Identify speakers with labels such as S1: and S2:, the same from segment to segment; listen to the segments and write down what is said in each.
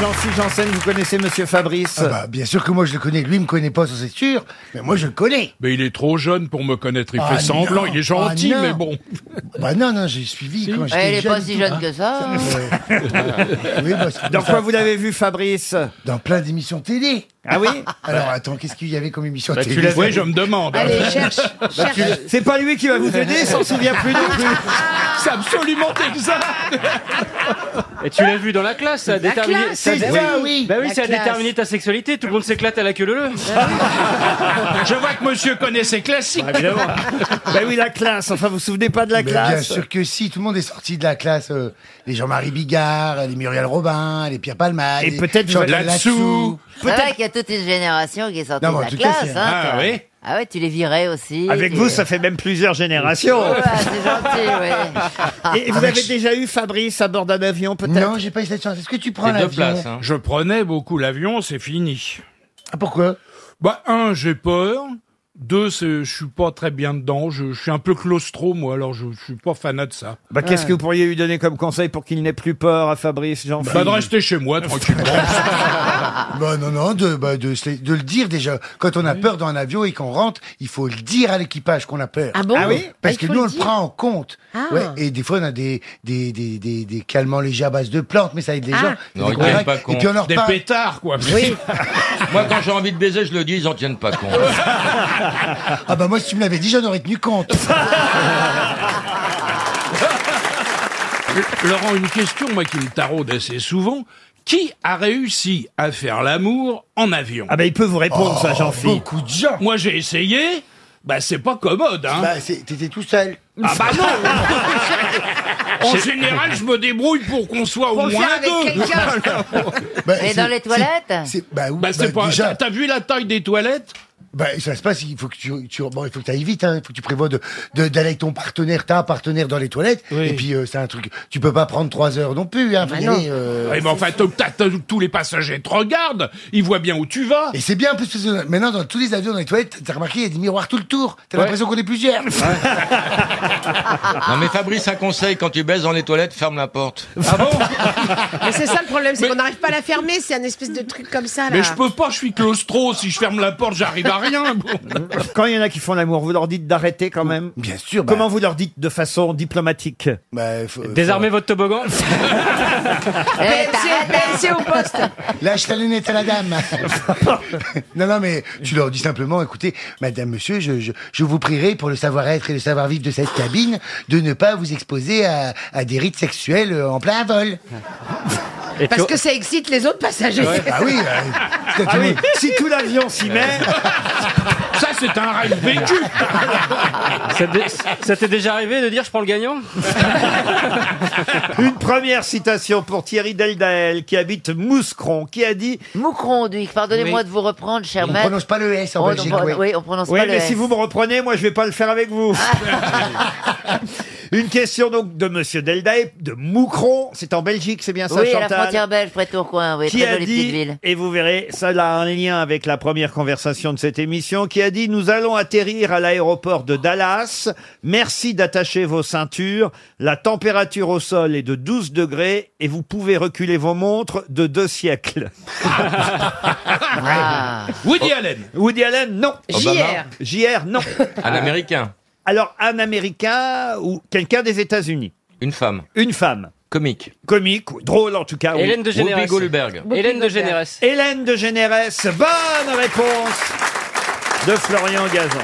S1: Jean-Cy Janssen, vous connaissez Monsieur Fabrice
S2: Ah bah, bien sûr que moi je le connais, lui il me connaît pas, ça c'est sûr, mais moi je le connais.
S3: Mais il est trop jeune pour me connaître. Il
S2: Ah
S3: fait
S2: non,
S3: semblant, il est gentil,
S2: ah non.
S3: mais bon.
S2: Bah non, non, j'ai suivi quand j'étais
S4: Elle est
S2: jeune.
S4: pas si jeune que ça. hein.
S2: Oui, bah, c'est
S1: Dans
S2: pour ça.
S1: quoi vous l'avez vu, Fabrice
S2: Dans plein d'émissions télé.
S1: Ah oui
S2: Alors attends, qu'est-ce qu'il y avait comme émission
S3: Bah, tu
S2: télé Bah,
S3: l'as vu, je me demande.
S4: Allez, cherche, cherche.
S1: C'est pas lui qui va vous aider, il s'en souvient plus non plus.
S3: C'est absolument exact.
S5: Et tu l'as vu dans la classe, ça a déterminé.
S4: classe,
S5: ça a
S4: c'est
S5: dé-
S4: ça,
S2: oui.
S5: Bah oui,
S4: La
S5: ça a
S4: classe.
S5: déterminé ta sexualité. Tout le monde s'éclate à la queue leu leu.
S1: Ah
S3: Je vois que monsieur connaît ses classiques.
S1: Évidemment. Bah oui, la classe. Enfin, vous vous souvenez pas de la
S2: Mais bien
S1: classe
S2: sûr que si, tout le monde est sorti de la classe. euh, les Jean-Marie Bigard, les Muriel Robin, les Pierre Palmade.
S1: Et
S2: les
S1: peut-être
S2: Chantal
S3: là-dessous.
S4: C'est vrai qu'il y a toute une génération qui est sortie
S2: Non, mais
S4: de
S2: en
S4: la
S2: tout cas,
S4: classe.
S2: c'est-
S4: hein,
S3: Ah,
S4: t'as-
S3: oui.
S4: Ah ouais, tu les virais aussi.
S1: Avec
S4: tu-
S1: vous, ça fait même plusieurs générations.
S4: Ouais, c'est gentil, oui.
S1: Et
S4: Ah,
S1: vous avez déjà eu Fabrice à bord d'un avion,
S2: Ah, Non,
S1: peut-être
S2: j'ai pas eu cette chance. Est-ce que tu prends
S5: C'est deux
S2: l'avion
S5: places. Hein.
S3: Je prenais beaucoup l'avion, c'est fini.
S2: Ah, Pourquoi
S3: Bah, un, j'ai peur. Deux, c'est- je suis pas très bien dedans. Je, je suis un peu claustro, moi, alors je, je suis pas fanat de ça.
S1: Bah, Qu'est-ce que vous pourriez lui donner comme conseil pour qu'il n'ait plus peur à Fabrice jean
S3: Bah, de rester chez moi, tranquillement.
S2: Bah non, non, de, bah, de, se- de le dire déjà. Quand on a peur dans un avion et qu'on rentre, il faut le dire à l'équipage qu'on a peur.
S6: Ah bon
S1: Ah oui
S2: Parce
S6: Il
S2: que
S6: faut
S2: nous,
S6: le
S2: on le
S6: dire.
S2: prend en compte.
S6: Ah.
S2: Ouais, et des fois, on a des, des, des, des, des calmants légers à base de plantes, mais ça aide les
S6: Ah.
S2: gens.
S7: Non,
S2: Des
S7: ils
S2: gros
S7: tiennent
S2: racks.
S7: pas
S2: et
S7: compte.
S2: puis on en
S3: Des
S2: reparle.
S3: pétards, quoi.
S7: Moi, quand j'ai envie de baiser, je le dis, ils en tiennent pas compte.
S2: Ah bah moi, si tu me l'avais dit, j'en aurais tenu compte.
S3: Hein Laurent, une question, moi, qui me taraude assez souvent. Qui a réussi à faire l'amour en avion Oh,
S1: Ah bah il peut vous répondre ça, jean philippe
S2: Beaucoup de gens.
S3: Moi, j'ai essayé. Bah, c'est pas commode, hein.
S2: Bah, c'est- t'étais tout seul.
S3: Ah bah non En général, je me débrouille pour qu'on soit au
S4: Faut le
S3: moins
S4: faire avec
S3: deux.
S4: quelqu'un.
S2: Bah,
S4: Mais
S2: c'est-
S4: dans les
S2: c'est-
S4: toilettes
S2: c'est- Bah, oui,
S3: Bah c'est
S2: bah,
S3: pas.
S2: déjà.
S3: t'as- T'as vu la taille des toilettes
S2: Bah, ça se passe, il faut que tu, tu bon, il faut que t'ailles vite, hein. Il faut que tu prévois de, de- d'aller avec ton partenaire, ta partenaire dans les toilettes. Et puis, euh, c'est un truc, tu peux pas prendre trois heures non plus, hein. faut y aller, euh,
S3: Eh ben enfin, t'as- t'as- t'as- tous les passagers te regardent, ils voient bien où tu vas.
S2: Et c'est bien, parce que maintenant, dans tous les avions, dans les toilettes, t'as remarqué, il y a des miroirs tout le tour. T'as l'impression qu'on est plusieurs.
S7: Non, mais Fabrice, un conseil, quand tu baises dans les toilettes, ferme la porte.
S6: Mais c'est ça le problème, c'est
S3: Mais-
S6: qu'on n'arrive pas à la fermer, c'est un espèce de truc comme ça là.
S3: Mais je peux pas, je suis claustro, si je ferme la porte, j'arrive à rien. Bon.
S1: Quand il y en a qui font l'amour, vous leur dites d'arrêter quand même
S2: Bien sûr, bah,
S1: Comment vous leur dites de façon diplomatique
S2: bah, faut-
S5: Désarmez votre toboggan.
S4: Eh,
S6: PMC,
S4: t'arrêtes,
S6: PMC au poste.
S2: Lâche ta lunette à la dame. non, non, mais tu leur dis simplement, écoutez, madame, monsieur, je, je, je vous prierai pour le savoir-être et le savoir-vivre de cette cabine de ne pas vous exposer à, à des rites sexuels euh, en plein vol.
S5: Et
S6: Parce
S5: tu-
S6: que ça excite les autres passagers.
S1: bah
S2: Ah oui, euh, tout
S1: Ah oui,
S2: monde-
S1: si tout l'avion s'y met,
S3: Ça, c'est un rêve vécu.
S5: ça t'est- ça t'est déjà arrivé de dire je prends le gagnant
S1: une première citation pour Thierry Deldael, qui habite Mouscron, qui a dit
S4: Moucron, Duc, pardonnez-moi de vous reprendre, cher
S2: On
S4: maître.
S2: prononce pas le S en
S4: On-
S2: Belgique,
S4: on-
S2: ouais.
S4: Oui, on prononce
S1: Oui,
S4: pas
S1: mais
S4: le
S1: si
S4: S.
S1: vous me reprenez, moi, je vais pas le faire avec vous.
S4: Ah.
S1: Une question donc de Monsieur Deldae, de Moucron. C'est en Belgique, c'est bien ça,
S4: Oui, à la
S1: Chantal
S4: frontière belge, près de Tourcoing, oui,
S1: Qui
S4: très
S1: a
S4: jolie petite
S1: dit,
S4: ville.
S1: et vous verrez, ça a un lien avec la première conversation de cette émission, qui a dit Nous allons atterrir à l'aéroport de Dallas. Merci d'attacher vos ceintures. La température au sol est de 12 degrés et vous pouvez reculer vos montres de deux siècles.
S4: Ah.
S3: Woody Allen.
S1: Woody Allen, non.
S6: JR.
S1: JR, non.
S7: Un américain,
S1: Alors, un Américain ou quelqu'un des États-Unis.
S7: une femme,
S1: Une femme.
S7: comique.
S1: Comique, ou drôle en tout
S3: Ah
S1: cas. oui.
S5: Hélène de
S7: Whoopi
S5: Généresse.
S7: Ah Goldberg.
S5: Hélène de Généresse.
S1: Hélène de Généresse, bonne réponse de Florian Gazan.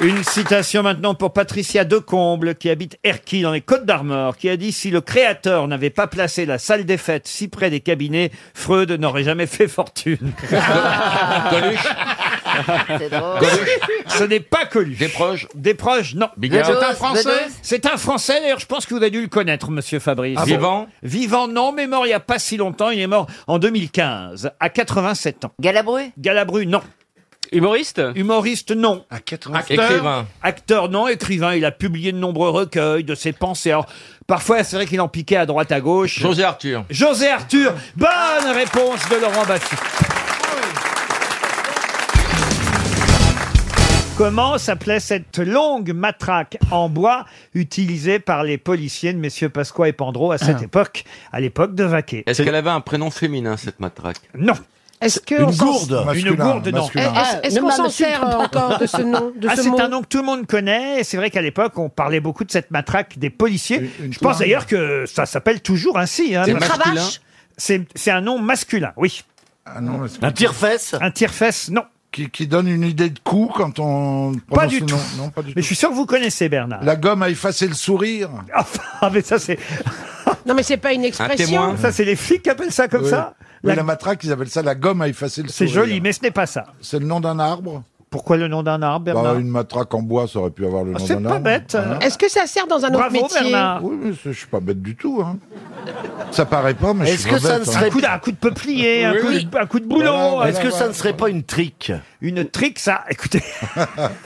S1: Une citation maintenant pour Patricia Decomble, qui habite Erquy dans les Côtes d'Armor, qui a dit Si le créateur n'avait pas placé la salle des fêtes si près des cabinets, Freud n'aurait jamais fait fortune.
S7: Coluche,
S4: C'est drôle.
S7: Coluche,
S1: Ce n'est pas Coluche.
S7: des proches,
S1: Des proches, non.
S7: Bigard,
S4: Bedos, Bedos.
S1: C'est un Français, d'ailleurs, je pense que vous avez dû le connaître, monsieur Fabrice.
S7: Ah vivant,
S1: Vivant, non, mais mort il n'y a pas si longtemps. Il est mort en 2015, à 87 ans.
S4: Galabru
S1: Galabru, non.
S5: Humoriste
S1: Humoriste, non.
S2: À 80.
S3: Acteur.
S7: écrivain.
S1: Acteur, non. Écrivain, il a publié de nombreux recueils de ses pensées. Alors, parfois, c'est vrai qu'il en piquait à droite, à gauche.
S7: José Arthur.
S1: José Arthur, bonne réponse de Laurent Baffy. Comment s'appelait cette longue matraque en bois utilisée par les policiers de messieurs Pasqua et Pandro à
S5: Ah.
S1: cette époque, à l'époque de Vaquet
S7: Est-ce qu'elle avait un prénom féminin, cette matraque
S1: Non,
S6: Est-ce que on
S5: Une
S6: s'en-
S5: gourde.
S1: une gourde, non.
S6: Est- Est-ce est-ce qu'on s'en sert euh, encore de ce nom, de
S1: Ah,
S6: ce
S1: c'est
S6: mot
S1: un nom que tout le monde connaît. et C'est vrai qu'à l'époque, on parlait beaucoup de cette matraque des policiers. Je pense d'ailleurs que ça s'appelle toujours ainsi. hein,
S7: C'est
S1: parce-
S7: masculin
S1: C'est c'est un nom masculin, oui.
S5: Ah non, mais c'est-
S3: Un tire-fesse
S1: Un tire-fesse, non.
S5: qui, qui donne une idée de coup quand on. prononce
S1: du
S5: le
S1: tout.
S5: nom. Non, pas du
S1: Mais
S5: tout.
S1: je suis sûr que vous connaissez Bernard.
S5: La gomme a effacé le sourire.
S1: Ah, mais ça, c'est
S6: Non, mais c'est pas une expression.
S7: témoin.
S1: ça, c'est les flics qui appellent ça comme
S5: Oui.
S1: ça.
S5: Oui,
S1: La-
S5: la matraque, ils appellent ça la gomme à effacer le
S1: C'est
S5: sourire.
S1: joli, mais ce n'est pas ça.
S5: C'est le nom d'un arbre
S1: Pourquoi le nom d'un arbre,
S5: Bah,
S1: Bernard
S5: Une matraque en bois, ça aurait pu avoir le
S1: Ah,
S5: nom
S1: C'est
S5: d'un
S1: pas
S5: arbre.
S1: bête.
S6: Est-ce que ça sert dans un autre
S1: Bravo,
S6: métier
S1: Bernard.
S5: Oui, mais c'est- je suis pas bête du tout. Hein. Ça paraît pas, mais je
S3: Est-ce
S5: suis
S3: que
S5: pas
S3: ça
S5: bête,
S3: ne
S5: hein.
S1: Un
S3: serait
S1: coup, de- un coup de peuplier, un, coup de-
S3: oui.
S1: un coup de boulot, euh,
S5: Voilà, voilà.
S3: Est-ce que ça ne serait pas une trique
S1: bah une trick, ça. Écoutez,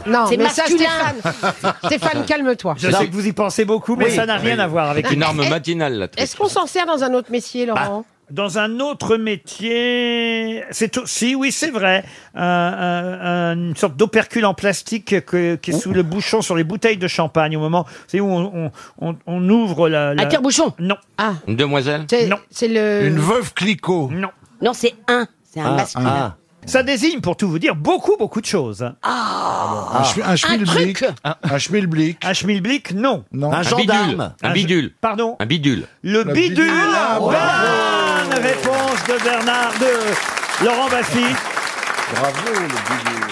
S6: Non,
S8: C'est
S6: mais ça,
S8: masculin.
S6: Stéphane, Stéphane calme-toi.
S1: je sais que vous y pensez beaucoup, mais ça n'a rien à voir avec
S7: Une arme matinale, la trique.
S6: Ah, Est-ce qu'on s'en sert dans un autre métier,
S1: Bah.
S6: Laurent
S1: Dans un autre métier, c'est tout- si oui c'est vrai, Un- un- un- une sorte d'opercule en plastique que- qui est sous le bouchon sur les bouteilles de champagne au moment c'est où on, on- on- on ouvre la, la-
S6: Un tire-bouchon
S1: Non,
S6: Ah,
S7: Une demoiselle
S6: c'est
S1: Non.
S6: c'est le...
S1: euh,
S5: Une veuve Clicquot.
S1: non.
S8: Non, c'est un. C'est un masculin.
S3: Ah,
S1: Ça désigne pour tout vous dire beaucoup beaucoup de choses.
S6: Ah.
S1: Ah.
S5: Un, sch- un schmilblick. Un, schmilblick.
S1: Un schmilblick, non.
S5: Non.
S3: Un
S7: bidule.
S3: gendarme
S7: Un bidule.
S1: Pardon.
S7: Un bidule.
S1: Le
S5: La
S1: bidule.
S5: bidule. Ah,
S1: Bonne réponse de Bernard de Laurent Bassi.
S5: Bravo, le bidule.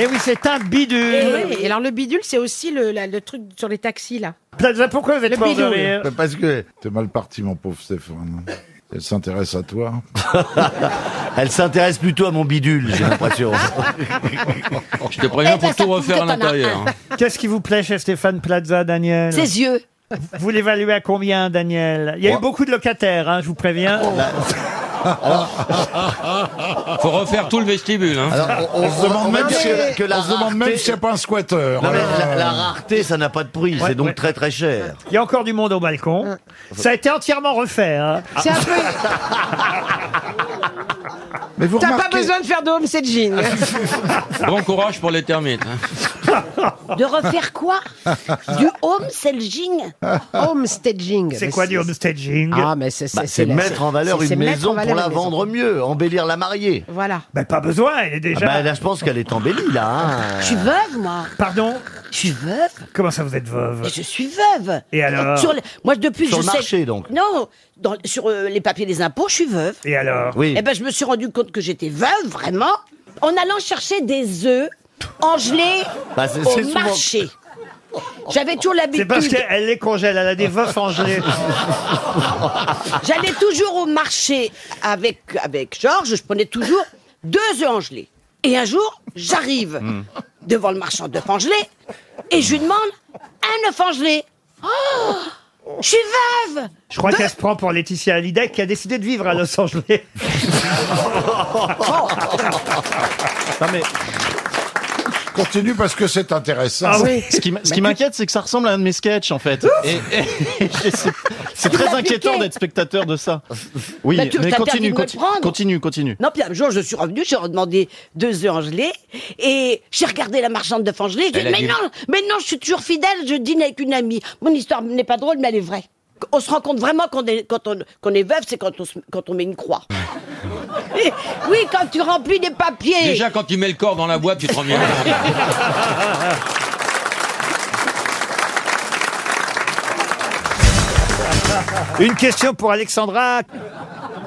S1: Et oui, c'est un bidule.
S6: Et, Eh oui, et alors le bidule, c'est aussi le, la- le truc sur les taxis, là.
S1: Plaza, pourquoi vous êtes
S6: Le
S1: mort de
S6: bidule.
S1: rire
S5: Mais Parce que t'es mal parti, mon pauvre Stéphane. Elle s'intéresse à toi.
S3: Elle s'intéresse plutôt à mon bidule, j'ai l'impression.
S7: Je te préviens
S8: Eh ben,
S7: pour
S8: ça
S7: tout refaire à
S8: coûte un
S7: l'intérieur. hein.
S1: Qu'est-ce qui vous plaît chez Stéphane Plaza, Daniel
S8: Ses yeux.
S1: Vous l'évaluez à combien, Daniel Il y a eu beaucoup de locataires, hein, je vous préviens.
S7: Faut refaire tout le vestibule. hein.
S3: Alors, on, on-
S5: On se demande
S3: on va
S5: même
S3: dire
S5: si-
S3: que la
S5: on se demande même
S3: rareté-
S5: si c'est pas un squatter.
S3: Non, mais
S5: Euh,
S3: la, la rareté, ça n'a pas de prix,
S1: Ouais,
S3: c'est donc
S1: ouais.
S3: très très cher.
S1: Il y a encore du monde au balcon. Ça a été entièrement refait. hein.
S6: C'est un peu...
S5: Mais vous
S6: T'as pas
S5: remarquez,
S6: besoin de faire de home
S1: Ah,
S6: setting.
S7: Bon courage pour les termites. hein.
S8: De refaire quoi Du home selling
S6: home staging.
S1: C'est
S6: Mais
S1: quoi du homestaging
S6: Ah, mais c'est c'est-
S3: Bah, c'est
S6: la-
S3: mettre en valeur
S6: c'est- c'est
S3: une
S6: mettre
S3: maison
S6: en valeur
S3: pour la
S6: une maison.
S3: vendre mieux, embellir la mariée.
S6: Voilà.
S1: Ben, Pas besoin, elle est
S3: Ah
S1: déjà...
S3: bah, là, je pense qu'elle est embellie, là. hein.
S8: Je suis veuve, moi.
S1: Pardon
S8: Je suis veuve.
S1: Comment ça, vous êtes veuve
S8: Mais je suis veuve.
S1: Et alors
S8: Sur le- Moi, depuis que
S3: Sur
S8: je
S3: le
S8: sais-
S3: marché, donc.
S8: Non, dans- sur euh, les papiers des impôts, je suis veuve.
S1: Et alors
S3: Oui.
S8: Eh ben, je me suis rendu compte que j'étais veuve, vraiment, en allant chercher des œufs en gelée
S3: Bah, c'est-
S8: au
S3: c'est souvent-
S8: marché. J'avais toujours
S1: C'est parce
S8: l'habitude.
S1: qu'elle les congèle, elle a des veufs en gelée.
S8: J'allais toujours au marché avec, avec Georges, je prenais toujours deux œufs en gelée. Et un jour, j'arrive devant le marchand d'œufs en gelée et je lui demande un œuf en gelée. Oh Je suis veuve
S1: Je crois qu'elle se prend pour Laetitia Hallyday qui a décidé de vivre à Los Angeles. Oh.
S9: Non, mais
S5: continue parce que c'est intéressant.
S1: Ah oui.
S9: ce qui m- ce qui m'inquiète, c'est que ça ressemble à un de mes sketchs, en fait. Et, et- et c'est- c'est très inquiétant d'être spectateur de ça. Oui,
S8: Bah, tu-
S9: mais
S8: t'as interdit
S9: continue,
S8: de me le
S9: continue,
S8: prendre.
S9: continue, continue.
S8: Non, puis un jour, je suis revenue, j'ai redemandé deux œufs en gelée, et j'ai regardé la marchande de Fangelée, j'ai dit,
S7: Elle a
S8: mais
S7: dit-
S8: non, mais non, je suis toujours fidèle, je dîne avec une amie. Mon histoire n'est pas drôle, mais elle est vraie. On se rend compte vraiment qu'on est, quand on, qu'on est veuve, c'est quand on, se- quand on met une croix. Et- oui, quand tu remplis des papiers.
S7: Déjà, quand tu mets le corps dans la boîte, tu te rends bien compte.
S1: Une question pour Alexandra.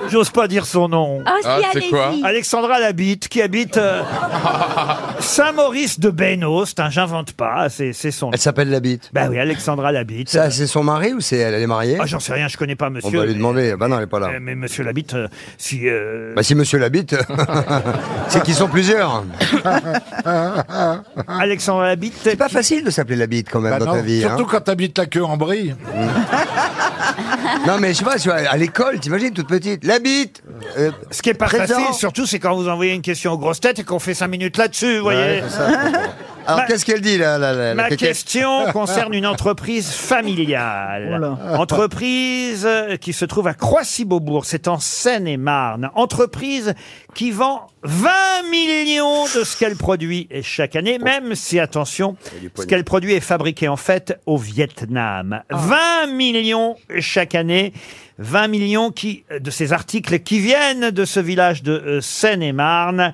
S1: J'ose pas dire son nom.
S10: Ah, c'est quoi
S1: Alexandra Labitte, qui habite euh, Saint-Maurice de Bénos. J'invente pas, c'est c'est son.
S11: Elle s'appelle la bite.
S1: Bah oui, Alexandra Labitte.
S11: Ça, c'est son mari ou c'est elle Elle est mariée
S1: Ah, J'en sais rien, je connais pas monsieur.
S11: On va lui
S1: mais-
S11: demander. Bah non, elle est pas là.
S1: euh, Mais monsieur Labitte, euh, si. euh,
S11: Bah si monsieur l'habite, c'est qu'ils sont plusieurs.
S1: Alexandra Labitte.
S11: C'est pas facile de s'appeler la bite quand même
S5: Bah
S11: dans
S5: non,
S11: ta vie. hein.
S5: surtout quand t'habites la queue en brie.
S3: Mm.
S11: Non mais je sais pas, tu vois, à l'école, t'imagines toute petite, la bite. Euh,
S1: Ce qui est pas
S11: Présent.
S1: facile, surtout, c'est quand vous envoyez une question aux grosses têtes et qu'on fait cinq minutes là-dessus, vous voyez. Bah,
S11: Alors
S1: Ma-
S11: qu'est-ce qu'elle dit là, la, la, la
S1: Ma
S11: quéquette
S1: question concerne une entreprise familiale. Entreprise euh, qui se trouve à Croissy-Beaubourg, c'est en Seine-et-Marne. Entreprise qui vend 20 millions de ce qu'elle produit chaque année,
S7: Oh.
S1: même si, attention, ce qu'elle produit est fabriqué en fait au Vietnam. 20 millions chaque année. 20 millions qui, euh, de ces articles qui viennent de ce village de euh, Seine-et-Marne,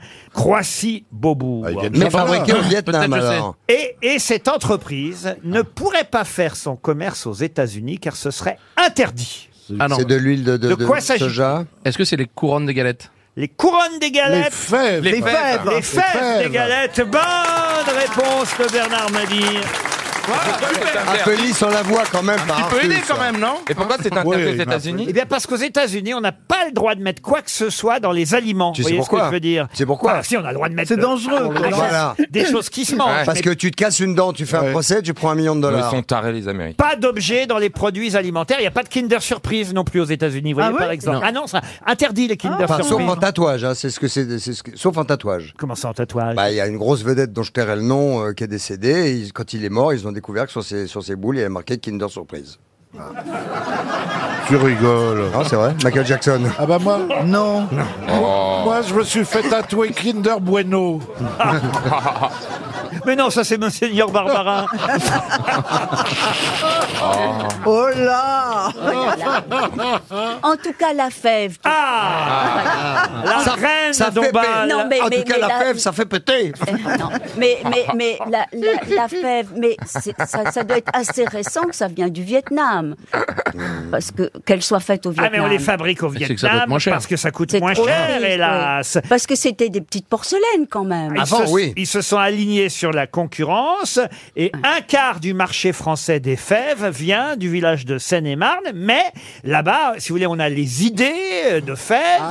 S1: Croissy-Beaubourg.
S7: Ah, viennent Mais pas fabriqués là. au Vietnam,
S1: Peut-être, je sais.
S7: alors.
S1: Et, et cette entreprise ne pourrait pas faire son commerce aux États-Unis car ce serait interdit.
S7: C'est de l'huile de, de,
S1: De quoi s'agit-il
S7: soja.
S3: Ah Est-ce que c'est les couronnes de galettes
S1: Les couronnes des galettes.
S3: Les fèves.
S1: Les
S3: Les
S1: fèves.
S3: fèves.
S1: Les fèves
S3: Les fèves.
S1: des galettes. Bonne réponse de Bernard Mabille.
S3: Ah,
S7: Un peu lisse, on la voit quand même. Un
S1: Et pourquoi
S7: c'est interdit Oui, aux il m'a États-Unis appelé.
S1: Eh bien parce qu'aux États-Unis, on n'a pas le droit de mettre quoi que ce soit dans les aliments.
S7: Tu
S1: Vous
S7: sais
S1: voyez ce
S7: pourquoi
S1: que je veux dire
S7: Tu sais pourquoi
S1: Enfin, Si on a le droit de mettre.
S7: C'est
S1: euh,
S7: dangereux,
S1: des,
S7: Voilà.
S1: des choses qui se mangent.
S7: Parce
S1: mais
S7: que tu te casses une dent, tu fais un procès, tu prends un million de dollars.
S1: Ils sont
S7: tarés, les Américains.
S1: Pas d'objets dans les produits alimentaires. Il n'y a pas de Kinder Surprise non plus aux États-Unis. Vous
S7: Ah
S1: voyez
S7: ouais
S1: par exemple.
S7: Non.
S1: Ah non, ça interdit les Kinder
S7: Enfin, Ah, sauf
S1: Surprise.
S7: en tatouage, hein, c'est ce que c'est, c'est ce que- sauf en tatouage.
S1: Comment ça en tatouage
S7: Bah, il y a une grosse vedette dont je tairai le nom euh, qui est décédée. et ils- quand il est mort, ils ont découvert que sur ses sur ses boules, il y avait marqué Kinder Surprise.
S5: Tu rigoles.
S7: Non, c'est vrai. Michael Jackson.
S5: Ah bah moi, non.
S7: Oh.
S5: Moi, je me suis fait tatouer Kinder Bueno.
S1: Mais non, ça c'est Monseigneur Barbarin.
S12: Oh là En tout cas, la fève.
S1: Ah
S7: La reine d'Ombal. En tout cas, la fève, ça fait péter.
S12: non, mais, mais, mais la, la- la fève, mais c'est- ça, ça doit être assez récent que ça vient du Vietnam. Parce que qu'elle soit faite au
S1: Ah
S12: Vietnam.
S1: mais on les fabrique au
S12: C'est que ça doit être
S1: Vietnam
S12: moins cher.
S1: parce que ça coûte
S12: C'est
S1: moins
S12: trop
S1: cher,
S12: triste,
S1: hélas. Ah,
S12: oui. Parce que c'était des petites porcelaines quand même.
S1: Ils, se, ils se sont alignés sur la concurrence et un quart du marché français des fèves vient du village de Seine-et-Marne. Mais là-bas, si vous voulez, on a les idées de fèves,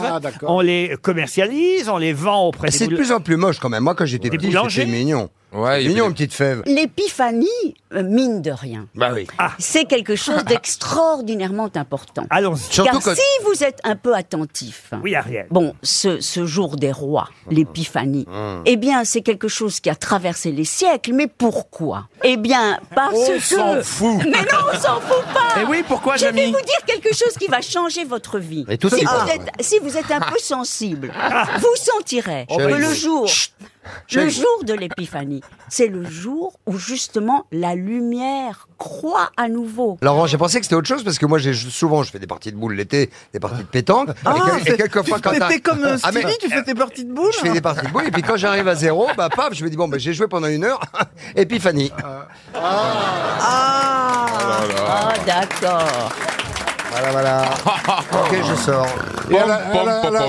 S1: on les commercialise, on les vend auprès des
S7: Ah, C'est de
S1: boul-
S7: plus en plus moche quand même. Moi, quand j'étais
S1: Des
S7: petit,
S1: boulangers
S7: c'était mignon. Ouais, mignon, une petite fève.
S12: L'épiphanie, euh, mine de rien,
S7: Bah oui.
S1: Ah.
S12: c'est quelque chose d'extraordinairement important.
S1: allons
S12: Car si vous êtes un peu attentif, hein,
S1: Oui, Ariel.
S12: bon, ce, ce jour des rois,
S3: Ah.
S12: l'épiphanie, eh bien, c'est quelque chose qui a traversé les siècles, mais pourquoi Eh bien, parce
S3: On
S12: que...
S3: s'en fout.
S12: Mais non, on s'en fout pas
S3: Eh oui, pourquoi,
S12: Je vais
S3: Jamy
S12: vous dire quelque chose qui va changer votre vie.
S3: Et tout
S12: si,
S3: est
S12: vous
S3: bon.
S12: êtes, si vous êtes un peu sensible, vous sentirez
S3: Chérie.
S12: que le jour... Le
S3: Chérie.
S12: jour de l'épiphanie, c'est le jour où justement la lumière croît à nouveau.
S7: Laurent, j'ai pensé que c'était autre chose parce que moi, j'ai souvent, je fais des parties de boules l'été, des parties de pétanque.
S2: Ah,
S7: et, quel- et quelquefois,
S2: tu
S7: quand t'as-
S2: t'es comme euh,
S7: Ah, mais-
S2: Stevie, tu fais tes parties de boules.
S7: Je fais des parties de boules et puis quand j'arrive à zéro, bah paf, je me dis bon, bah, j'ai joué pendant une heure. Épiphanie.
S5: Euh,
S12: Ah, d'accord.
S7: Voilà, voilà. ok, je sors.
S5: Et à la- à la- à la- à la-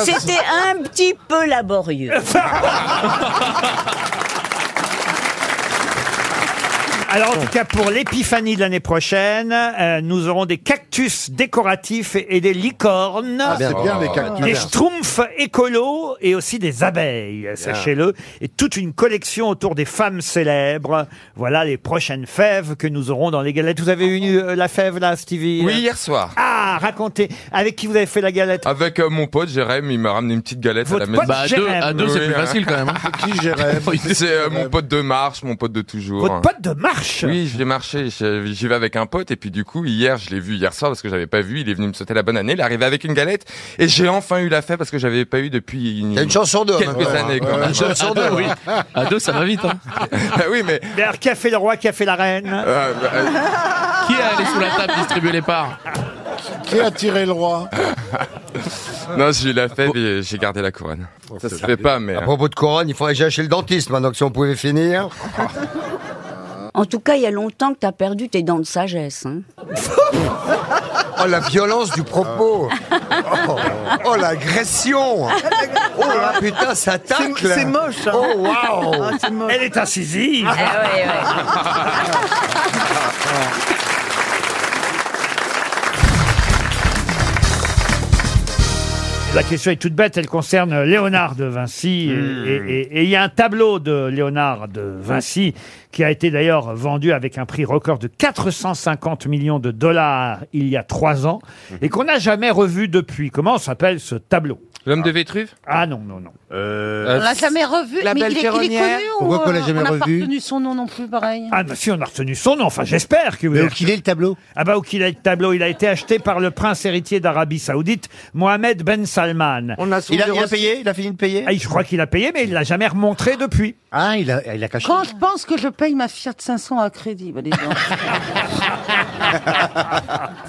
S12: C'était un petit peu laborieux.
S1: Alors en tout cas pour l'épiphanie de l'année prochaine, euh, nous aurons des cactus décoratifs et, et des licornes.
S5: Ah, c'est bien, les cactus.
S1: Des
S5: Bien.
S1: schtroumpfs écolos et aussi des abeilles, sachez-le. Et toute une collection autour des femmes célèbres. Voilà les prochaines fèves que nous aurons dans les galettes. Vous avez eu euh, la fève là, Stevie
S13: Oui, hier soir.
S1: Ah, racontez. Avec qui vous avez fait la galette
S13: Avec euh, mon pote Jérém, il m'a ramené une petite galette à la
S1: Votre
S13: maison.
S1: pote Bah, à deux- Jérém. à deux, c'est plus
S13: hein.
S1: facile, quand même, hein.
S5: Qui Jérém
S13: C'est euh, mon pote de marche, mon pote de toujours.
S1: Votre pote de marche
S13: Oui, j'ai marché, j'ai- j'y vais avec un pote et puis du coup hier, je l'ai vu hier soir parce que j'avais pas vu, il est venu me sauter la bonne année, il est arrivé avec une galette et j'ai enfin eu la fête parce que j'avais pas eu depuis une,
S7: une chance sur deux, en
S13: quelques
S7: même temps,
S13: années
S7: hein.
S13: quand
S7: Ouais,
S13: même.
S7: une chance sur deux, oui.
S13: À deux, ça va vite hein.
S3: Ah
S13: oui, mais
S1: D'ailleurs, qui a fait le roi, qui a fait la reine
S13: euh, bah, euh,
S3: Qui est allé sous la table distribuer les parts
S5: Qui a tiré le roi
S13: non, j'ai eu la fête et j'ai gardé la couronne. Ça se fait pas
S1: Ah
S13: mais hein.
S7: À propos de couronne, il faudrait que j'aille chez le dentiste maintenant, que si on pouvait finir.
S12: En tout cas, il y a longtemps que t'as perdu tes dents de sagesse. hein.
S7: Oh, la violence du propos
S5: Ah.
S7: Oh, oh, l'agression Oh là, putain, ça tacle
S2: C'est- c'est moche, hein.
S7: Oh, waouh
S2: Ah, c'est moche.
S1: Elle est
S12: Eh
S1: incisive
S3: Ah
S1: La question est toute bête, elle concerne Léonard de Vinci. et- Et et- et il y a un tableau de Léonard de Vinci qui a été d'ailleurs vendu avec un prix record de 450 millions de dollars il y a trois ans et qu'on n'a jamais revu depuis. Comment s'appelle ce tableau
S14: L'homme de Vétruve
S1: Ah non, non, non.
S14: Euh...
S6: On l'a jamais revu.
S1: La
S6: mais
S1: belle
S6: il est, il est
S1: ferronnière.
S6: connu
S1: Pourquoi
S6: ou euh,
S1: qu'on l'a jamais
S6: on n'a pas
S1: revu
S6: retenu son nom non plus, pareil.
S1: Ah, bah si, on a retenu son nom. Enfin, j'espère que vous
S6: Mais où
S1: qu'il est le tableau Ah, bah, où qu'il est le tableau Il a été acheté par le prince héritier d'Arabie Saoudite, Mohamed Ben Salman. On a
S3: son Il a- il a numéro- payé
S1: Il a fini de payer Je crois qu'il a payé, mais il l'a jamais remontré depuis. Ah, il a, il a caché.
S6: Quand je pense que je paye ma Fiat 500 à crédit, bah, dis donc.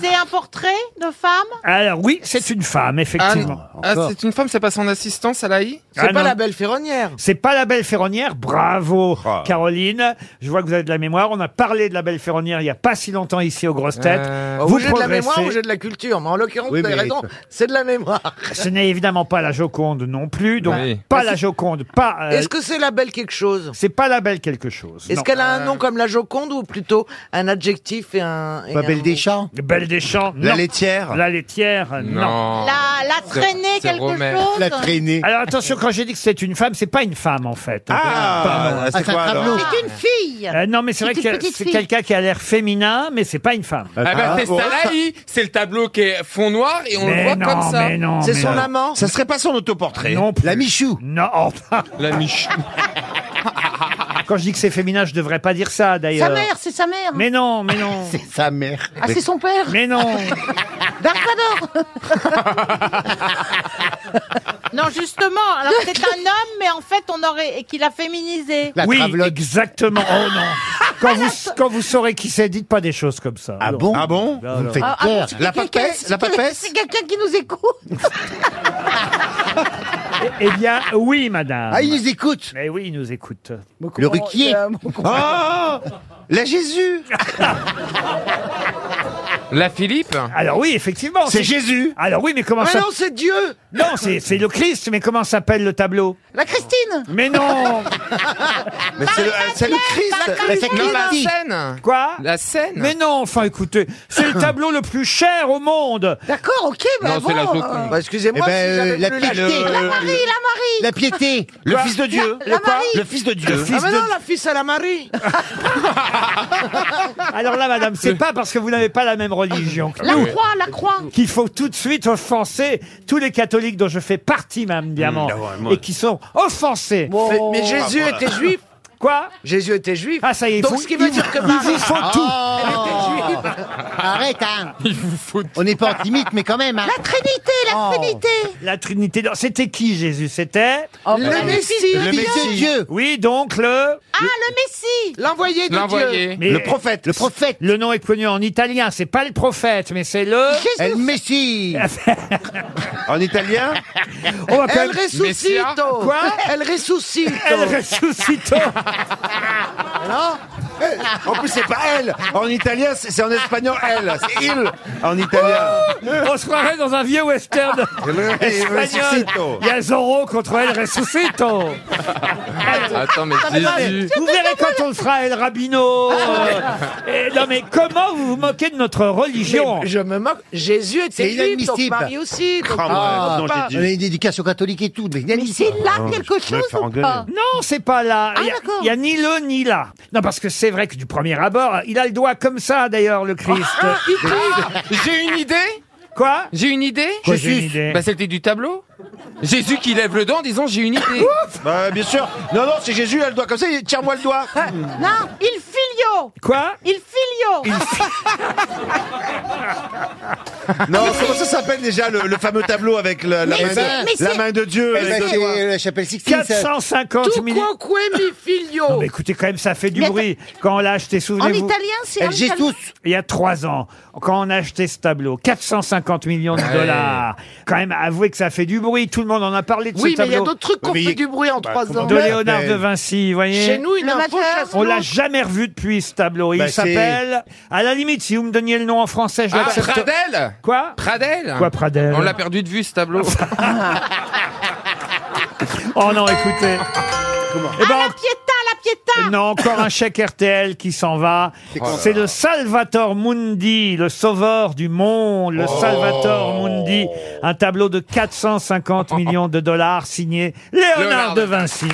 S15: C'est un portrait de femme
S1: Alors, oui, c'est une femme, effectivement.
S13: Ah, c'est une femme, c'est pas son assistance à l'AI
S1: C'est Ah pas non. la
S13: belle ferronnière.
S1: C'est pas la belle ferronnière, bravo Caroline. Je vois que vous avez de la mémoire. On a parlé de la belle ferronnière il n'y a pas si longtemps ici aux grosses têtes.
S16: Vous j'ai Euh, de la mémoire
S1: progressez.
S16: ou j'ai de la culture, mais en l'occurrence,
S1: Oui,
S16: vous avez
S1: mais- Ah,
S16: raison, c'est de la mémoire.
S1: Ce n'est évidemment pas la Joconde non plus, donc pas la Joconde, pas. euh,
S16: Est-ce que c'est la belle quelque chose
S1: C'est pas la belle quelque chose.
S16: Est-ce
S1: non.
S16: qu'elle a un nom comme la Joconde ou plutôt un adjectif et un. et un-
S1: Champs Belle des Champs.
S16: La
S1: non.
S16: laitière
S1: La laitière, non.
S16: Non.
S15: La- la traînée, C'est- c'est quelque Romain. chose La traînée.
S1: Alors attention, quand j'ai dit que c'est une femme, c'est pas une femme en fait.
S16: Ah,
S1: Ah,
S6: Ah,
S1: Pardon.
S3: c'est quoi, alors
S15: C'est une fille.
S1: Euh, non, mais c'est vrai
S15: une
S1: que
S15: petite
S1: c'est
S15: fille.
S1: quelqu'un qui a l'air féminin, mais c'est pas une femme.
S13: Ah bah, c'est Salahi, c'est le tableau qui est fond noir et on
S1: Mais
S13: le voit
S1: non,
S13: comme ça.
S1: mais non, mais non.
S3: Ça serait pas son autoportrait.
S1: Non plus. La Michou. Non.
S3: La Michou.
S1: Quand je dis que c'est féminin, je devrais pas dire ça d'ailleurs.
S6: Sa mère, c'est sa mère.
S1: Mais non, mais non. c'est sa mère.
S6: Ah, c'est son père.
S1: Mais non.
S6: Darkador.
S15: Non, justement, alors c'est un homme, mais en fait, on aurait. et qu'il a féminisé.
S1: oui, exactement. Oh non. Quand vous, quand vous saurez qui c'est, dites pas des choses comme ça. Ah bon Ah bon Vous me
S6: Ah, ah bon, c'est quelqu'un- c'est quelqu'un- C'est quelqu'un qui nous écoute.
S1: Eh bien, oui, madame.
S3: Ah, il
S1: nous écoute Mais oui, il nous écoute.
S3: Le ruquier.
S6: Euh,
S3: Ah La Jésus
S13: La Philippe
S1: Alors oui, effectivement.
S13: C'est
S1: Jésus Alors oui, mais comment
S16: Ah
S1: ça...
S16: non, c'est Dieu
S1: Non, c'est c'est le Christ, mais comment s'appelle le tableau
S6: La Christine.
S1: Mais non
S3: Mais c'est le, euh, c'est le Christ
S13: Mais c'est Non, la Christ. Seine.
S1: Quoi
S13: La Seine
S1: Mais non, enfin écoutez, c'est le tableau le plus cher au monde
S6: D'accord, ok,
S1: bah Non, c'est bon, la Joconde. euh,
S16: Bah, Excusez-moi,
S1: Eh ben,
S16: si j'avais
S1: euh, la
S16: plus la-
S1: piété.
S16: le-
S1: La
S6: la
S1: Marie,
S6: Marie.
S3: La piété. Le
S16: Quoi
S3: fils de Dieu.
S16: La- la
S3: Le quoi
S16: Marie.
S3: Le fils de Dieu.
S16: Ah, mais non, la fils à la Marie
S1: Alors là, madame, c'est pas parce que vous n'avez pas la même religion que
S6: La
S1: nous
S6: croix, la croix.
S1: qu'il faut tout de suite offenser tous les catholiques dont je fais partie, madame Diamant,
S16: vraiment.
S1: et qui sont offensés.
S16: Mais- mais Jésus
S1: Ah,
S16: était
S1: voilà.
S16: juif
S1: Quoi
S16: Jésus était juif.
S1: Ah, ça y est,
S16: Donc,
S1: vous-
S16: ce qui veut
S1: il-
S16: dire que
S1: il
S16: Marie. Ah.
S1: vous faut tout.
S16: Elle était juive.
S2: Arrête, hein.
S13: Il vous faut
S2: On n'est pas antisémite, mais quand même. Hein.
S6: La Trinité, la Trinité.
S1: La Trinité, non, c'était qui Jésus C'était
S6: Oh, Le bah, Messie. le Messie.
S1: Fils de Dieu. Oui, donc le...
S15: Ah, le Messie
S16: L'envoyé de Dieu.
S1: prophète. Le prophète. Le nom est connu en italien. C'est pas le prophète, mais c'est le.
S16: Jésus. El
S1: Messi. en italien.
S16: Elle ressuscito.
S1: Quoi
S16: Elle ressuscito.
S1: Elle ressuscito.
S16: Non
S3: En plus, c'est pas elle. En italien, c'est c'est en espagnol, elle. C'est il en italien.
S1: Oh, On se croirait dans un vieux western
S3: Le-
S1: espagnol.
S3: Ressuscito.
S1: Il y a Zorro contre El Ressuscito.
S13: Attends, mais Jésus.
S1: Vous verrez quand on le fera El Rabino. euh, et non mais comment vous vous moquez de notre religion
S16: Mais je me moque. Jésus
S2: C'est
S16: était juif, donc
S2: inadmissible.
S16: Marie aussi.
S3: Ah,
S16: donc on peut pas.
S2: on a une éducation catholique et tout, mais inadmissible. Ah,
S6: C'est là
S1: Non,
S6: quelque
S1: Oh, je vais me
S6: chose
S1: faire
S6: ou
S1: engueuler.
S6: pas
S1: Non, c'est pas là.
S16: Ah,
S1: Il y a- il y, a ni le ni là. Non, parce que c'est vrai que du premier abord, il a le doigt comme ça d'ailleurs, le Christ.
S16: Ah,
S3: Euh,
S13: J'ai une idée
S1: Quoi
S13: J'ai une idée
S1: Quoi, j'ai une idée
S13: Bah, c'était du tableau. Jésus qui lève le doigt en disant J'ai une idée.
S3: Bah, bien sûr. Non, non, c'est Jésus, elle a le doigt comme ça. il dit, Tire-moi le doigt.
S15: Non, il filio
S1: Quoi
S15: Il filio
S3: Non, comment ça s'appelle déjà le, le fameux tableau avec la, la
S2: Mais
S3: main,
S2: c'est- mais
S3: de,
S2: c'est-
S3: la main de Dieu
S2: Eh
S3: avec
S2: ben,
S3: le
S2: c'est,
S3: doigt.
S2: euh, la chapelle Sixtine, ça.
S1: 450
S2: Tu
S1: millions. Non, mais écoutez, quand même, ça fait du
S2: Mais
S1: bruit. Quand on l'a acheté, souvenez-vous.
S2: En italien, c'est en
S1: El
S2: italien.
S1: Jesus. Il y a trois ans, quand on a acheté ce tableau, 450 millions de
S16: Ouais.
S1: dollars. Quand même, avouez que ça fait du bruit. Tout le monde en a parlé de
S16: Oui, mais
S1: ce
S16: bah, il
S1: tableau.
S16: y a d'autres trucs qu'on fait du bruit en trois ans.
S1: De Léonard de Vinci, vous voyez.
S16: Chez nous, il a un faux
S1: On l'a jamais revu depuis ce tableau. Il
S16: Bah, c'est-
S1: s'appelle. À la limite, si vous me donniez le nom en français, je
S13: Ah,
S1: l'accepte.
S13: Pradel
S1: Quoi
S13: Pradel
S1: Quoi, Pradel
S13: On l'a perdu de vue ce tableau.
S1: Oh non, écoutez. Eh ben, euh,
S15: Piéta, Ah, la piéta
S1: non, encore un chèque RTL qui s'en va.
S15: quoi
S1: C'est le Salvator Mundi, le sauveur du monde, le
S15: Oh.
S1: Salvator Mundi. Un tableau de 450 millions de dollars signé Léonard,
S13: Léonard
S1: de Vinci.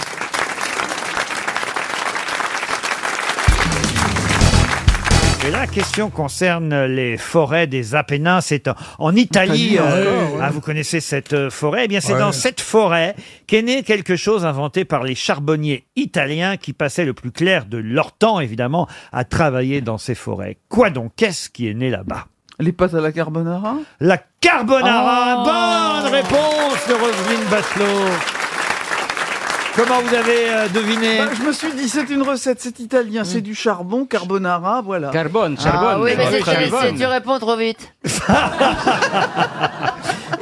S1: Et la question concerne les forêts des Apennins. C'est en, en Italie.
S17: Italie, encore, ouais.
S1: ah, vous connaissez cette euh, forêt Eh bien, c'est
S17: Ouais.
S1: dans cette forêt qu'est né quelque chose inventé par les charbonniers italiens qui passaient le plus clair de leur temps, évidemment, à travailler dans ces forêts. Quoi donc Qu'est-ce qui est né là-bas Les pâtes à la carbonara Oh La carbonara
S3: Oh.
S1: Bonne réponse de Roselyne Bachelot Comment vous avez euh, deviné
S9: Bah, je me suis dit, c'est une recette, c'est italien, c'est du charbon, carbonara, voilà.
S3: Carbone,
S9: charbonne.
S4: oui, mais c'est-
S9: Très
S4: c'est-
S9: bonne.
S4: c'est- tu réponds trop vite.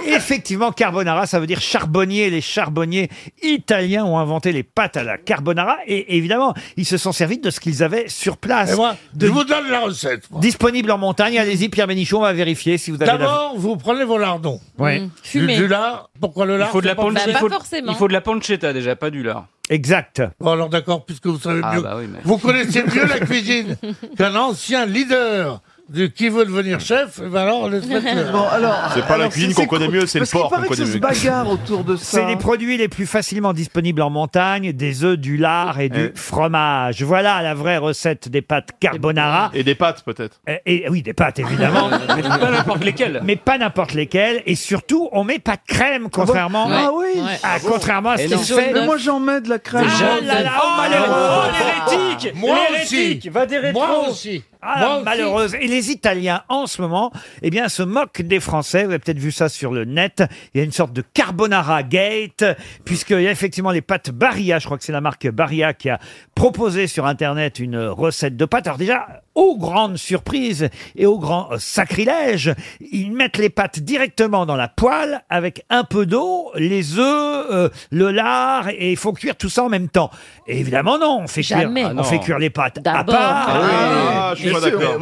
S1: Effectivement, carbonara, ça veut dire charbonnier. Les charbonniers italiens ont inventé les pâtes à la carbonara et évidemment, ils se sont servis de ce qu'ils avaient sur place.
S10: Et moi,
S1: De-
S10: je vous donne la recette. moi.
S1: Disponible en montagne. Allez-y, Pierre Bénichon, on va vérifier si vous avez la...
S10: D'abord, vous prenez vos lardons.
S1: Ouais.
S10: Du-
S1: Fumé.
S10: Du, lard. Pourquoi le
S1: Il
S10: lard
S1: faut de la
S10: c'est pas
S1: pancetta.
S10: fumé
S1: Mmh. Bah, pas forcément.
S3: Il faut de la pancetta déjà, pas du lard.
S1: Exact.
S10: Bon, alors d'accord, puisque vous savez
S3: Ah,
S10: mieux.
S3: bah oui, mais-
S10: Vous connaissez mieux la cuisine qu'un ancien leader de qui veut devenir chef. eh ben alors, laisse
S9: Bon, alors, C'est pas la alors, cuisine c'est- qu'on c'est connaît mieux, c'est le parce qu'il porc qu'on paraît que connaît ça se mieux. bagarre autour de ça.
S1: C'est les produits les plus facilement disponibles en montagne, des œufs, du lard et du
S9: Eh.
S3: Euh.
S1: fromage. Voilà la vraie recette des pâtes carbonara.
S3: Et des pâtes peut-être.
S1: Et, et- oui, des pâtes évidemment.
S3: Mais pas n'importe lesquelles.
S1: Mais pas n'importe lesquelles. Et surtout, on met pas de crème, contrairement.
S9: Ah oui
S1: Ah, contrairement à ce qui se fait.
S9: Mais moi j'en mets de la crème.
S1: Ah là là, oh, malheureux. Oh,
S10: Moi aussi.
S1: Va des rétros.
S10: Moi aussi.
S1: Ah,
S10: Moi aussi.
S1: malheureuse. Et les Italiens, en ce moment, eh bien, se moquent des Français. Vous avez peut-être vu ça sur le net. Il y a une sorte de carbonara gate, puisqu'il y a effectivement les pâtes Barilla. Je crois que c'est la marque Barilla qui a proposé sur Internet une recette de pâtes. Alors déjà, aux grandes surprises et aux grands euh, sacrilèges, ils mettent les pâtes directement dans la poêle avec un peu d'eau, les œufs, euh, le lard, et il faut cuire tout ça en même temps. Et évidemment, non, on fait, cuire,
S3: Jamais.
S1: on fait
S3: Ah non.
S1: cuire les pâtes à
S3: D'abord.
S1: part.
S3: Ah oui.
S18: Ah, je suis
S1: Bien
S18: pas
S1: sûr.
S18: d'accord.
S1: Ah,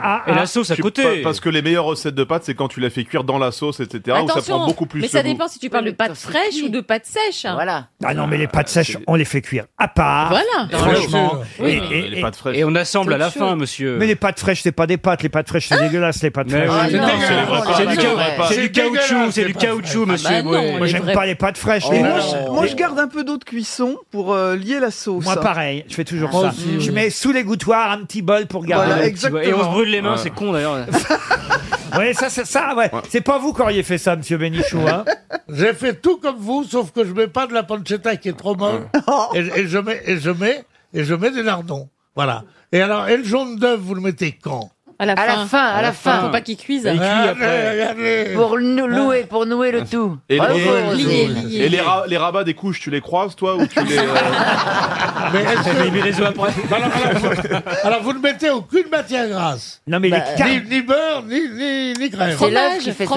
S1: ah, ah, ah.
S18: Je suis pas- Parce que les meilleures recettes de pâtes, c'est quand tu la fais cuire dans la sauce, etc. Où ça
S19: Attention,
S18: prend beaucoup plus
S19: mais
S18: de
S19: ça
S18: goût.
S19: dépend si tu parles de pâtes fraîches ou de pâtes sèches. Voilà.
S1: Ah non, mais les pâtes sèches, on les fait cuire à part.
S19: Voilà.
S1: Et Franchement.
S3: Oui.
S1: Et, et-
S3: Les pâtes fraîches. Et on assemble à la
S1: Toute
S3: fin,
S1: chose.
S3: monsieur.
S1: Mais les pâtes fraîches, c'est pas des pâtes. Les pâtes fraîches, c'est dégueulasse, les pâtes
S3: Mais
S1: fraîches.
S3: oui, Ah c'est non. dégueulasse. C'est les vraies pâtes. C'est du ca- c'est du caoutchouc, c'est du caoutchouc, Ah monsieur, bah non, ouais.
S1: Moi,
S3: les
S1: j'aime
S3: vraies-
S1: pas les pâtes fraîches.
S3: Oh
S1: les-
S3: là
S9: Moi,
S3: là.
S9: je, moi, je garde un peu d'eau de cuisson pour euh, lier la sauce.
S1: Moi, pareil. Je fais toujours
S9: Moi
S3: Ah,
S1: ça.
S9: aussi,
S1: Je
S9: oui.
S1: mets sous l'égouttoir un petit bol pour garder.
S9: Voilà,
S1: le-
S9: exactement. Et on se brûle les mains, c'est
S3: con d'ailleurs.
S1: ouais, ça, c'est ça, ouais. C'est pas vous qui auriez fait ça, monsieur Bénichou, hein.
S10: J'ai fait tout comme vous, sauf que je mets pas de la pancetta qui est trop molle. et, et je mets, et je mets, et je mets des lardons. Voilà. Et alors, et le jaune d'œuf, vous le mettez quand
S19: À la fin, à la fin,
S10: À la fin.
S19: faut pas qu'ils cuisent.
S10: Et il cuit après.
S4: Pour nous louer, pour nouer le tout.
S18: Et,
S4: Ah,
S18: les,
S4: faut lier, lier.
S18: et les, ra- les rabats des couches, tu les croises, toi, ou tu les. euh,
S10: Mais est-ce que-
S3: les œufs après.
S10: alors, alors- alors, vous ne mettez aucune matière grasse.
S1: Non, mais les car-
S10: ni, ni beurre, ni, ni, ni crème.
S1: C'est l'œuf qui fait ça.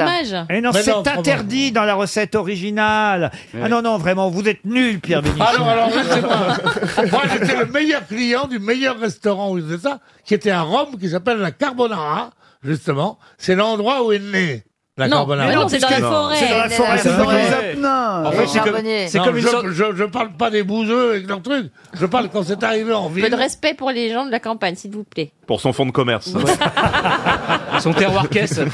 S1: Eh non,
S10: Mais
S1: c'est
S10: non, fromage.
S1: interdit dans la recette originale. Ah non, non, vraiment, vous êtes nul, Pierre Bénichou.
S10: Alors, alors, laissez-moi. Moi, j'étais le meilleur client du meilleur restaurant où ils faisaient ça, qui était à Rome, qui s'appelle la Carbonara, justement. C'est l'endroit où est né la
S19: Non,
S10: Carbonara.
S19: mais non, c'est dans la forêt.
S10: C'est dans la
S19: C'est
S10: forêt.
S19: dans la forêt.
S10: En
S19: Les
S10: fait, c'est comme,
S19: charbonniers. C'est
S10: non,
S19: comme une
S10: je,
S19: sorte-
S10: je, je parle pas des bouseux et de leurs trucs. Je parle quand c'est arrivé en
S19: Un peu
S10: ville.
S19: de respect pour les gens de la campagne, s'il vous plaît.
S18: Pour son fonds de commerce.
S3: Son terroir caisse.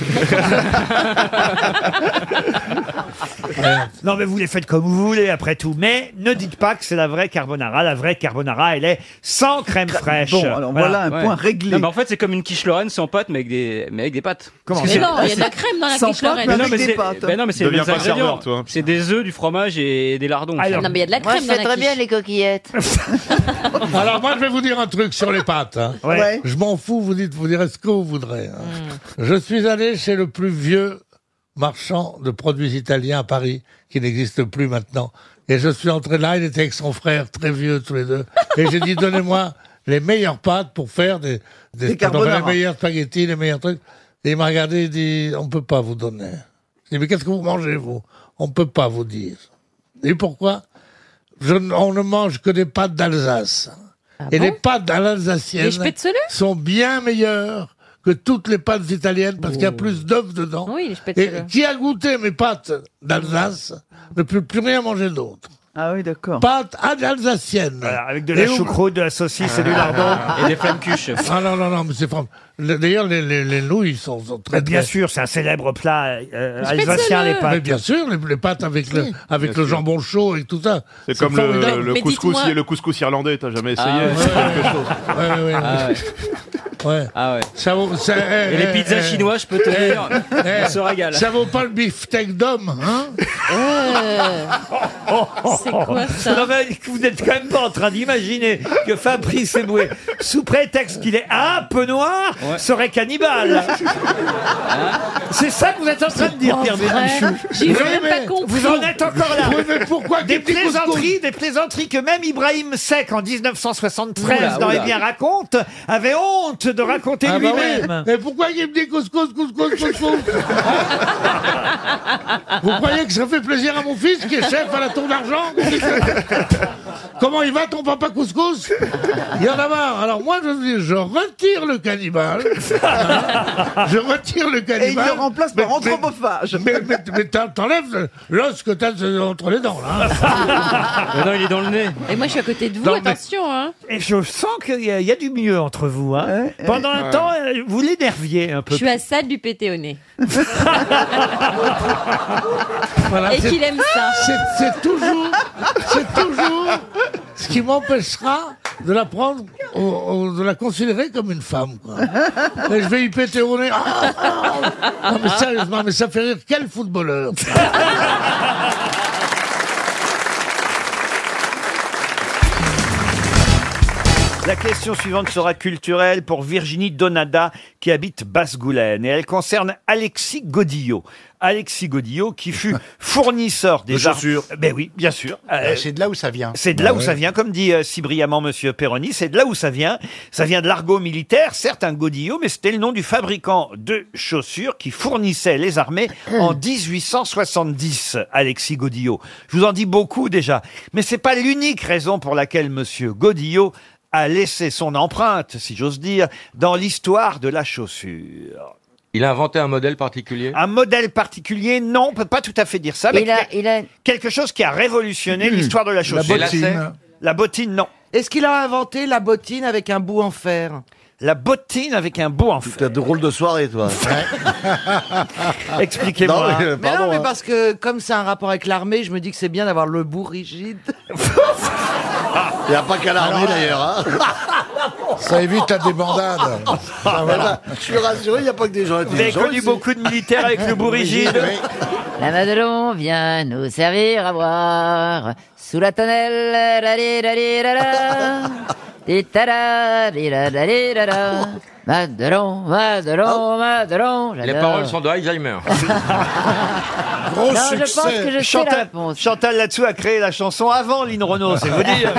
S1: Non, mais vous les faites comme vous voulez, après tout. Mais ne dites pas que c'est la vraie carbonara. La vraie carbonara, elle est sans crème fraîche.
S3: Ouais. Non, mais en fait, c'est comme une quiche Lorraine sans pâte, mais avec des, mais avec des pâtes.
S1: Comment
S3: Parce que
S19: Mais
S3: c'est-
S19: non, il y a de la
S3: c'est-
S19: crème dans la
S3: Sans
S19: quiche
S3: pâte,
S19: Lorraine.
S3: mais non, mais c'est- mais non, mais c'est les
S18: Deviens
S3: mêmes
S18: pas serveur,
S3: ingrédients.
S18: toi.
S3: C'est des œufs, du fromage et des lardons.
S19: non, mais il y a de la
S4: Moi, je
S19: crème
S4: fais
S19: dans la
S4: très bien
S19: quiche.
S4: les coquillettes.
S10: Alors moi, je vais vous dire un truc sur les pâtes. hein.
S1: Ouais. Ouais.
S10: Je m'en fous, vous dites, vous direz ce que vous voudrez. hein. Je suis allé chez le plus vieux marchand de produits italiens à Paris, qui n'existe plus maintenant. Et je suis entré là, il était avec son frère, très vieux tous les deux. Et j'ai dit, donnez-moi les meilleures pâtes pour faire des, des,
S9: Des
S10: pour faire
S9: carbonara.
S10: les meilleurs spaghettis, les meilleurs trucs. Et il m'a regardé, il dit, on peut pas vous donner. J'ai dit, mais qu'est-ce que vous mangez, vous On peut pas vous dire. Et pourquoi Je n- On ne mange que des pâtes d'Alsace. Et les pâtes à l'alsacienne
S19: Des spätzle
S10: sont bien meilleures que toutes les pâtes italiennes parce qu'il
S9: Oh.
S10: y a plus d'œufs dedans.
S19: Oui, les
S10: Et
S19: spätzle.
S10: qui a goûté mes pâtes d'Alsace ne peut plus rien manger d'autre.
S9: Ah oui, d'accord.
S10: Pâtes à l'alsacienne.
S1: Avec de la
S10: Et Ah. où-
S1: choucroute, de la saucisse et du lardon.
S3: Et des flammes cuches.
S10: Ah non, non, non, mais c'est franc. Le- D'ailleurs, les, les, les nouilles sont, sont très,
S1: Bien
S10: très-
S1: sûr, c'est un célèbre plat euh,
S10: Mais
S1: alsacien, les
S10: Mais
S1: pâtes.
S10: bien sûr, les, les pâtes avec le, avec
S18: Bien
S10: le
S18: sûr.
S10: jambon chaud et tout ça.
S18: C'est comme le,
S10: formidable.
S18: le couscous, le couscous irlandais, t'as jamais essayé.
S10: Ah ouais.
S18: c'est quelque chose.
S10: Ouais, ouais, ouais. Ouais. Ah ouais. Ça vaut, ça,
S20: Et les pizzas chinoises, je peux te
S10: eh,
S20: dire,
S10: eh,
S20: on se régale.
S10: Ça vaut pas le beefsteak d'homme, hein
S20: Oh,
S1: C'est
S3: Oh,
S1: quoi ça Vous n'êtes quand même pas en train d'imaginer que Fabrice Eboué, sous prétexte qu'il est un peu noir, serait cannibale. C'est ça que vous êtes en train de dire,
S10: pas
S1: Pierre
S10: vrai.
S1: Bénichou.
S10: J'ai
S1: Vous
S10: même
S1: en-
S10: pas compris.
S1: Vous en êtes encore là.
S10: Oui, mais pourquoi
S1: des
S10: qu'il me dise
S1: plaisanteries, des plaisanteries que même Ibrahim Seck en 1973
S10: Oula,
S1: dans
S10: oula.
S1: Les Biens raconte avait honte de raconter
S10: Ah bah
S1: lui-même.
S10: oui. Mais pourquoi il me dit couscous, couscous, couscous Vous croyez que ça fait plaisir à mon fils qui est chef à la tour d'argent Comment il va ton papa couscous Il y en a marre. Alors moi je dis, je retire le cannibale. Je retire le cannibale.
S9: Et il le remplace par
S10: anthropophage. Mais, mais, mais t'en- t'enlèves l'os que t'as entre les dents là.
S20: non, il est dans le nez.
S19: Et moi, je suis à côté de vous,
S10: Non, mais-
S19: attention, hein.
S1: Et je sens qu'il y, a- il y a du mieux entre vous. hein. Pendant un
S19: ouais.
S1: temps, euh, vous l'énerviez un
S19: Je
S1: peu.
S19: suis à ça de lui péter au nez.
S10: Voilà,
S19: Et
S10: c'est-
S19: qu'il aime ça.
S10: c'est- C'est toujours, c'est toujours ce qui m'empêchera de la prendre, au- au- de la considérer comme une femme. Quoi. Et je vais y péter au nez. Ah, ah. Non, mais sérieusement, mais ça fait rire quel footballeur.
S21: Ah,
S1: La question suivante sera culturelle pour Virginie Donada qui habite Basse-Goulaine et elle concerne Alexis Godillot. Alexis Godillot qui fut fournisseur des chaussures. Ben oui, bien sûr. Euh,
S9: Ben, C'est de là où ça vient.
S1: c'est de là où ça vient, comme dit euh, si brillamment Monsieur Perroni, c'est de là où ça vient. Ça vient de l'argot militaire, certes un godillot, mais c'était le nom du fabricant de chaussures qui fournissait les armées en 1870, Alexis Godillot. Je vous en dis beaucoup déjà, mais c'est pas l'unique raison pour laquelle Monsieur Godillot a laissé son empreinte, si j'ose dire, dans l'histoire de la chaussure.
S7: Il a inventé un modèle particulier
S1: Un modèle particulier, non, on peut pas tout à fait dire ça, mais
S4: Il a, il a...
S1: quelque chose qui a
S9: Hmm.
S1: révolutionné l'histoire de la chaussure.
S7: bottine.
S1: La bottine. La bottine, non.
S16: Est-ce qu'il a inventé la bottine avec un bout en fer
S1: La bottine avec un bout en fer.
S9: T'as de rôles de soirée, toi. Ah,
S1: Expliquez-moi.
S9: Non, mais, euh,
S16: Mais non,
S9: pardon,
S16: mais
S9: hein.
S16: parce que comme c'est un rapport avec l'armée, je me dis que c'est bien d'avoir le bout rigide.
S9: Il n'y a pas qu'à l'armée, d'ailleurs. hein.
S5: Ça évite la débandade.
S9: Ah, voilà. Je suis rassuré, il n'y a pas que des gens
S1: Vous avez
S9: intelligents.
S1: connu
S9: ici.
S1: beaucoup de militaires avec le bout rigide.
S4: La Madelon vient nous servir à boire sous la tonnelle. la li la li la la. Di ta la, di la la li la la. Madelon,
S1: Ah.
S4: Madelon,
S1: Oh
S4: Madelon.
S7: Les
S4: j'adore.
S7: paroles sont de Alzheimer.
S4: Gros Non, je succès. pense que je sais la
S1: Chantal,
S4: réponse.
S1: Chantal là-dessous a créé la chanson avant Lynn Renault, c'est vous dire.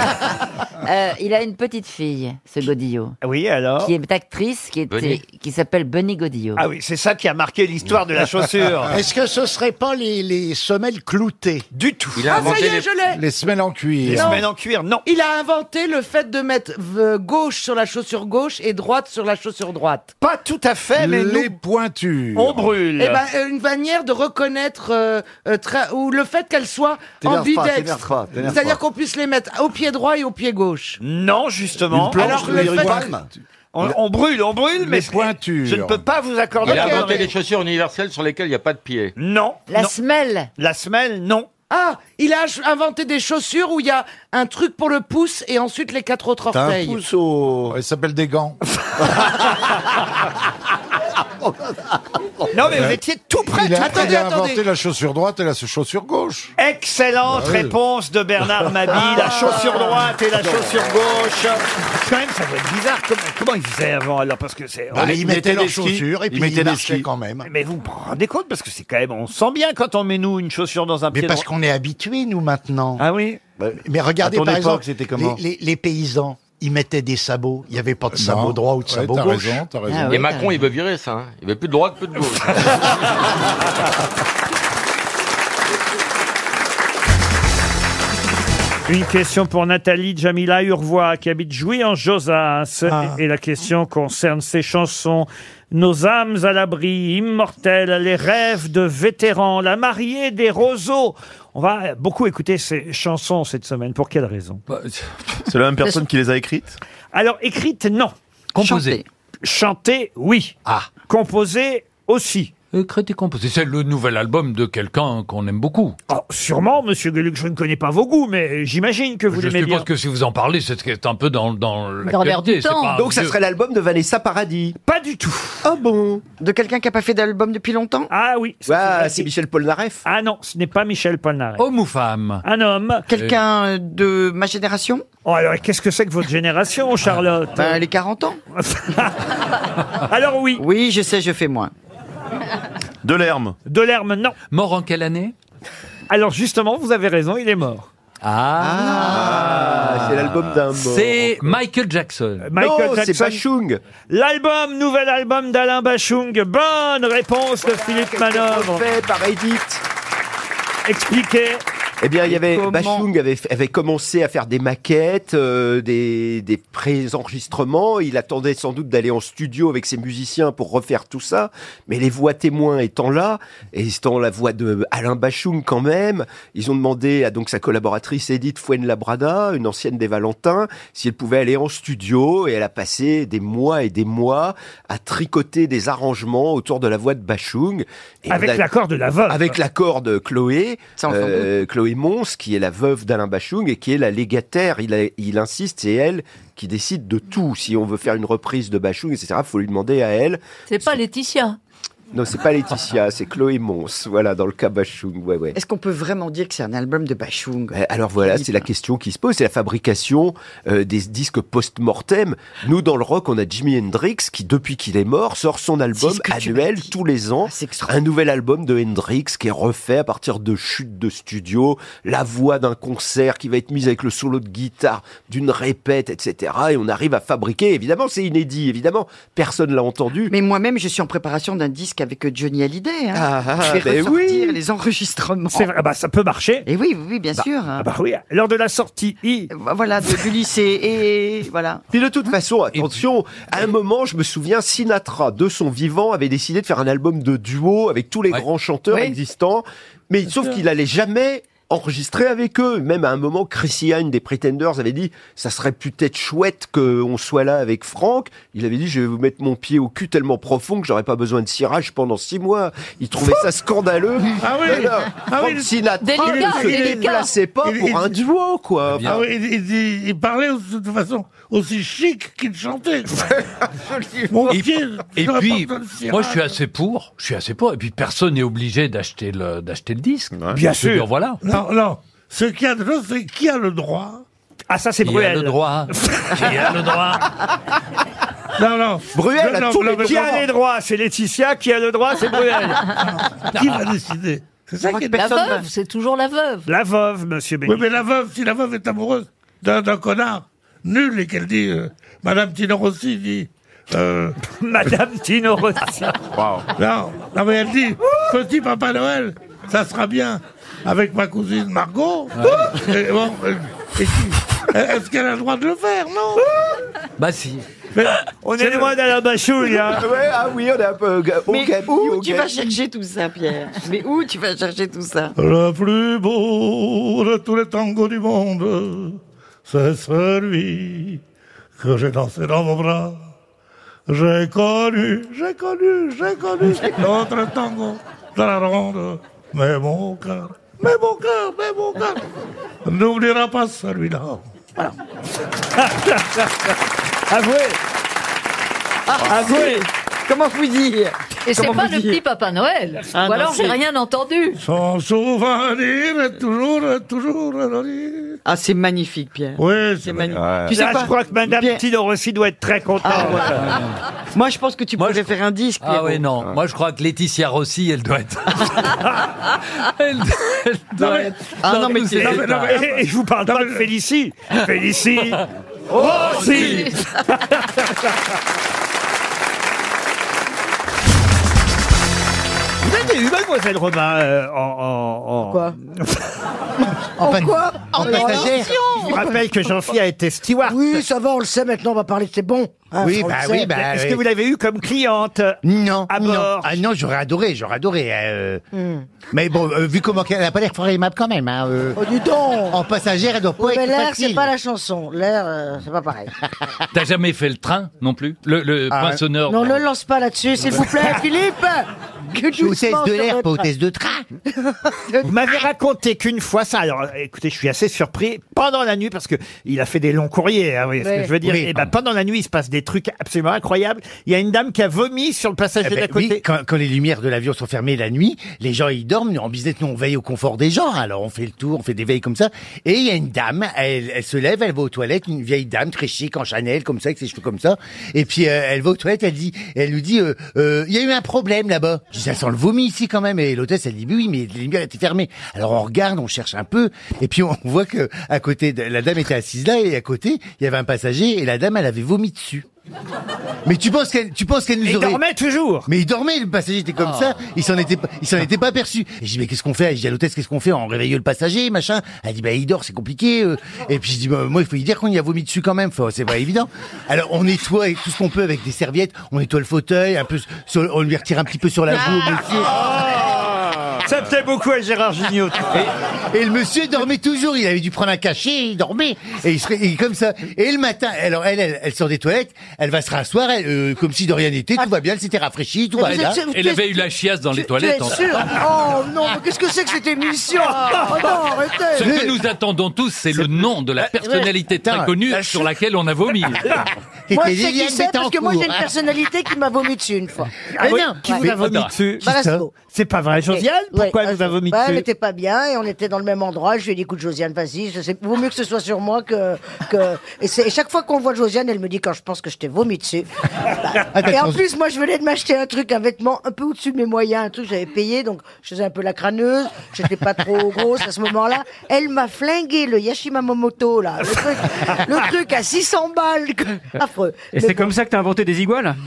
S4: Euh, il a une petite fille, ce Godillot,
S1: Oui, alors
S4: qui est actrice, qui, était,
S1: Bonnie.
S4: qui s'appelle Bonnie Godillot.
S1: Ah oui, c'est ça qui a marqué l'histoire de la chaussure.
S9: Est-ce que ce serait pas les, les semelles cloutées
S1: Du tout.
S5: Il a
S16: Ah, ça inventé y est, les- je l'ai.
S5: Les semelles en cuir.
S1: Les
S16: Non.
S1: semaines en cuir, non.
S16: Il a inventé le fait de mettre euh, gauche sur la chaussure gauche et droite sur la chaussure droite.
S1: Pas tout à fait, mais
S5: les
S1: nous,
S5: pointures.
S1: on brûle.
S16: Eh ben, euh, une manière de reconnaître euh, euh, tra- ou le fait qu'elles soient
S9: T'énerve pas, t'énerve
S16: ambidextres.
S9: pas, t'énerve
S16: C'est-à-dire
S9: pas.
S16: qu'on puisse les mettre au pied droit et au pied gauche.
S1: Non, justement.
S9: Une planche,
S16: Alors,
S9: je
S16: le
S9: veux dire, une
S16: fait-
S9: palme.
S1: On, on brûle, on brûle, mais
S5: Les
S1: c'est-
S5: pointures.
S1: je ne peux pas vous accorder.
S7: Il a
S1: la
S7: inventé
S1: raison.
S7: les chaussures universelles sur lesquelles il n'y a pas de pied.
S1: Non.
S4: La
S1: non.
S4: semelle.
S1: La semelle, non.
S16: Ah, il a ch- inventé des chaussures où il y a un truc pour le pouce et ensuite les quatre autres
S5: T'as un
S16: orteils.
S5: pouce au... Il s'appelle des gants.
S1: Non, mais vous étiez tout près.
S5: Il a,
S16: Attendez,
S5: il a
S16: attendez.
S5: inventé la chaussure droite et la chaussure gauche.
S1: Excellente
S9: Bah
S5: Ah oui.
S1: réponse de Bernard Mabie,
S9: Ah.
S1: la chaussure droite et la chaussure gauche. Quand même, ça doit être bizarre. Comment, comment ils faisaient avant alors Parce que c'est.
S9: Bah,
S1: on est-
S9: ils mettaient leurs
S18: skis.
S9: chaussures et
S18: Ils
S9: puis
S18: mettaient
S9: ils
S18: des
S9: marchaient
S18: skis.
S9: quand même.
S1: Mais vous vous rendez compte Parce que c'est quand même. On sent bien quand on met nous une chaussure dans un
S9: Mais
S1: pied.
S9: parce
S1: droit.
S9: qu'on est habitués, nous, maintenant.
S1: Ah oui
S5: Bah,
S9: Mais regardez,
S18: à ton
S9: par
S18: époque,
S9: exemple,
S18: c'était comment
S9: les, les- les paysans, ils mettaient des sabots. Il n'y avait pas de sabot droit ou de
S5: Euh, Ouais,
S9: sabot
S5: t'as
S9: gauche.
S5: raison, t'as raison.
S4: Ah
S7: Et
S4: ouais,
S7: Macron,
S4: t'as-
S7: il veut virer ça. hein. Il veut plus de droite, plus de gauche.
S1: Une question pour Nathalie Jamila Urvois qui habite Jouy en Josas. Et la question concerne ses chansons. Nos âmes à l'abri, immortelles, les rêves de vétérans, la mariée des roseaux. On va beaucoup écouter ces chansons cette semaine. Pour quelle raison
S18: Bah, C'est la même personne qui les a écrites
S1: Alors, écrites, non.
S22: Composé.
S1: Chantées, oui.
S9: Ah.
S1: Composées aussi.
S21: Euh, Critique composée. C'est le nouvel album de quelqu'un qu'on aime beaucoup.
S1: Ah, Sûrement, monsieur Gueluc, je ne connais pas vos goûts, mais j'imagine que vous
S21: Je
S1: l'aimez
S21: suppose
S1: bien.
S21: que si vous en parlez, c'est c'est un peu dans, dans l'actualité, c'est pas un
S1: Donc ça
S21: vieux-
S1: serait l'album de Vanessa Paradis Pas du tout. Ah bon De quelqu'un qui n'a pas fait d'album depuis longtemps
S17: Ah
S1: oui.
S17: c'est Michel Polnareff.
S1: Ah non, ce n'est pas Michel Polnareff.
S21: Homme ou femme
S1: Un homme.
S17: Quelqu'un de ma génération
S1: Oh, alors, qu'est-ce que c'est que votre génération, Charlotte
S17: Ben, les 40 ans.
S1: alors oui.
S17: Oui, je sais, je fais moins.
S21: De l'herme.
S1: De l'herme, non.
S21: Mort en quelle année
S1: Alors justement, vous avez raison, il est mort.
S21: Ah,
S17: Ah,
S1: c'est l'album d'un mort.
S21: C'est Michael Jackson.
S1: Ah. Michael Jackson. L'album, nouvel album d'Alain Bachung. Bonne réponse de Philippe Manœuvre.
S17: Fait par Edith.
S1: Expliquez.
S17: Eh bien, il y avait
S1: Comment
S17: Bachung avait, avait commencé à faire des maquettes, euh, des, des pré-enregistrements. Il attendait sans doute d'aller en studio avec ses musiciens pour refaire tout ça. Mais les voix témoins étant là, et étant la voix de Alain Bachung quand même, ils ont demandé à donc sa collaboratrice Edith Fuenlabrada, une ancienne des Valentins, si elle pouvait aller en studio. Et elle a passé des mois et des mois à tricoter des arrangements autour de la voix de Bachung. Et
S1: Avec
S17: on a-
S1: l'accord de la veuve.
S17: Avec l'accord de Chloé. Euh, Chloé Mons, qui est la veuve d'Alain Bachung et qui est la légataire. Il, a- il insiste, c'est elle qui décide de tout. Si on veut faire une reprise de Bachung, etc., il faut lui demander à elle.
S12: C'est pas Laetitia.
S17: Non, c'est pas Laetitia, c'est Chloé Mons. Voilà, dans le cas Bachung, ouais, ouais.
S23: Est-ce qu'on peut vraiment dire que c'est un album de Bachung
S17: Euh, Alors voilà, c'est la question qui se pose, c'est la fabrication euh, des disques post-mortem. Nous, dans le rock, on a Jimi Hendrix qui, depuis qu'il est mort, sort son album annuel tous les
S23: Ah,
S17: ans. un nouvel album de Hendrix qui est refait à partir de chutes de studio, la voix d'un concert qui va être mise avec le solo de guitare, d'une répète, etc. Et on arrive à fabriquer. Évidemment, c'est inédit. Évidemment, personne l'a entendu.
S23: Mais moi-même, je suis en préparation d'un disque avec Johnny Hallyday. hein.
S17: Ah, ah,
S23: je vais
S17: ben
S23: ressortir
S17: oui.
S23: les enregistrements.
S1: C'est vrai, ah bah, ça peut marcher.
S23: Et oui, oui, oui, bien
S17: Bah,
S23: sûr. hein.
S17: ah
S1: bah oui, lors de la sortie, I.
S23: Voilà, de- du lycée et voilà.
S17: Puis de toute façon, attention, à un moment, je me souviens, Sinatra, de son vivant, avait décidé de faire un album de duo avec tous les grands chanteurs existants, mais sauf qu'il allait jamais enregistrer avec eux. Même à un moment, Chrissy Hine des Pretenders avait dit « ça serait peut-être chouette qu'on soit là avec Franck ». Il avait dit « je vais vous mettre mon pied au cul tellement profond que j'aurais pas besoin de cirage pendant six mois ». Il trouvait ça scandaleux.
S10: Ah oui.
S17: Alors,
S10: Ah oui.
S17: Frank Sinatra
S10: Délicat,
S17: ne se
S10: délicat.
S17: déplaçait pas
S10: Il-
S17: pour
S10: il-
S17: un duo, quoi.
S10: Ah oui, il, il- il- il parlait de toute façon aussi chic qu'il chantait. Mon
S21: Et,
S10: pied,
S21: et
S10: j'aurais
S21: puis,
S10: pas besoin de cirage.
S21: moi, je suis assez pour. Je suis assez pour. Et puis, personne n'est obligé d'acheter le, d'acheter le disque.
S10: Bien
S21: Je veux
S10: sûr.
S21: dire, voilà.
S10: Non, non. Ce qu'il y a de chose, c'est qui a le droit.
S1: Ah, ça, c'est
S21: Qui a Bruel. le droit Qui a le droit
S10: Non, non.
S1: Bruel
S10: Non,
S1: a
S10: non,
S1: tout-
S10: non, mais
S1: Qui a
S10: vraiment.
S1: les droits C'est Laetitia. Qui a le droit C'est Bruel.
S6: Ah,
S10: Qui va décider C'est ça qui est
S12: La
S10: personne-
S12: veuve, c'est toujours la veuve.
S1: La veuve, monsieur
S10: Oui,
S1: Bénichou.
S10: mais la veuve, si la veuve est amoureuse d'un d'un connard nul et qu'elle dit, euh, Madame Tino Rossi dit. euh,
S1: Madame Tino Rossi.
S10: non, non, mais elle dit, petit Papa Noël, ça sera bien avec ma cousine Margot. Et bon, euh, et qui- euh, Est-ce qu'elle a le droit de le faire Non
S21: Bah, si.
S1: On est loin d'Alain Bachouille, hein.
S17: Ouais, ah oui, on est un peu euh, au
S23: Mais
S17: Gabi,
S23: où
S17: au
S23: tu vas
S17: Gabi.
S23: chercher tout ça, Pierre Mais où tu vas chercher tout ça
S10: Le plus beau de tous les tangos du monde, c'est celui que j'ai dansé dans vos bras. J'ai connu, j'ai connu, j'ai connu d'autres tangos dans la ronde, mais mon cœur, mais mon cœur, mais mon cœur n'oubliera pas celui-là.
S1: Avouez
S6: Ah,
S1: Avouez
S23: Ah, Comment vous dire
S12: Ah, Et c'est
S23: Comment
S12: pas
S23: vous
S12: le
S23: dire
S12: petit Papa Noël.
S10: Ah
S12: Ou
S10: non,
S12: alors j'ai
S10: c'est-
S12: rien entendu.
S10: Son souvenir est toujours, est toujours. joli.
S23: Ah, c'est magnifique, Pierre.
S10: Oui,
S23: c'est magnifique.
S1: Tu sais Euh, Ah, je crois que Madame
S23: Pierre- Ah,
S1: Tino Rossi doit être très contente.
S23: Moi, je pense que tu pourrais faire un disque.
S21: Ah oui, non. Moi, je crois que Laetitia Rossi, elle doit être. elle, elle doit être.
S23: Ah,
S21: dans tous ses états.
S1: Et- et Eh, je vous parle pas de Félicie. Félicie.
S23: Oh,
S21: Rossi.
S1: Vous avez eu Mademoiselle Robin euh, en, en, en... Quoi
S2: En pan-
S1: quoi
S2: En En passagère. émission.
S1: Je vous rappelle que Jean-Philippe a été steward.
S2: Oui, ça va, on le sait maintenant, on va parler de c'est bon.
S23: Ah,
S2: hein,
S1: Oui,
S2: on le
S1: bah
S2: sait.
S1: oui, bah Est-ce oui. que vous l'avez eu comme cliente
S2: Non.
S1: à
S2: non.
S1: bord
S2: Ah non, j'aurais adoré, j'aurais adoré. euh,
S6: Hmm.
S2: Mais bon, euh, vu comment elle n'a pas l'air fort aimable quand même. Hein, euh,
S6: Oh,
S2: En passagère, elle doit pas
S6: Ouais, Oh, mais
S2: être
S6: l'air,
S2: facile.
S6: c'est pas la chanson. L'air, euh, c'est pas pareil.
S21: T'as jamais fait le train non plus Le, le
S2: Ah,
S21: point sonore
S1: bah
S6: Non, ne lance pas là-dessus, s'il vous plaît, Philippe que
S2: Je suis hôtesse
S6: doucement
S2: de
S6: sur
S2: l'air,
S6: votre-
S2: pas hôtesse de train.
S1: Vous m'avez raconté qu'une fois ça. Alors, euh, écoutez, je suis assez surpris. Pendant la nuit, parce que il a fait des longs courriers, hein, vous voyez ce
S2: Ouais.
S1: que je veux dire.
S2: Oui.
S1: Et ben, pendant la nuit, il se passe des trucs absolument incroyables. Il y a une dame qui a vomi sur le passager
S2: Eh ben
S1: d'à côté.
S2: oui, quand, quand les lumières de l'avion sont fermées la nuit, les gens ils dorment. Nous, En business, nous on veille au confort des gens. Alors on fait le tour, on fait des veilles comme ça. Et il y a une dame, elle, elle se lève, elle va aux toilettes, une vieille dame très chic en Chanel comme ça, avec ses cheveux comme ça. Et puis euh, elle va aux toilettes, elle dit, elle lui dit, euh, Euh, il y a eu un problème là-bas. Je dis, ça sent le vomi ici quand même. Et l'hôtesse elle dit, oui, mais les lumières étaient fermées. Alors on regarde, on cherche un peu, et puis on voit que à côté, de, la dame était assise là, et à côté il y avait un passager, et la dame elle avait vomi dessus. Mais tu penses qu'elle, tu penses qu'elle nous
S1: Il
S2: aurait.
S1: dormait toujours.
S2: Mais il dormait, le passager était comme
S1: Oh.
S2: ça. Il s'en était, pas- il s'en était pas aperçu. Et je dis mais qu'est-ce qu'on fait Je dis à l'hôtesse qu'est-ce qu'on fait On réveille le passager, machin. Elle dit bah il dort, c'est compliqué. euh. Et puis je dis bah, moi il faut lui dire qu'on y a vomi dessus quand même. Faut- c'est pas évident. Alors on nettoie avec tout ce qu'on peut avec des serviettes. On nettoie le fauteuil, un peu, sur- on lui retire un petit peu sur la joue. au monsieur.
S1: Ça plaît beaucoup à Gérard Gignot.
S2: Et, et le monsieur dormait toujours. Il avait dû prendre un cachet, il dormait. Et il serait et comme ça. Et le matin, alors elle, elle, elle sort des toilettes, elle va se rasseoir, elle, euh, comme si de rien n'était, tout va bien, elle s'était rafraîchie, tout va bien.
S21: Elle avait eu la chiasse dans les toilettes. en-
S23: Oh non, mais qu'est-ce que c'est que cette émission Oh non,
S21: Ce
S23: arrêtez
S21: que nous attendons tous, c'est le nom de la personnalité
S23: Putain,
S21: très connue
S23: la
S21: sur laquelle on a vomi.
S23: Moi, je sais qui c'est parce que moi, j'ai une personnalité qui m'a vomi dessus une fois.
S1: Ah oui, qui vous a vomi dessus
S23: Barrasco.
S1: C'est pas vrai, Josiane Pourquoi elle vous a vomi
S23: Ouais, elle
S1: dessus
S23: était pas bien et on était dans le même endroit. Je lui ai dit, écoute, Josiane, vas-y, je sais- vaut mieux que ce soit sur moi que. que... Et, c'est- et chaque fois qu'on voit Josiane, elle me dit, quand je pense que je t'ai vomi dessus. et en plus, moi, je venais de m'acheter un truc, un vêtement un peu au-dessus de mes moyens, un truc que j'avais payé, donc je faisais un peu la crâneuse, j'étais pas trop grosse à ce moment-là. Elle m'a flingué le Yashima Momoto, là. Le truc, le truc à 600 balles. que- Affreux.
S20: Et c'est comme ça que t'as inventé des iguales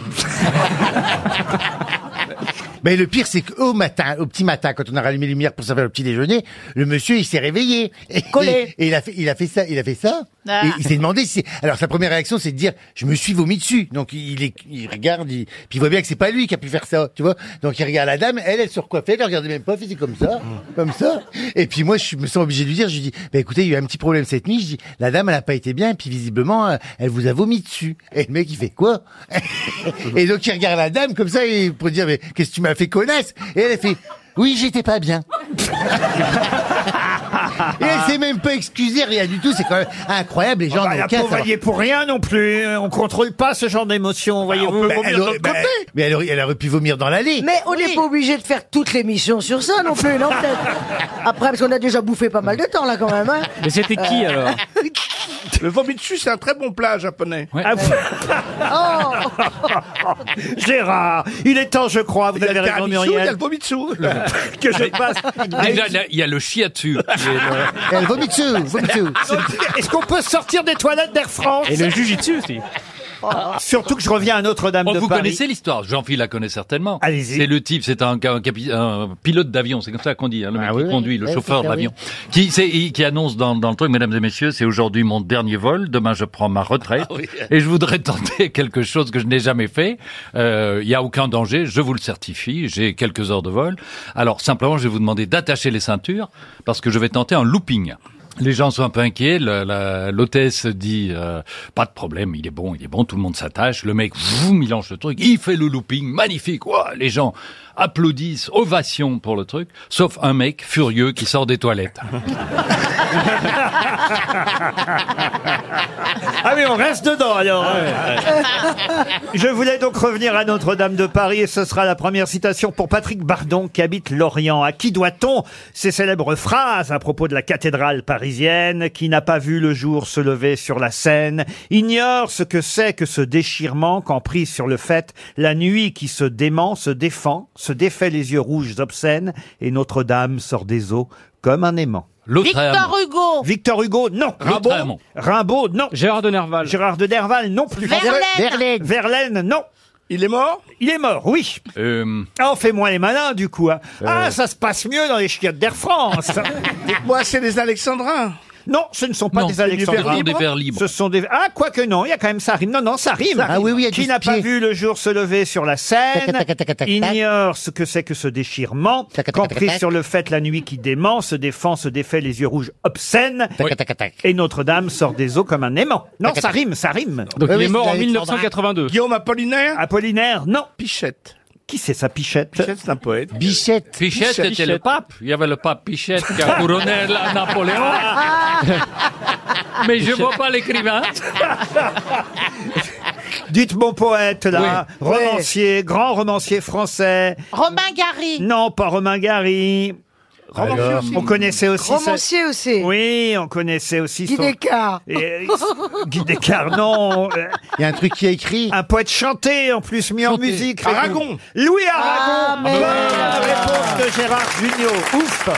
S2: Mais le pire, c'est qu'au matin, au petit matin, quand on a rallumé les lumières pour servir le petit déjeuner, le monsieur, il s'est réveillé. Et,
S23: Collé.
S2: Et, il, a fait, il a fait ça, il a fait ça.
S23: Ah.
S2: Et il s'est demandé si... Alors, sa première réaction, c'est de dire, je me suis vomi dessus. Donc, il, est- il regarde, il... puis il voit bien que c'est pas lui qui a pu faire ça, tu vois. Donc, il regarde la dame, elle, elle se recoiffait, elle regardait même pas, elle faisait comme ça, comme ça. Et puis, moi, je me sens obligé de lui dire, je lui dis, bah, écoutez, il y a eu un petit problème cette nuit. Je dis, la dame, elle a pas été bien, et puis visiblement, euh, elle vous a vomi dessus. Et le mec, il fait quoi Et donc, il regarde la dame comme ça, et pour dire, mais qu'est-ce que tu m'as fait connaître Et elle, elle fait, oui, j'étais pas bien. Et elle s'est même pas excusée, rien du tout. C'est quand même incroyable, les gens.
S1: Bah,
S2: n'ont
S1: la
S2: qu'à
S1: pauvre,
S2: savoir-
S1: elle y est pour rien non plus. On contrôle pas ce genre d'émotion, voyez-vous.
S2: Bah, elle aurait- bah, mais elle aurait, elle aurait pu vomir dans l'allée.
S23: Mais on n'est pas obligé de faire toute l'émission sur ça non plus, non peut-être. Après, parce qu'on a déjà bouffé pas mal de temps là quand même. Hein. Euh,
S9: Le vomi dessus, c'est un très bon plat japonais.
S1: Ah, vous-
S23: Oh.
S1: Gérard, il est temps, je crois, vous
S9: Il y a
S1: avez
S9: le
S1: raison,
S9: tiramisu,
S1: Muriel.
S9: il y a le vomi dessous.
S1: que je passe. à une-
S21: Déjà, là, il y a le chiatsu. qui est euh, le-
S2: Elle vomit dessus, vomit dessus.
S1: Est-ce qu'on peut sortir des toilettes d'Air France
S21: Et le jujitsu
S1: aussi. Oh, Surtout que je reviens à Notre-Dame
S21: Oh,
S1: de
S21: vous
S1: Paris.
S21: connaissez l'histoire, Jean-Philippe la connaît certainement. C'est le type, c'est un, un capi- un pilote d'avion, c'est comme ça qu'on dit, hein, le mec qui conduit, le
S24: Ah oui,
S21: chauffeur
S24: c'est ça,
S21: d'avion, qui, c'est- il- qui annonce dans, dans le truc, mesdames et messieurs, c'est aujourd'hui mon dernier vol, demain je prends ma retraite,
S24: Ah oui.
S21: et je voudrais tenter quelque chose que je n'ai jamais fait. Euh, Il n'y a aucun danger, je vous le certifie, j'ai quelques heures de vol. Alors simplement, je vais vous demander d'attacher les ceintures, parce que je vais tenter un looping. Les gens sont un peu inquiets. le- la- L'hôtesse dit euh, pas de problème, il est bon, il est bon. Tout le monde s'attache. Le mec, vroom, il lance le truc. Il fait le looping, magnifique. Ouah, les gens applaudissent, ovation pour le truc. Sauf un mec furieux qui sort des toilettes.
S1: Ah oui, on reste dedans alors.
S23: Ah,
S1: Hein Je voulais donc revenir à Notre-Dame de Paris et ce sera la première citation pour Patrick Bardon qui habite Lorient. À qui doit-on ces célèbres phrases à propos de la cathédrale parisienne qui n'a pas vu le jour se lever sur la Seine, ignore ce que c'est que ce déchirement quand pris sur le fait, la nuit qui se dément, se défend, se défait les yeux rouges obscènes et Notre-Dame sort des eaux comme un aimant.
S25: Victor Hugo.
S1: Victor Hugo, non.
S25: Rimbaud.
S1: Rimbaud, Rimbaud, non. Gérard de Nerval. Gérard de Nerval, non plus.
S25: Verlaine.
S1: Verlaine. Verlaine, non. Il est mort Il est mort, oui.
S21: Euh,
S1: Ah, on fait moins les malins, du coup. hein. Ah, ça se passe mieux dans les chiottes d'Air France.
S9: Moi, c'est les Alexandrins.
S1: Non, ce ne sont pas des Alexandrins. Ce sont des... Ah, quoique non, il y a quand même ça rime. Non, non, ça rime.
S2: Ça rime. Ah oui, oui, il y a
S1: Qui
S2: du
S1: n'a pas
S2: pied.
S1: vu le jour se lever sur la scène,
S2: Tac, tac, tac, tac, tac.
S1: ignore ce que c'est que ce déchirement, quand
S2: tac,
S1: pris
S2: tac.
S1: sur le fait la nuit qui dément, se défend, se défait les yeux rouges obscènes, et Notre-Dame sort des eaux comme un aimant. Non, ça rime, ça rime.
S20: Donc il est mort en 1982.
S1: Guillaume Apollinaire
S9: Apollinaire,
S1: non.
S9: Pichette.
S1: Qui c'est ça, Pichette Pichette, c'est un poète. Bichette.
S21: Pichette était le pape. Il y avait le pape Pichette qui a couronné la- Napoléon. Mais je vois pas l'écrivain.
S1: Dites mon poète, là. Romancier, grand romancier français.
S25: Romain Gary.
S1: Non, pas Romain Gary.
S25: Romancier
S1: Alors,
S25: aussi.
S1: On connaissait aussi.
S25: Romancier
S1: aussi. Oui, on connaissait aussi.
S25: Guy
S1: son-
S25: Descartes.
S1: Et- euh, Guy Descartes, non. Il y a un truc qui est écrit. Un poète chanté, en plus, mis en musique.
S24: Aragon.
S1: Louis
S26: Ah,
S1: Aragon.
S24: mais
S1: Bonne
S24: voilà.
S1: réponse de Gérard Junior. Ouf.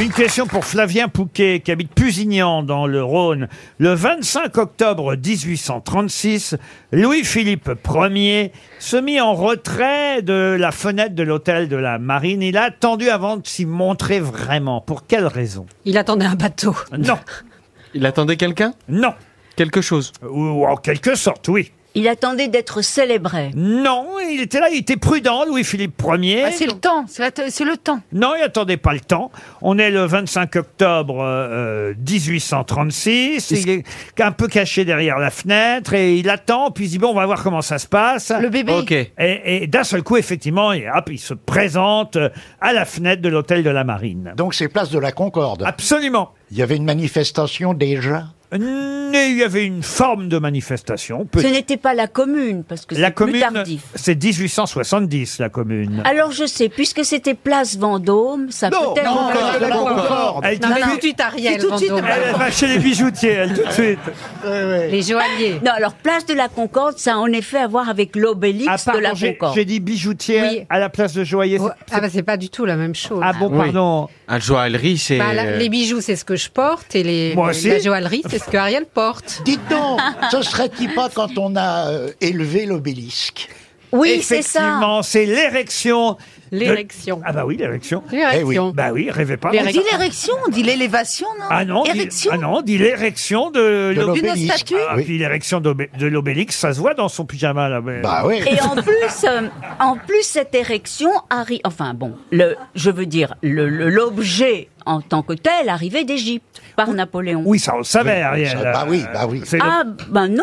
S1: Une question pour Flavien Pouquet, qui habite Pusignan, dans le Rhône. Le 25 octobre 1836, Louis-Philippe Ier se mit en retrait de la fenêtre de l'hôtel de la Marine. Il a attendu avant de s'y montrer vraiment. Pour quelle raison
S12: Il attendait un bateau.
S1: Non. Il attendait quelqu'un Non. Quelque chose Ou en quelque sorte, oui.
S12: Il attendait d'être célébré.
S1: Non, il était là, il était prudent, Louis-Philippe Ier.
S12: Ah, c'est le temps, c'est la- c'est le temps.
S1: Non, il attendait pas le temps. On est le 25 octobre euh, euh, 1836. Il est un peu caché derrière la fenêtre et il attend. Puis il se dit bon, on va voir comment ça se passe. Le
S12: bébé. Ok.
S1: Et, et d'un seul coup, effectivement, et hop, il se présente euh, à la fenêtre de l'hôtel de la Marine.
S26: Donc c'est place de la Concorde.
S1: Absolument.
S26: Il y avait une manifestation déjà.
S1: Mm, et il y avait une forme de manifestation. Peut-
S12: Ce n'était pas la commune, parce que
S1: la
S12: c'est plus
S1: commune,
S12: tardif.
S1: c'est 1870, la commune.
S12: Alors je sais, puisque c'était Place Vendôme, ça peut être...
S1: non,
S26: Ah,
S1: Concorde, la Concorde. Elle dit tout de suite-
S12: Ariel Vendôme.
S1: Elle va chez les bijoutiers, elle, tout de suite.
S12: Les joailliers. Non, alors Place de la Concorde, ça a en effet à voir avec
S1: À
S12: l'obélix
S1: part,
S12: de la
S1: j'ai,
S12: Concorde.
S1: j'ai dit bijoutier à la place de joaillier.
S13: Ah bah c'est pas du tout la même chose.
S1: Ah bon, pardon.
S24: Un joaillerie, c'est.
S13: Bah, la-
S24: euh,
S13: les bijoux, c'est ce que je porte, et les,
S24: Moi
S13: la
S24: aussi.
S13: joaillerie, c'est ce que Ariel porte.
S26: Dites donc, ce serait-il pas quand on a euh, élevé l'obélisque
S1: Effectivement, c'est l'érection. de-
S13: L'érection.
S1: Ah bah oui, l'érection.
S13: L'érection.
S1: Eh oui. Bah oui, rêvez pas.
S26: On dit l'érection, on dit l'élévation, non
S1: Ah non, on dit-
S26: Érection.
S1: ah non, on dit l'érection de,
S26: De
S1: l'obé-
S26: l'obélisque. D'une statue
S1: Ah,
S26: Oui.
S1: Puis l'érection d'obé- de l'obélix, ça se voit dans son pyjama là. Bah
S12: Et en plus, euh, en plus cette érection arrive. Enfin bon, le, je veux dire, le- le- l'objet en tant que tel arrivait d'Égypte par Napoléon.
S1: Oui, ça on le savait,
S26: Oui,
S1: Ariel.
S26: ça- bah oui, bah
S1: C'est le-
S12: Ah ben non.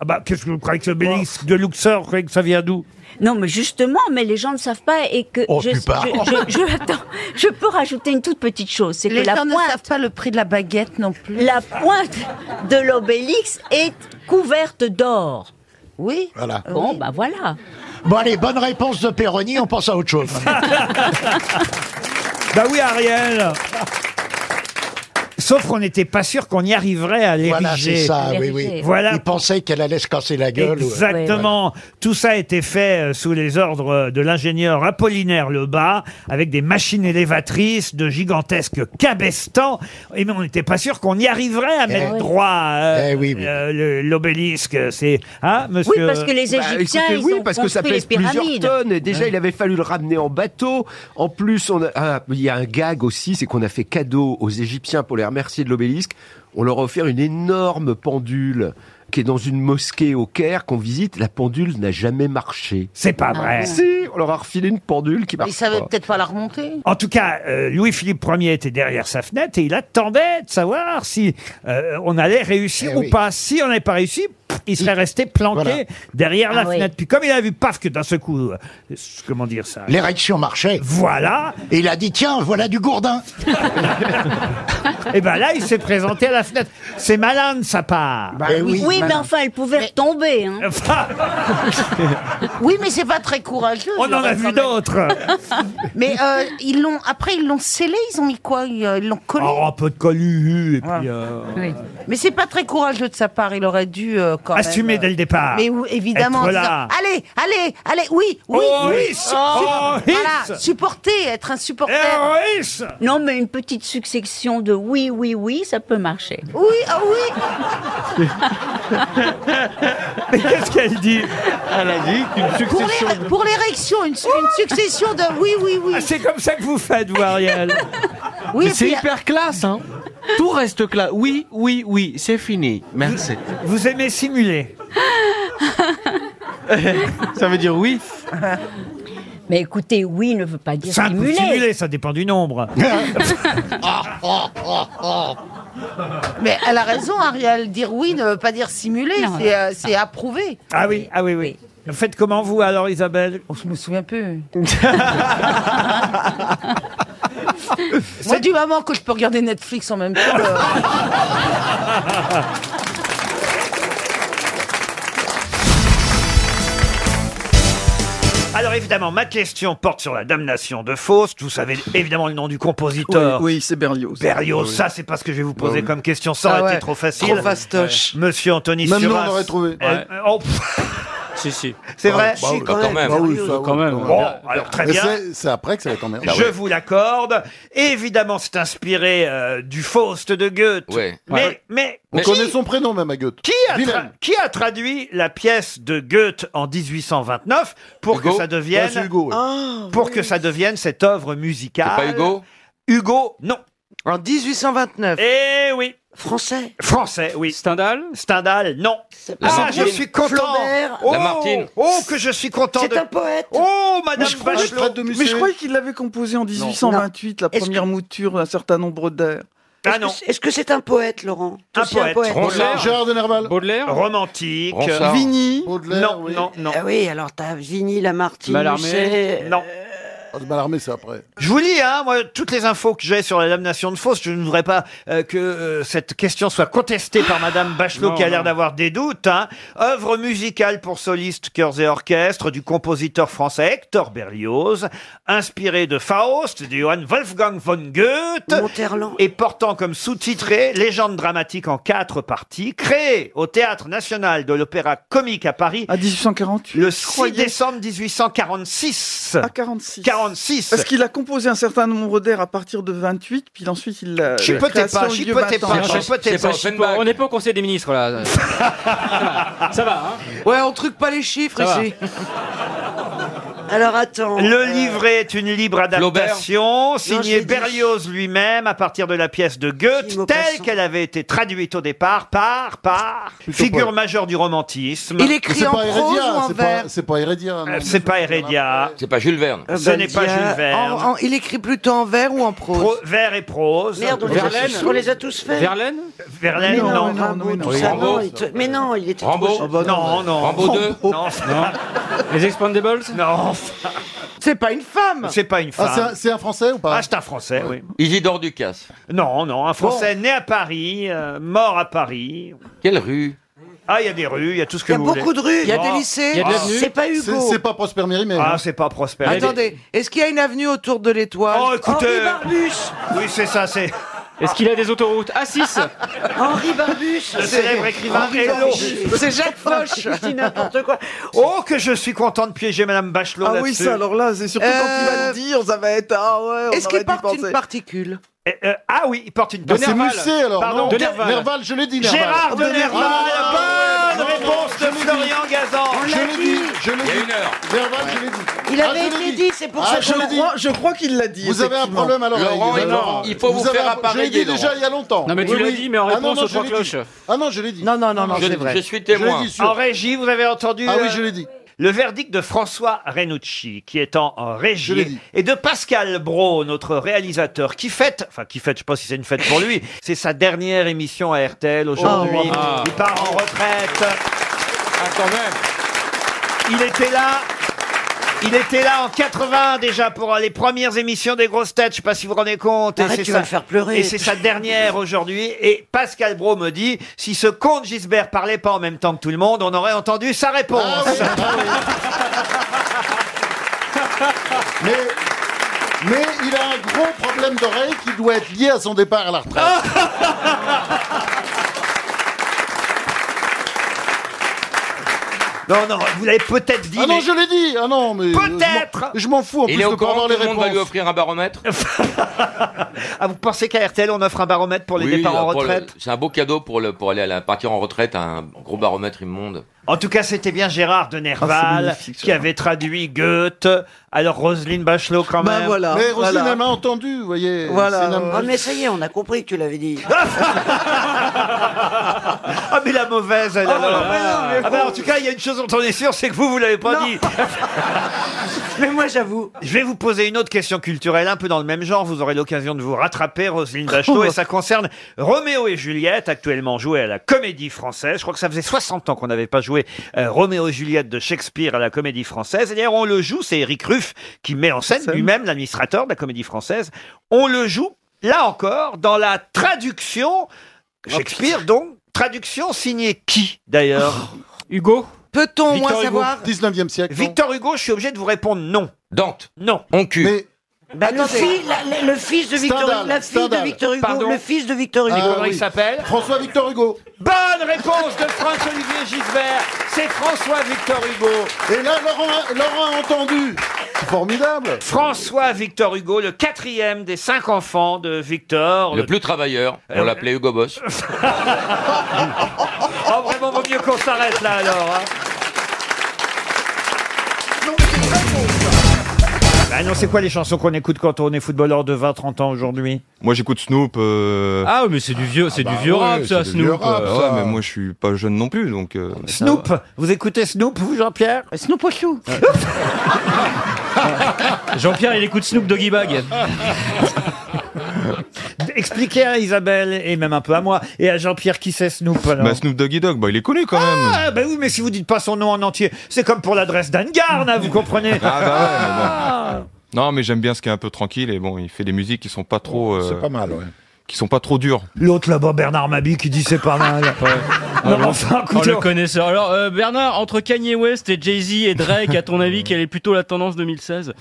S1: Ah bah qu'est-ce que vous croyez que l'obélix de Luxor, vous croyez que ça vient d'où
S12: Non, mais justement, mais les gens ne savent pas et que
S1: Oh,
S12: je,
S1: pupard.
S12: je- je- je- attends, je peux rajouter une toute petite chose, c'est que
S26: Les
S12: la
S26: gens
S12: pointe,
S26: ne savent pas le prix de la baguette non plus.
S12: la pointe de l'obélix est couverte d'or. Oui.
S26: bah, Voilà.
S12: Bon, ben voilà.
S26: Bon allez, bonne réponse de Péroni, on pense à autre chose.
S1: Bah oui, Ariel. Sauf qu'on n'était pas sûr qu'on y arriverait à l'ériger.
S26: voilà, c'est ça, oui, oui.
S1: Voilà
S26: Il pensait qu'elle allait se casser la gueule. ou-
S1: Exactement. Tout ça a été fait euh, sous les ordres euh, de l'ingénieur Apollinaire Lebas, avec des machines élévatrices, de gigantesques cabestans. Et mais on n'était pas sûr qu'on y arriverait à
S26: Eh
S1: mettre
S26: oui.
S1: droit euh, euh, le- l'obélisque. C'est hein, monsieur.
S12: Oui, parce que les Égyptiens,
S17: Bah, écoutez,
S12: ils
S17: oui,
S12: ont
S17: parce que ça
S12: construit
S17: pèse
S12: les
S17: plusieurs
S12: pyramides.
S17: tonnes. Et déjà,
S12: Ouais.
S17: il avait fallu le ramener en bateau. En plus, on a- ah, il y a un gag aussi, c'est qu'on a fait cadeau aux Égyptiens pour les remercier de l'obélisque. On leur a offert une énorme pendule qui est dans une mosquée au Caire qu'on visite. La pendule n'a jamais marché.
S1: C'est pas
S12: Ah
S1: vrai.
S17: Si, on leur a refilé une pendule qui marche.
S1: Ah,
S26: Ils savaient
S1: bah.
S17: pas.
S26: peut-être pas la remonter.
S1: En tout cas, euh, Louis-Philippe Ier était derrière sa fenêtre et il attendait de savoir si euh, on allait réussir
S26: Eh
S1: ou pas. Si on n'avait pas réussi, pff, il serait resté planqué derrière la
S26: Ah oui.
S1: fenêtre. Puis comme il a vu, paf, que d'un seul coup, euh, comment dire ça
S26: L'érection marchait.
S1: Voilà.
S26: Et il a dit, tiens, voilà du gourdin.
S1: Et ben là, il s'est présenté à la fenêtre. C'est malin de sa part.
S26: Bah Eh oui, oui,
S12: Oui, mais enfin, elle pouvait retomber. hein.
S26: Oui, mais c'est pas très courageux.
S1: On en a vu d'autres.
S26: Mais euh, ils l'ont après ils l'ont scellé, ils ont mis quoi Ils euh, ils l'ont collé.
S1: Oh, un peu de collu et
S26: Ah.
S1: puis. euh,
S26: Mais c'est pas très courageux de sa part, il aurait dû euh, quand même,
S1: Assumer
S26: euh,
S1: dès le départ.
S26: Mais oui, évidemment.
S1: Être
S26: en disant,
S1: là.
S26: Allez, allez, allez, oui, oui.
S1: Oh,
S26: oui.
S1: hiss, oh,
S26: voilà,
S1: hiss.
S26: supporter, être un supporter.
S1: Eh,
S12: Non, mais une petite succession de oui, oui, oui, ça peut marcher.
S26: Oui, ah oui.
S1: Mais qu'est-ce qu'elle dit
S26: Elle a dit qu'une succession Pour l'é- Pour l'érection, une, su- une succession de oui, oui, oui.
S1: Ah, c'est comme ça que vous faites, vous, Ariel.
S26: Oui,
S24: mais c'est
S26: puis-
S24: hyper classe, hein. Tout reste classe. Oui, oui, oui, c'est fini. Merci.
S1: Vous aimez simuler
S24: Ça veut dire oui
S12: Mais écoutez, oui ne veut pas dire
S1: Ça,
S12: stimuler.
S1: simuler, ça dépend du nombre.
S26: Mais elle a raison, Ariel. Dire oui ne veut pas dire simuler,
S1: Non,
S26: c'est,
S1: non.
S26: euh, c'est approuver.
S1: Ah oui, ah oui, oui. Faites comment vous alors, Isabelle On se me souvient peu.
S26: Moi, du moment que je peux regarder Netflix en même temps. euh,
S9: Ah,
S1: Alors évidemment, ma question porte sur la damnation de Faust. Vous savez évidemment le nom du compositeur.
S9: Oui, oui, c'est Berlioz.
S1: Berlioz,
S9: Oui. Bah
S1: ça c'est pas ce que je vais vous poser
S9: Oui.
S1: comme question, ça aurait
S9: Ah ouais,
S1: été trop facile.
S9: trop fastoche.
S1: Ouais. Monsieur Anthony
S9: Même nous, on
S1: Suras.
S9: aurait trouvé.
S1: Euh,
S9: Ouais.
S1: euh, oh,
S9: Si, si.
S1: C'est vrai
S9: Si, quand Bah,
S3: Ah
S9: même. quand même. Bah oui, ça, oui, quand même.
S1: Bon, alors très
S9: Mais
S1: bien.
S9: c'est- c'est après que ça va être emmerdant.
S1: Je vous l'accorde. Évidemment, c'est inspiré euh, du Faust de Goethe.
S9: Ouais.
S1: Mais,
S9: Ouais.
S1: mais
S9: On
S1: qui-
S9: connaît son prénom même à Goethe.
S1: qui a, tra-
S9: Wilhelm.
S1: qui a traduit la pièce de Goethe en 1829 pour que
S9: Hugo
S1: ça devienne
S9: Ouais, c'est Hugo, ouais.
S16: Ah,
S1: pour que ça devienne cette œuvre musicale
S7: C'est pas Hugo
S1: Hugo, non.
S16: En 1829.
S1: Eh oui.
S16: Français.
S1: Français, oui.
S20: Stendhal
S1: Stendhal, non.
S16: pas
S1: Ah, je
S16: Lamartine.
S1: suis content.
S16: Flaubert.
S1: Oh,
S16: Lamartine.
S1: oh, que je suis content.
S16: C'est
S1: de-
S16: un poète.
S1: Oh, Madame
S9: je crois-
S1: Bachelot.
S9: je- mais je
S16: croyais qu'il l'avait composé en
S9: 1828,
S16: la première
S9: mouture d'un certain nombre d'air.
S1: Ah non.
S16: Est-ce que c'est un poète, Laurent
S1: Un poète.
S9: Baudelaire. Gérard de Nerval.
S20: Baudelaire.
S1: Romantique.
S9: Ronsard. Vigny. Baudelaire,
S1: Non,
S9: oui.
S1: non, non.
S9: Ah oui, alors
S1: t'as Vigny, Lamartine,
S9: Mallarmé. Musset,
S1: Non.
S16: euh,
S9: Ah, de Mallarmé, c'est après.
S1: Je vous lis, hein, moi, toutes les infos que j'ai sur la damnation de Faust, je ne voudrais pas euh, que euh, cette question soit contestée par Madame Bachelot,
S20: Non,
S1: qui a l'air
S20: non.
S1: d'avoir des doutes. Hein. Œuvre musicale pour solistes, chœurs et orchestres du compositeur français Hector Berlioz, inspiré de Faust, de Johann Wolfgang von Goethe, et portant comme sous-titré Légende dramatique en quatre parties, créée au Théâtre National de l'Opéra Comique à Paris. À 1848 Le 6 décembre 1846. À 46. 46.
S9: Ah, Parce qu'il a composé un certain nombre d'airs à partir de 28, puis ensuite il l'a.
S1: Chipotez
S9: la Euh, création
S1: pas,
S9: a eu lieu
S1: chipotez
S9: 20 ans.
S1: pas, chipotez pas.
S20: On n'est pas au conseil des ministres là. ça va, hein
S16: Ouais, on truc pas les chiffres
S20: Ça va.
S16: ici. Alors attends. euh,
S1: Le livret est une libre adaptation,
S16: Flaubert.
S1: signée
S16: Non, je l'ai dit.
S1: Berlioz lui-même à partir de la pièce de Goethe, telle qu'elle avait été traduite au départ par, par, figure majeure du romantisme.
S9: C'est pas Heredia, c'est pas- C'est pas Heredia. non.
S1: Euh, C'est pas Heredia.
S7: C'est pas Jules Verne.
S1: Ce n'est pas Jules Verne.
S16: En- en- il écrit plutôt en vers ou en prose
S1: Pro- vers et prose.
S16: Merde, on les a Verlaine. tous- on les a tous faits. Verlaine
S1: Verlaine,
S16: Mais non,
S1: non.
S16: mais non, Rambo, mais non. tout ça, non, il te- mais non, il était
S1: Rambo.
S16: trop jeune. Ah bah non.
S1: Non, non.
S16: Rambo deux.
S1: Non. Les Expandables Non.
S16: C'est pas une femme
S1: C'est pas une
S9: Ah, c'est
S1: femme.
S9: un- c'est un, français ou pas
S1: Ah, c'est un français, oui.
S7: Isidore Ducasse.
S1: Non, non, un Français né à Paris, euh, mort à Paris.
S7: Quelle rue
S1: Ah, il y a des rues, il y a tout ce que
S16: Il y a
S1: vous voulez.
S16: beaucoup de rues. Il y a des
S1: Ah,
S16: lycées. Il y a de l'avenue. C'est pas Hugo. C'est- c'est
S1: pas Prosper Mérimée. Ah, c'est pas Prosper
S16: Attendez, est-ce qu'il y a une avenue autour de l'étoile
S1: Oh, écoutez.
S16: Henri Barbus
S1: Oui, c'est ça, c'est.
S20: Est-ce qu'il a des autoroutes Ah, A6
S16: Henri Barbus
S1: Le célèbre écrivain
S16: Henri
S1: Hello.
S16: Barbus. C'est Jacques Foch Je dis n'importe quoi.
S1: Oh, que je suis content de piéger Madame Bachelot
S9: Ah oui,
S1: là-dessus. Euh,
S9: ça, alors là, c'est surtout quand il va ah le
S16: dire, ça va être. Est-ce qu'il porte une particule
S1: Eh, euh, ah oui, il porte une
S9: Ah, c'est Musset alors.
S1: Pardon,
S9: non Nerval, je l'ai dit. Nerval.
S1: Gérard de Nerval.
S9: Ah,
S1: Bonne
S9: ouais,
S1: réponse
S9: je
S1: de
S9: l'ai
S1: Florian
S9: dit.
S10: Oh,
S1: Gazan.
S9: Je l'ai dit. Je l'ai dit.
S7: Il y a une heure.
S9: Nerval, je l'ai dit.
S16: Il
S9: Ah,
S16: avait
S9: je l'ai
S16: été dit, c'est pour ça
S9: Ah, je
S16: qu'on
S9: l'ai
S16: le
S9: dit.
S16: croit.
S9: Je crois qu'il l'a dit. Vous avez un
S16: effectivement.
S9: problème à l'oreille.
S7: Laurent, il
S9: déjà.
S7: faut- il faut vous
S9: avez
S7: faire
S9: un- Je
S7: appareiller,
S9: l'ai dit déjà
S7: Laurent.
S9: il y a longtemps.
S20: Non, mais tu
S9: Oui,
S20: l'as
S9: oui.
S20: dit, mais en
S9: Ah, non,
S20: réponse
S9: non,
S20: aux
S9: je
S20: trois
S9: l'ai dit.
S20: cloches.
S9: Ah non, je l'ai dit.
S16: Non, non, non, non,
S9: Je-
S16: c'est vrai.
S9: je suis
S16: Je
S9: témoin.
S16: l'ai dit sûr.
S1: En régie, vous avez entendu.
S9: Ah oui,
S1: euh,
S9: je l'ai dit.
S1: Le verdict de François Renucci, qui est en, en
S9: Je l'ai
S1: régie,
S9: dit.
S1: et de Pascal Bro, notre réalisateur, qui fête, enfin qui fête, je sais pas si c'est une fête pour lui, c'est sa dernière émission à RTL aujourd'hui.
S9: Oh, bravo.
S1: Il part en retraite. Il était là. Il était là en 80 déjà pour les premières émissions des grosses têtes. Je sais pas si vous vous rendez compte.
S16: Arrête,
S1: c'est
S16: tu vas le faire pleurer.
S1: Et c'est sa dernière aujourd'hui. Et Pascal Bro me dit, si ce comte Gisbert parlait pas en même temps que tout le monde, on aurait entendu sa réponse.
S9: Mais, mais il a un gros problème d'oreille qui doit être lié à son départ à la retraite.
S1: Non, non, vous l'avez peut-être dit.
S9: ah non,
S1: mais-
S9: je l'ai dit. Ah non, mais
S1: Peut-être.
S9: Je m'en fous en
S7: Il
S9: plus de
S7: est au
S9: pas
S7: courant
S9: avoir
S7: que
S9: les
S7: le monde va lui
S9: réponses.
S7: offrir un baromètre
S1: Ah, vous pensez qu'à RTL, on offre un baromètre pour les
S7: Oui, euh,
S1: départs en
S7: pour le-
S1: retraite
S7: C'est un beau cadeau pour, le, pour aller à la, partir en retraite, un gros baromètre immonde.
S1: En tout cas, c'était bien Gérard de Nerval qui avait traduit Goethe. Alors, Roselyne Bachelot, quand
S16: Ben
S3: Ben
S1: même.
S9: Mais Rosine, elle m'a entendu, vous voyez.
S1: Voilà.
S9: C'est une-
S1: Ah, mais
S16: ça y est, on a compris que tu l'avais dit.
S1: Ah, mais la mauvaise, elle, alors. Ah, bah, en tout cas, il y a une chose chose dont on est sûr, c'est que vous, vous l'avez pas dit.
S3: Mais moi, j'avoue.
S1: Je vais vous poser une autre question culturelle, un peu dans le même genre. Vous aurez l'occasion de vous rattraper, Roselyne Bachelot, et ça concerne Roméo et Juliette, actuellement joué à la Comédie Française. Je crois que ça faisait 60 ans qu'on n'avait pas joué euh, Roméo et Juliette de Shakespeare à la Comédie Française. Et d'ailleurs, on le joue, c'est Eric Ruff qui met en scène lui-même l'administrateur de la Comédie Française. On le joue, là encore, dans la traduction
S3: Oh,
S1: Shakespeare, donc. Traduction signée qui, d'ailleurs
S3: Oh.
S1: Hugo
S16: Peut-on au moins Victor Hugo, savoir
S1: 19e siècle. Victor Hugo, je suis obligé de vous répondre non. Dante Non. Oncu
S26: Bah, le, fils, la- la- le fils de Victor,
S1: Stendhal,
S26: la fille
S1: Stendhal.
S26: de Victor Hugo,
S1: Pardon
S26: le fils de Victor Hugo.
S1: Comment il s'appelle
S26: François Victor Hugo.
S1: Bonne réponse de François-Olivier Gisbert. C'est François-Victor Hugo.
S3: Et là, Laurent, Laurent a entendu.
S1: Formidable François-Victor Hugo, le quatrième des cinq enfants de Victor.
S7: Le plus travailleur, on l'appelait Hugo Boss.
S1: Oh, vraiment, vaut mieux qu'on s'arrête là, alors. hein. Bah non, c'est quoi les chansons qu'on écoute quand on est footballeur de 20-30 ans aujourd'hui
S8: Moi j'écoute Snoop. euh, bah
S1: Ah oui, mais c'est du vieux- c'est du vieux rap,
S8: c'est
S1: ça,
S8: du
S1: Snoop,
S8: vieux rap,
S1: euh,
S8: ça.
S1: ouais.
S8: mais moi je suis pas jeune non plus, donc. euh,
S1: Snoop Vous écoutez Snoop, vous, Jean-Pierre
S3: Snoop au chou.
S8: Jean-Pierre, il écoute Snoop Doggy Bag.
S19: Ah,
S1: Expliquez à Isabelle, et même un peu à moi, et à Jean-Pierre qui c'est Snoop alors.
S8: Bah Snoop Doggy Dog, bah il est connu quand même.
S1: Ah, bah oui, mais si vous dites pas son nom en entier, c'est comme pour l'adresse d'Anne-Garde, hein, vous comprenez Ah.
S8: Ah bah ouais, mais bon. Non, mais j'aime bien ce qui est un peu tranquille et bon, il fait des musiques qui sont pas trop. euh,
S1: c'est pas mal, ouais.
S8: Qui sont pas trop dures.
S1: L'autre là-bas, Bernard Mabi, qui dit c'est pas mal. Non, mais enfin,
S19: Oh,
S1: écoutez,
S19: le connaisseur. Alors, euh, Bernard, entre Kanye West et Jay-Z et Drake, à ton avis, quelle est plutôt la tendance 2016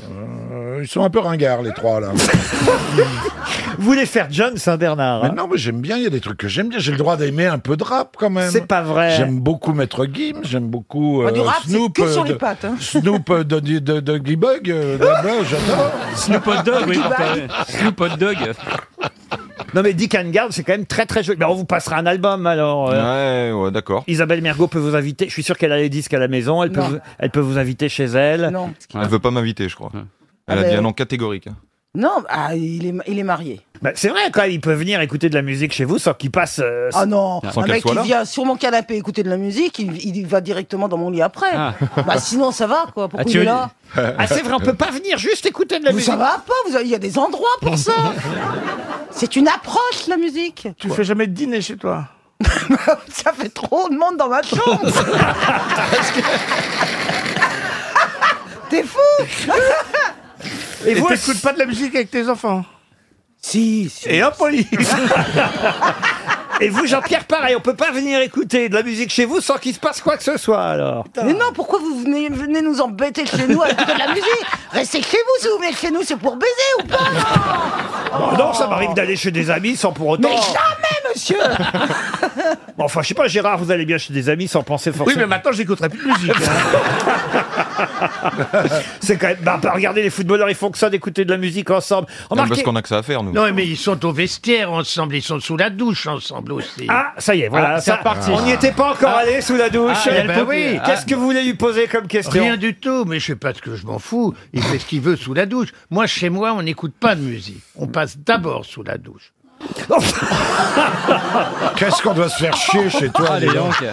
S5: Euh, ils sont un peu ringards, les trois, là.
S1: Vous voulez faire John Saint-Bernard hein
S5: Non, mais j'aime bien, il y a des trucs que j'aime bien. J'ai le droit d'aimer un peu de rap, quand même.
S1: C'est pas vrai.
S5: J'aime beaucoup Maître Gims, j'aime beaucoup euh,
S1: Ah, du rap, c'est
S5: Snoop.
S1: que sur les
S5: de-
S1: pattes, hein.
S5: Snoop euh, de, de, de, de Glibug, euh, blabla, j'adore.
S19: Snoop Hot Dog, oui,
S5: Glibug.
S19: parfait. Snoop Hot Dog.
S1: Non mais Dick and Garde, c'est quand même très très joli. Ben, on vous passera un album alors. euh.
S8: Ouais, ouais, d'accord.
S1: Isabelle Mergot peut vous inviter. Je suis sûr qu'elle a les disques à la maison. Elle peut,
S8: Non.
S1: vous, elle peut vous inviter chez elle.
S8: Non. Elle veut pas m'inviter, je crois. Elle a
S3: ben,
S1: Ah,
S8: dit
S1: mais-
S3: euh,
S8: un non catégorique. hein.
S3: Non, ah, il, est, il est marié.
S1: Ben, c'est vrai quand même, il peut venir écouter de la musique chez vous sans qu'il passe. euh,
S3: Ah non,
S1: sans
S3: un
S1: qu'elle
S3: mec
S1: soit
S3: qui
S1: là.
S3: vient sur mon canapé écouter de la musique, il, il va directement dans mon lit après.
S1: Ah.
S3: Bah, sinon, ça va quoi. Pourquoi
S1: Ah, tu
S3: il est
S1: veux-
S3: là
S1: Ah, c'est vrai, on peut pas venir juste écouter de la
S3: Vous,
S1: musique.
S3: Ça va pas, vous avez- il y a des endroits pour ça. C'est une approche la musique.
S9: Tu fais jamais de dîner chez toi
S3: ça fait trop de monde dans ma chambre. T'es fou
S9: Et vous t'écoutes pas de la musique avec tes enfants
S3: Si, si.
S1: Et impoli. Et vous, Jean-Pierre, pareil, on peut pas venir écouter de la musique chez vous sans qu'il se passe quoi que ce soit alors.
S6: Mais non, pourquoi vous venez, venez nous embêter chez nous à écouter de la musique Restez chez vous si vous venez chez nous, c'est pour baiser ou pas
S1: Bon, Oh non, ça m'arrive d'aller chez des amis sans pour autant.
S6: Mais jamais, monsieur
S1: Bon, enfin, je sais pas, Gérard, vous allez bien chez des amis sans penser forcément.
S9: Oui, mais maintenant, j'écouterai plus de musique.
S1: C'est quand même. Bah, bah, regardez, les footballeurs, ils font que ça d'écouter de la musique ensemble.
S8: Non,
S1: Remarquez...
S8: parce qu'on a que ça à faire, nous.
S1: Non,
S3: mais ils sont au vestiaire ensemble, ils sont sous la douche ensemble aussi.
S1: Ah, ça y est, voilà.
S3: Ah, c'est
S1: ça-
S3: reparti.
S1: On n'y était pas encore
S3: Ah.
S1: allé sous la douche.
S3: Ah, eh ben oui.
S1: Qu'est-ce que vous voulez lui poser comme question
S3: Rien du tout, mais je sais pas ce que je m'en fous. Il fait ce qu'il veut sous la douche. Moi, chez moi, on n'écoute pas de musique. On passe d'abord sous la douche.
S5: Qu'est-ce qu'on doit se faire chier chez toi,
S3: Allez,
S5: dis donc.
S3: donc.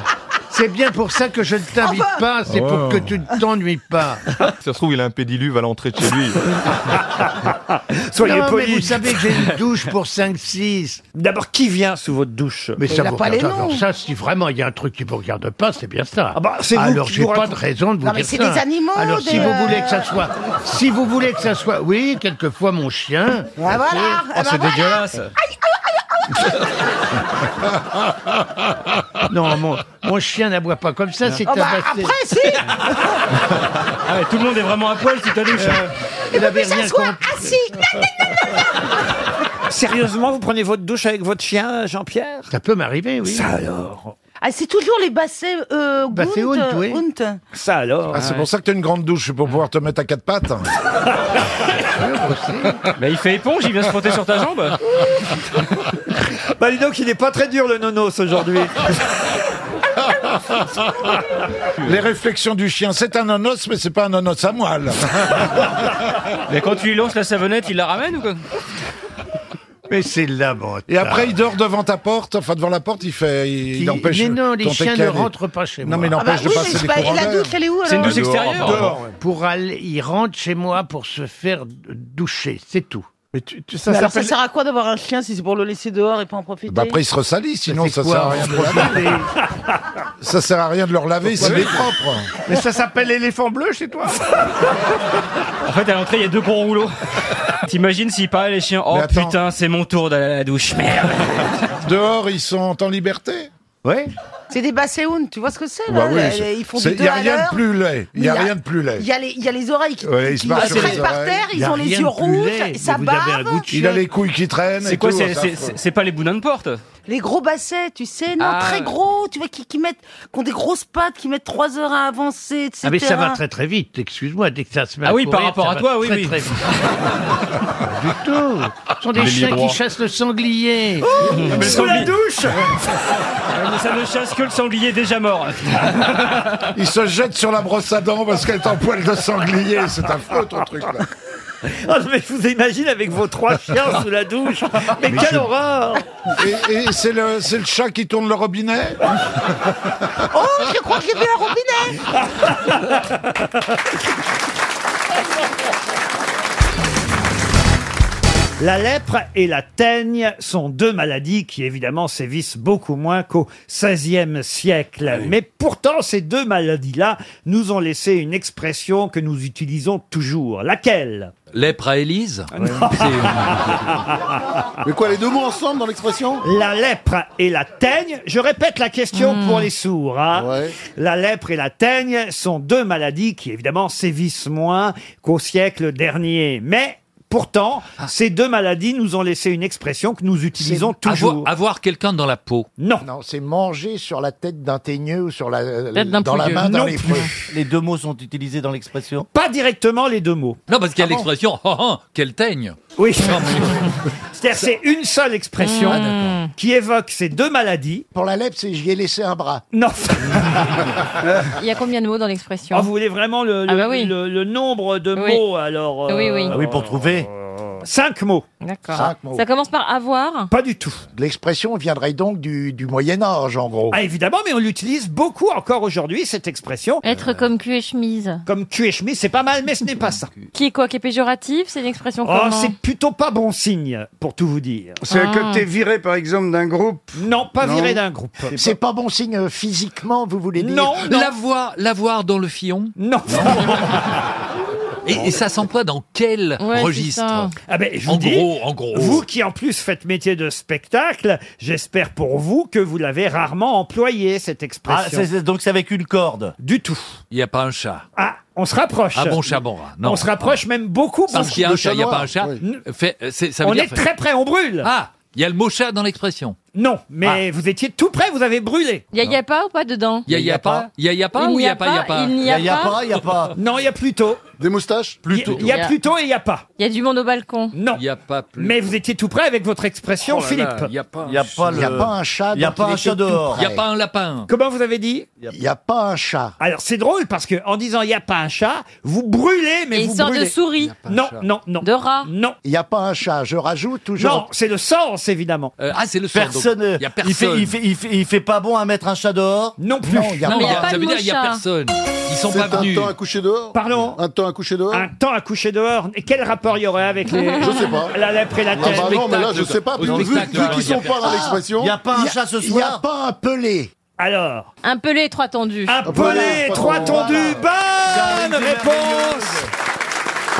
S3: C'est bien pour ça que je ne t'invite pas, c'est
S8: Oh.
S3: pour que tu ne t'ennuies pas.
S8: Ça se trouve, il a un pédiluve à l'entrée de chez lui.
S3: non, mais vous savez que j'ai une douche pour 5-6.
S1: D'abord, qui vient sous votre douche
S3: Mais
S1: Il
S3: ça
S1: a
S3: vous
S1: pas les
S3: regarde.
S1: noms.
S3: Alors ça, si vraiment il y a un truc qui vous regarde pas, c'est bien ça.
S1: Ah bah, c'est vous
S3: Alors
S1: qui
S3: j'ai
S1: nous
S3: pas
S1: raconte-
S3: de raison de vous
S1: Non, mais
S3: dire
S1: c'est
S3: ça.
S1: des animaux,
S3: Alors si
S1: des-
S3: vous voulez que ça soit, si vous voulez que ça soit, oui, quelquefois mon chien.
S6: Ah, voilà.
S3: Oh,
S6: Ah, bah,
S3: c'est
S6: voilà.
S3: dégueulasse. non, mon, mon chien n'aboie pas comme ça,
S1: Oh,
S3: c'est
S6: Ah, bah,
S3: tabassé.
S6: après, si
S3: Ah, tout le monde est vraiment à poil sous ta douche. hein.
S6: Il
S3: Euh, vous
S6: faut
S3: avez
S6: que
S3: rien
S6: ça soit
S3: compris.
S6: assis
S1: Sérieusement, vous prenez votre douche avec votre chien, Jean-Pierre
S3: Ça peut m'arriver, oui.
S1: Ça alors
S6: Ah, c'est toujours les bassets euh,
S5: Bah, c'est
S6: Gunt,
S5: Hunt, oui.
S6: Gunt.
S1: Ça alors
S5: Ah, c'est pour ça que t'as une grande douche, c'est pour pouvoir te mettre à quatre pattes.
S19: Bah, il fait éponge, il vient se frotter sur ta jambe.
S1: Bah, dis donc, il n'est pas très dur le nonos aujourd'hui.
S5: Les réflexions du chien, c'est un nonos, mais c'est pas un nonos à moelle.
S19: Mais quand tu lui lances la savonnette, il la ramène ou quoi
S10: Mais c'est lamentable.
S5: Et après, il dort devant ta porte, enfin devant la porte, il fait, il, il
S10: Ah. Qui-
S5: empêche.
S10: Mais non, les
S5: ton
S10: chiens
S5: teckel
S10: ne
S5: et-
S10: rentrent pas chez moi.
S5: Non, mais il
S10: Ah bah
S5: empêche de
S10: oui, mais
S5: passer
S10: c'est
S5: les
S10: pas- et
S5: courants
S10: la
S5: d'air.
S10: douche, elle est où,
S5: C'est une
S10: alors
S5: douche extérieure.
S10: Dehors, ouais. Pour aller, il rentre chez moi pour se faire doucher, c'est tout. Mais tu,
S6: Ça, alors ça sert à quoi d'avoir un chien si c'est pour le laisser dehors et pas en profiter
S5: Bah après, il se ressalit, sinon
S10: c'est
S5: ça
S10: quoi,
S5: sert à rien de le laver.
S10: Ah,
S5: Ça sert à rien de leur laver,
S10: Pourquoi
S5: c'est les
S10: oui
S5: propres.
S27: Mais ça s'appelle l'éléphant bleu chez
S10: Ah,
S27: toi
S3: En fait, à l'entrée, il y a deux gros rouleaux. T'imagines s'il parlait les chiens Oh putain, c'est mon tour d'aller à la douche, merde
S5: Dehors, ils sont en liberté
S10: Ouais.
S6: C'est des basséounes, tu vois ce que c'est
S5: Bah
S6: là
S5: oui,
S6: les-
S5: c'est-
S6: Ils font
S5: c'est-
S6: du
S5: y
S6: deux
S5: a
S6: à
S5: rien de
S6: l'heure.
S5: plus laid. Y a
S6: Mais
S5: rien de plus laid.
S6: Il y a les, il y a les oreilles qui,
S5: Ouais, il se
S6: qui-
S5: marche
S6: qui
S5: sur les
S6: traînent par
S5: oreilles.
S6: terre,
S5: Y
S6: ils
S5: a
S6: ont les
S5: rien
S6: yeux
S5: de plus
S6: rouges,
S5: laid,
S6: ça
S5: mais vous avez
S6: bave.
S5: un goût de Il a chien. les couilles qui traînent et
S3: C'est quoi
S5: tout,
S3: c'est-
S5: ça,
S3: C'est
S5: faut-
S3: c'est- c'est pas les boudins de porte
S6: Les gros bassets, tu sais, non,
S3: Ah.
S6: très gros, tu vois, qui, qui mettent, qui ont des grosses pattes, qui mettent trois heures à avancer, etc.
S10: Ah mais ça va très très vite, excuse-moi, dès que ça se met à
S3: Ah oui, par
S10: courir,
S3: rapport
S10: ça
S3: à
S10: va
S3: toi, oui,
S10: très,
S3: oui.
S10: Très vite. Pas du tout. Ce sont des
S3: L'ailier
S10: chiens
S3: droit.
S10: qui chassent le sanglier.
S3: Oh
S10: Ah,
S3: Ah, Mais
S10: Sous la
S3: douche Ça ne chasse que le sanglier déjà mort.
S5: Ils se jettent sur la brosse à dents parce qu'elle est en poil de sanglier. C'est affreux ton truc là.
S1: Oh, non, mais je vous imagine avec vos trois chiens sous la douche. Mais, quelle horreur
S5: Et, et c'est le, c'est le chat qui tourne le robinet
S28: Oh, je crois que j'ai vu un robinet
S1: La lèpre et la teigne sont deux maladies qui évidemment sévissent beaucoup moins qu'au XVIe siècle. Mais pourtant, ces deux maladies-là nous ont laissé une expression que nous utilisons toujours. Laquelle
S21: Lèpre à Élise
S1: Ah, Mais quoi, les deux mots ensemble dans l'expression La lèpre et la teigne. Je répète la question
S29: Hmm.
S1: pour les sourds. hein. La lèpre et la teigne sont deux maladies qui, évidemment, sévissent moins qu'au siècle dernier. Mais pourtant, ces deux maladies nous ont laissé une expression que nous utilisons toujours.
S21: Avoir, avoir quelqu'un dans la peau.
S1: Non.
S2: Non, c'est manger sur la tête d'un teigneux ou sur la,
S21: Tête d'un
S2: dans la
S21: pouilleux.
S2: main d'un
S21: Non
S2: lépreux. Les deux mots sont utilisés dans l'expression
S1: Pas directement les deux mots.
S21: Non, parce qu'il y a
S1: Ah bon
S21: l'expression oh, oh, qu'elle teigne.
S1: Oui. C'est-à-dire, c'est une seule expression qui évoque ces deux maladies.
S2: Ah, Pour la lèpre, c'est j'y ai laissé un bras.
S1: Non.
S29: Il y a combien de mots dans l'expression
S1: Ah, vous voulez vraiment le, le,
S29: Ah bah oui.
S1: le- le nombre de
S29: Oui.
S1: mots alors euh,
S29: Oui, oui. Ah oui, pour
S2: trouver.
S1: Cinq mots.
S29: D'accord.
S2: Cinq mots.
S29: Ça commence par avoir.
S1: Pas du tout.
S2: L'expression viendrait donc du, du Moyen-Âge, en gros.
S1: Ah, évidemment, mais on l'utilise beaucoup encore aujourd'hui, cette expression.
S29: Être comme cul et chemise.
S1: Comme cul et chemise, c'est pas mal, mais ce n'est pas ça.
S29: Qui est quoi Qui est péjoratif C'est une expression
S1: Oh,
S29: comment
S1: c'est plutôt pas bon signe, pour tout vous dire.
S29: C'est Ah. que t'es
S1: viré, par exemple, d'un groupe Non, pas viré d'un groupe.
S2: C'est pas bon signe euh, physiquement, vous voulez dire
S1: Non, non.
S21: L'avoir, l'avoir dans le fillon
S1: Non.
S21: et, et ça s'emploie dans quel registre
S1: Ah ben, je vous
S21: En
S1: dis,
S21: gros, en gros.
S1: Vous qui en plus faites métier de spectacle, j'espère pour vous que vous l'avez rarement employé cette
S2: Ah,
S1: expression.
S2: c'est- c'est- donc c'est avec une corde
S1: Du tout.
S21: Il n'y a pas un chat.
S1: Ah, on se rapproche.
S21: Ah bon chat, bon rat. Non.
S1: On se rapproche même beaucoup.
S21: Parce qu'il y a un chat, il n'y a pas un chat. Fait- euh, c'est- ça veut
S1: On
S21: dire-
S1: est très près, on brûle.
S21: Ah, il y a le mot chat dans l'expression. Ah.
S1: Non, mais vous étiez tout près, vous avez brûlé.
S29: Y a, y a pas ou pas dedans
S21: Il n'y a, pas Il n'y a pas ou il n'y a pas Il n'y a pas
S29: il n'y a Y a pas. pas, y a
S2: pas.
S1: Non, il y a plutôt.
S2: Des moustaches
S21: Plutôt.
S1: Il y a plutôt et il n'y a pas.
S29: Il y a du monde au balcon.
S1: Non.
S21: Il n'y a pas plus.
S1: Mais vous étiez tout près avec votre expression,
S21: Oh là là,
S1: Philippe.
S21: Il n'y a pas
S2: Il n'y a, pas
S21: le-
S2: un chat.
S21: il y a
S2: donc
S21: pas
S2: il
S21: un
S2: était
S21: chat
S2: tout
S21: dehors. Il y a
S2: près.
S21: pas un lapin.
S1: Comment vous avez dit
S2: Il n'y a pas un chat.
S1: Alors c'est drôle parce que en disant il n'y a pas un chat, vous brûlez mais
S29: Et
S1: vous
S29: il sort
S1: brûlez.
S29: de souris.
S1: Non, non, non. De
S29: rat.
S1: Non.
S2: Il n'y a pas un chat. Je rajoute toujours.
S1: Non, c'est le sens évidemment.
S21: Euh, ah, c'est le sort, donc.
S2: Personne.
S21: Il y a personne.
S2: Il fait, il, fait, il, fait, il fait pas bon à mettre un chat dehors
S1: Non plus.
S2: Non, il y a pas.
S21: Non, mais il y a- ça
S29: de
S21: veut
S29: mot
S21: dire il n'y a
S29: chat.
S21: personne. Ils sont pas venus.
S2: coucher dehors
S1: Pardon
S2: Un temps à coucher dehors
S1: Un temps à coucher dehors. Et quel rapport il y aurait avec les
S2: Je sais pas.
S1: la lèpre et la tête
S2: bah non, mais là, je sais pas,
S21: Au
S2: vu-
S21: spectacle,
S2: vu qu'ils
S21: il y a
S2: sont pas
S1: Ah,
S21: personne.
S2: dans l'expression. Il y a pas un chat ce Il n'y a soir. pas un pelé.
S1: Alors,
S29: Un pelé trois tendus.
S1: un pelé, trois tondus. Bonne réponse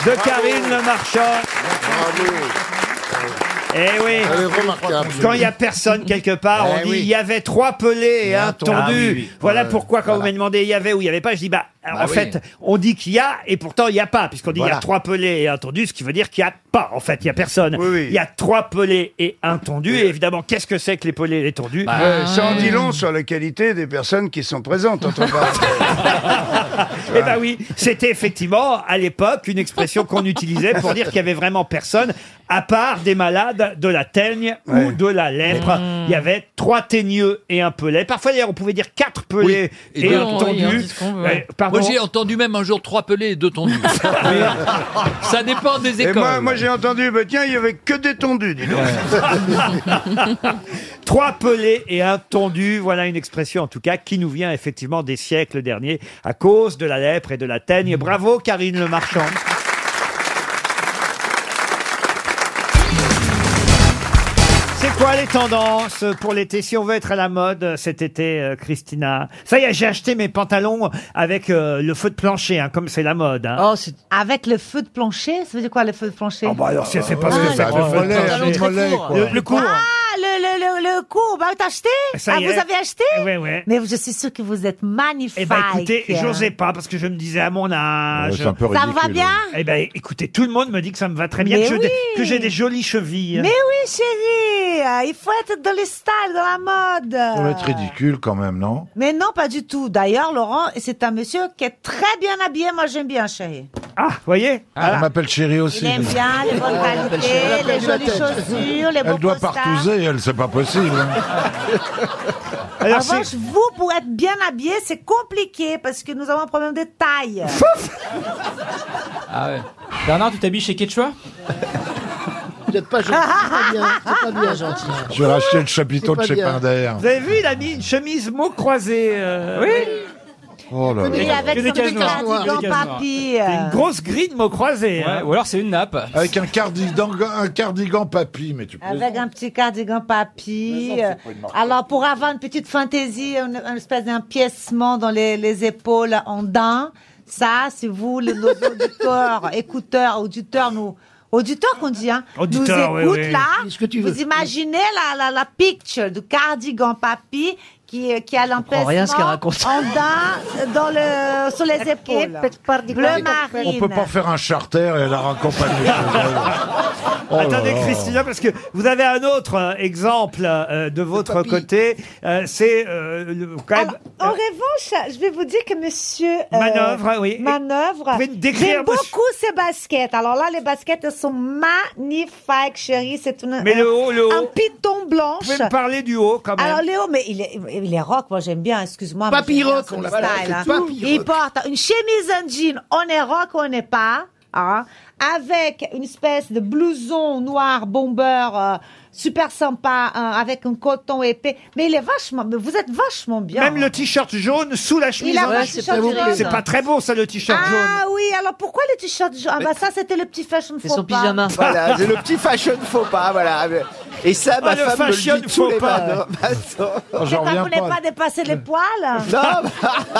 S1: de Karine Le Marchand. Eh oui.
S2: Elle est remarquable.
S1: Quand il y a personne quelque part,
S2: Eh
S1: on dit
S2: oui.
S1: il y avait trois pelés et un tondu.
S2: Ah oui, oui.
S1: Voilà
S2: Ouais,
S1: pourquoi quand vous me demandez il y avait ou il y avait pas, je dis bah,
S2: Bah
S1: en
S2: oui.
S1: fait on dit qu'il y a et pourtant il y a pas puisqu'on dit il y a
S2: Voilà.
S1: trois pelés et un tondu, ce qui veut dire qu'il y a pas. En fait il y a personne. Il y a trois pelés et un tondu. Et évidemment qu'est-ce que c'est que les pelés et les tondus
S2: Bah,
S27: Euh, Ça en dit long sur la qualité des personnes qui sont présentes, entre parenthèses.
S1: Eh ben oui, c'était effectivement à l'époque une expression qu'on utilisait pour dire qu'il y avait vraiment personne à part des malades de la teigne ou de la lèpre.
S21: Mm.
S1: Il y avait trois teigneux et un pelé. Parfois d'ailleurs on pouvait dire quatre pelés
S21: Oui,
S1: et,
S21: et
S1: un
S21: deux-
S1: tondu.
S21: oui, on dit ce qu'on veut.
S1: Euh, Pardon,
S21: Moi, j'ai entendu même un jour trois pelés et deux tondus. Mais ça dépend des
S10: Et
S21: écoles.
S10: moi, moi j'ai entendu, bah, tiens, il y avait que des tondus, dis donc.
S1: Trois pelés et un tondu, voilà une expression en tout cas qui nous vient effectivement des siècles derniers à cause de la lèpre et de la teigne. Bravo Karine Le Marchand. C'est quoi les tendances pour l'été Si on veut être à la mode euh, cet été, euh, Christina. Ça y est, j'ai acheté mes pantalons avec euh, le feu de plancher, hein, comme c'est la mode. hein.
S26: Avec le feu de plancher Ça veut dire quoi le feu de plancher
S1: Ah bah alors, si elle sait pas ce que c'est que le feu de
S26: le
S1: plancher.
S26: pantalon très
S1: Le-
S26: court.
S1: le court.
S26: Ah, le, le, le, le court. Bah, t'as acheté
S1: Ça
S26: Ah,
S1: y
S26: vous
S1: est. Eh,
S26: avez acheté
S1: Ouais, ouais.
S26: Mais je suis sûre que vous êtes magnifique.
S1: Eh ben écoutez, j'osais pas parce que je me disais à mon âge.
S26: Ouais, c'est un peu Ça vous va ridicule. bien
S1: Eh ben écoutez, tout le monde me dit que ça me va très bien,
S26: Mais
S1: que j'ai des-
S26: oui.
S1: que j'ai des jolies chevilles.
S26: Mais oui, chérie, euh, il faut être dans les styles, dans la
S9: Ça va
S26: mode.
S9: être ridicule quand même, non
S26: Mais non, pas du tout. D'ailleurs, Laurent, c'est un monsieur qui est très bien habillé. Moi, j'aime bien, chérie.
S1: Ah, voyez
S9: Elle m'appelle chérie aussi.
S26: Il aime bien les bonnes qualités, les jolies chaussures, les beaux
S9: Elle doit
S26: postards.
S9: partouser, elle, c'est pas possible. hein.
S1: Ah,
S26: En
S9: Alors,
S26: revanche,
S9: c'est-
S26: vous, pour être bien habillé, c'est compliqué parce que nous avons un problème de taille.
S19: Ah ouais. Bernard, tu t'habilles chez Quechua
S4: Vous n'êtes pas gentil, c'est pas bien, c'est pas bien gentil.
S9: Je vais racheter le chapiteau
S4: C'est
S9: de
S4: pas
S9: chez
S4: bien.
S9: Pinder.
S1: Vous avez vu, il a mis une chemise mots croisés. euh,
S19: Oui.
S9: Oh là là.
S26: Mais avec
S1: Que des
S26: son
S1: cages noires.
S26: petit cardigan,
S1: Que des cages noires.
S26: papy.
S1: C'est une grosse grille de mots croisés. hein.
S19: Ou alors c'est une nappe.
S9: Avec un cardigan, un cardigan papy, mais tu peux.
S26: Avec un petit cardigan papy.
S9: Mais non, c'est pas une marque.
S26: Alors, pour avoir une petite fantaisie, une, une espèce d'empiècement dans les, les épaules en dents, ça, si vous, le nos auditeurs, écouteurs, auditeurs, nous, auditeurs qu'on dit, hein,
S1: Auditeurs,
S26: nous
S1: oui,
S26: écoutent
S1: oui.
S26: là,
S1: Dis ce que tu veux.
S26: vous imaginez la, la, la picture du cardigan papy qui, euh, qui a l'empiècement
S2: rien à ce qu'elle raconte.
S26: en dents dans le, sur les épaules. Bleu marine.
S9: On peut pas faire un charter et la raccompagner. chez elle. Oh là
S1: Attendez,
S9: là.
S1: Christina, parce que vous avez un autre euh, exemple euh, de votre côté. Euh, c'est euh, le- quand même.
S26: Ah,
S23: En revanche, je vais vous dire que monsieur euh,
S1: Euh, Manœuvre, oui.
S23: Manœuvre.
S1: Vous pouvez décrire,
S23: J'aime
S1: monsieur-
S23: beaucoup ces baskets. Alors là, les baskets elles sont magnifiques, chérie. C'est une
S1: Mais
S23: un-
S1: le haut, le haut.
S23: un piton blanche.
S1: Vous pouvez me parler du haut quand même.
S26: Alors Léo, mais il est, il est rock, moi j'aime bien, excuse-moi. moi, j'aime
S23: Papy
S26: bien
S23: rock,
S26: son
S23: on
S26: style,
S23: l'appelle,
S26: hein.
S23: c'est tout. Papy
S26: Il porte une chemise, un jean, on est rock, on n'est pas, hein, avec une espèce de blouson noir bomber euh, super sympa, hein, avec un coton épais. Mais il est vachement, mais vous êtes vachement bien.
S1: Même le t-shirt jaune sous la chemise.
S26: Il a un
S1: en-
S26: Ouais, t-shirt c'est pas beau. jaune.
S1: C'est pas très beau ça le t-shirt jaune.
S26: ah oui, alors pourquoi le t-shirt jaune Ah bah ça c'était le petit fashion faux pas.
S17: Voilà, ah, c'est le petit fashion faux pas, voilà. Et ça, ma
S1: Ah, le
S17: femme me le dit
S1: fashion
S17: tous
S1: faux
S17: les
S1: pas.
S17: matins. Attends.
S9: J'en
S26: Vous
S9: reviens
S26: voulez pas
S9: pas.
S26: dépasser les poils
S17: Non.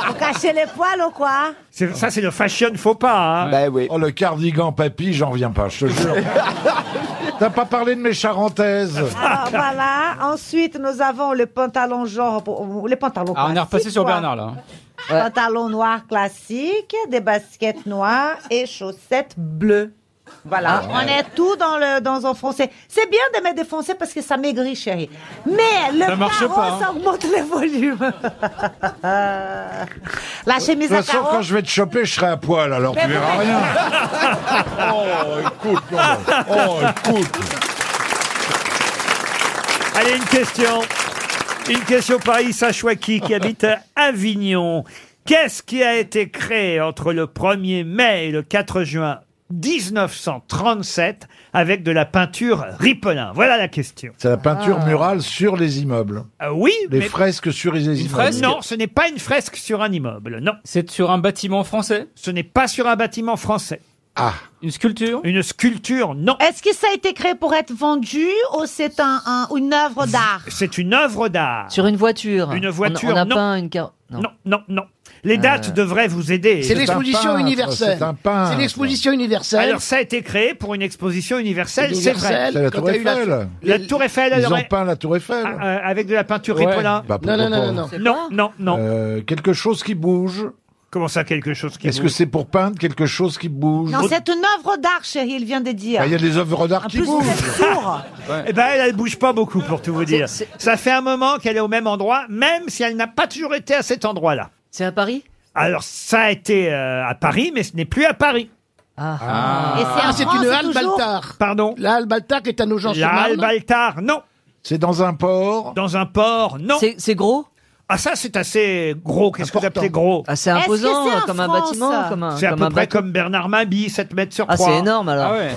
S26: Vous cachez les poils ou quoi
S1: C'est- Ça, c'est le fashion faux pas. Hein.
S9: Oh, le cardigan papy, j'en reviens pas, je te jure. T'as pas parlé de mes charentaises.
S26: Ah,
S23: Alors, voilà. Ensuite, nous avons le pantalon genre, pour- les pantalons.
S19: Ah, on est repassé
S23: classiques,
S19: sur
S23: quoi.
S19: Bernard là.
S9: hein.
S23: Pantalon noir classique, des baskets noires et chaussettes bleues.
S26: Voilà,
S23: Ah,
S26: on
S23: ouais.
S26: est tout dans le dans un foncé. C'est bien de mettre des foncés parce que ça maigrit, chérie. Mais le
S23: Ça marche
S26: carreau,
S23: pas, hein.
S26: ça augmente les volumes. La
S9: De
S26: chemise
S9: toute
S26: à
S9: façon,
S26: carreaux.
S9: quand je vais te choper, je serai à poil, alors tu verras rien.
S5: Oh, écoute, Laurent.
S9: Oh, écoute.
S1: Allez, une question. Une question par Issa Chouaki qui habite à Avignon. Qu'est-ce qui a été créé entre le 1er mai et le 4 juin 1937 avec de la peinture Ripolin Voilà la question.
S9: C'est la peinture
S1: Ah.
S9: murale sur les immeubles.
S1: Ah oui,
S9: Les
S1: mais-
S9: fresques sur les immeubles.
S1: Non, ce n'est pas une fresque sur un immeuble, non. C'est sur un bâtiment français Ce n'est pas sur un bâtiment français.
S9: Ah.
S1: Une sculpture Une sculpture, non.
S26: Est-ce que ça a été créé pour être vendu ou c'est un, un- une œuvre d'art
S1: C'est une œuvre d'art.
S2: Sur une voiture.
S1: Une
S2: On-
S1: voiture,
S2: On a
S1: non.
S2: peint une car- Euh,
S1: Non, non, non. Les dates devraient vous aider.
S2: C'est l'exposition universelle.
S9: c'est un peintre.
S2: C'est l'exposition
S1: universelle. Alors ça a été créé pour une exposition universelle, c'est vrai.
S9: Universelle, C'est la quand Tour t'as eu la- Eiffel.
S1: La, Tour Eiffel, elle
S9: Ils ont
S1: aurait-
S9: peint la tour Eiffel.
S1: Ah, euh, avec de la peinture
S9: Ouais.
S1: Ripolin.
S9: Bah, pourquoi Non, non, pas. non, non, non.
S1: non, non, non.
S9: Euh, quelque chose qui bouge.
S1: Comment ça, quelque chose qui
S9: Est-ce
S1: bouge
S9: que c'est pour peindre quelque chose qui bouge
S26: Non, c'est une œuvre d'art, chérie, il vient de dire.
S9: Ah, Il y a des œuvres d'art qui
S26: plus, vous
S9: bougent.
S26: êtes sourd.
S1: Eh ben elle, elle bouge pas beaucoup pour tout vous dire.
S2: C'est-
S1: Ça fait un moment qu'elle est au même endroit, même si elle n'a pas toujours été à cet endroit-là.
S2: C'est à Paris
S1: Alors ça a été euh, à Paris, mais ce n'est plus à Paris.
S2: Ah.
S1: Et c'est en
S2: Ah,
S1: France,
S2: une halle
S1: toujours
S2: Baltard.
S1: Pardon
S2: La halle Baltard qui est à nos gens
S1: La Halle Baltard, non.
S9: C'est dans un port
S1: Dans un port, non.
S2: C'est gros
S1: Ah ça, c'est assez gros. Qu'est-ce que vous appelez gros ah, C'est
S25: Est-ce que imposant, c'est en comme un France bâtiment, comme un-
S1: C'est à
S25: comme
S1: peu
S25: un
S1: près
S25: bateau.
S1: comme Bernard Mabie, 7 mètres sur
S25: Ah,
S1: 3.
S25: c'est énorme, alors. Ah ouais.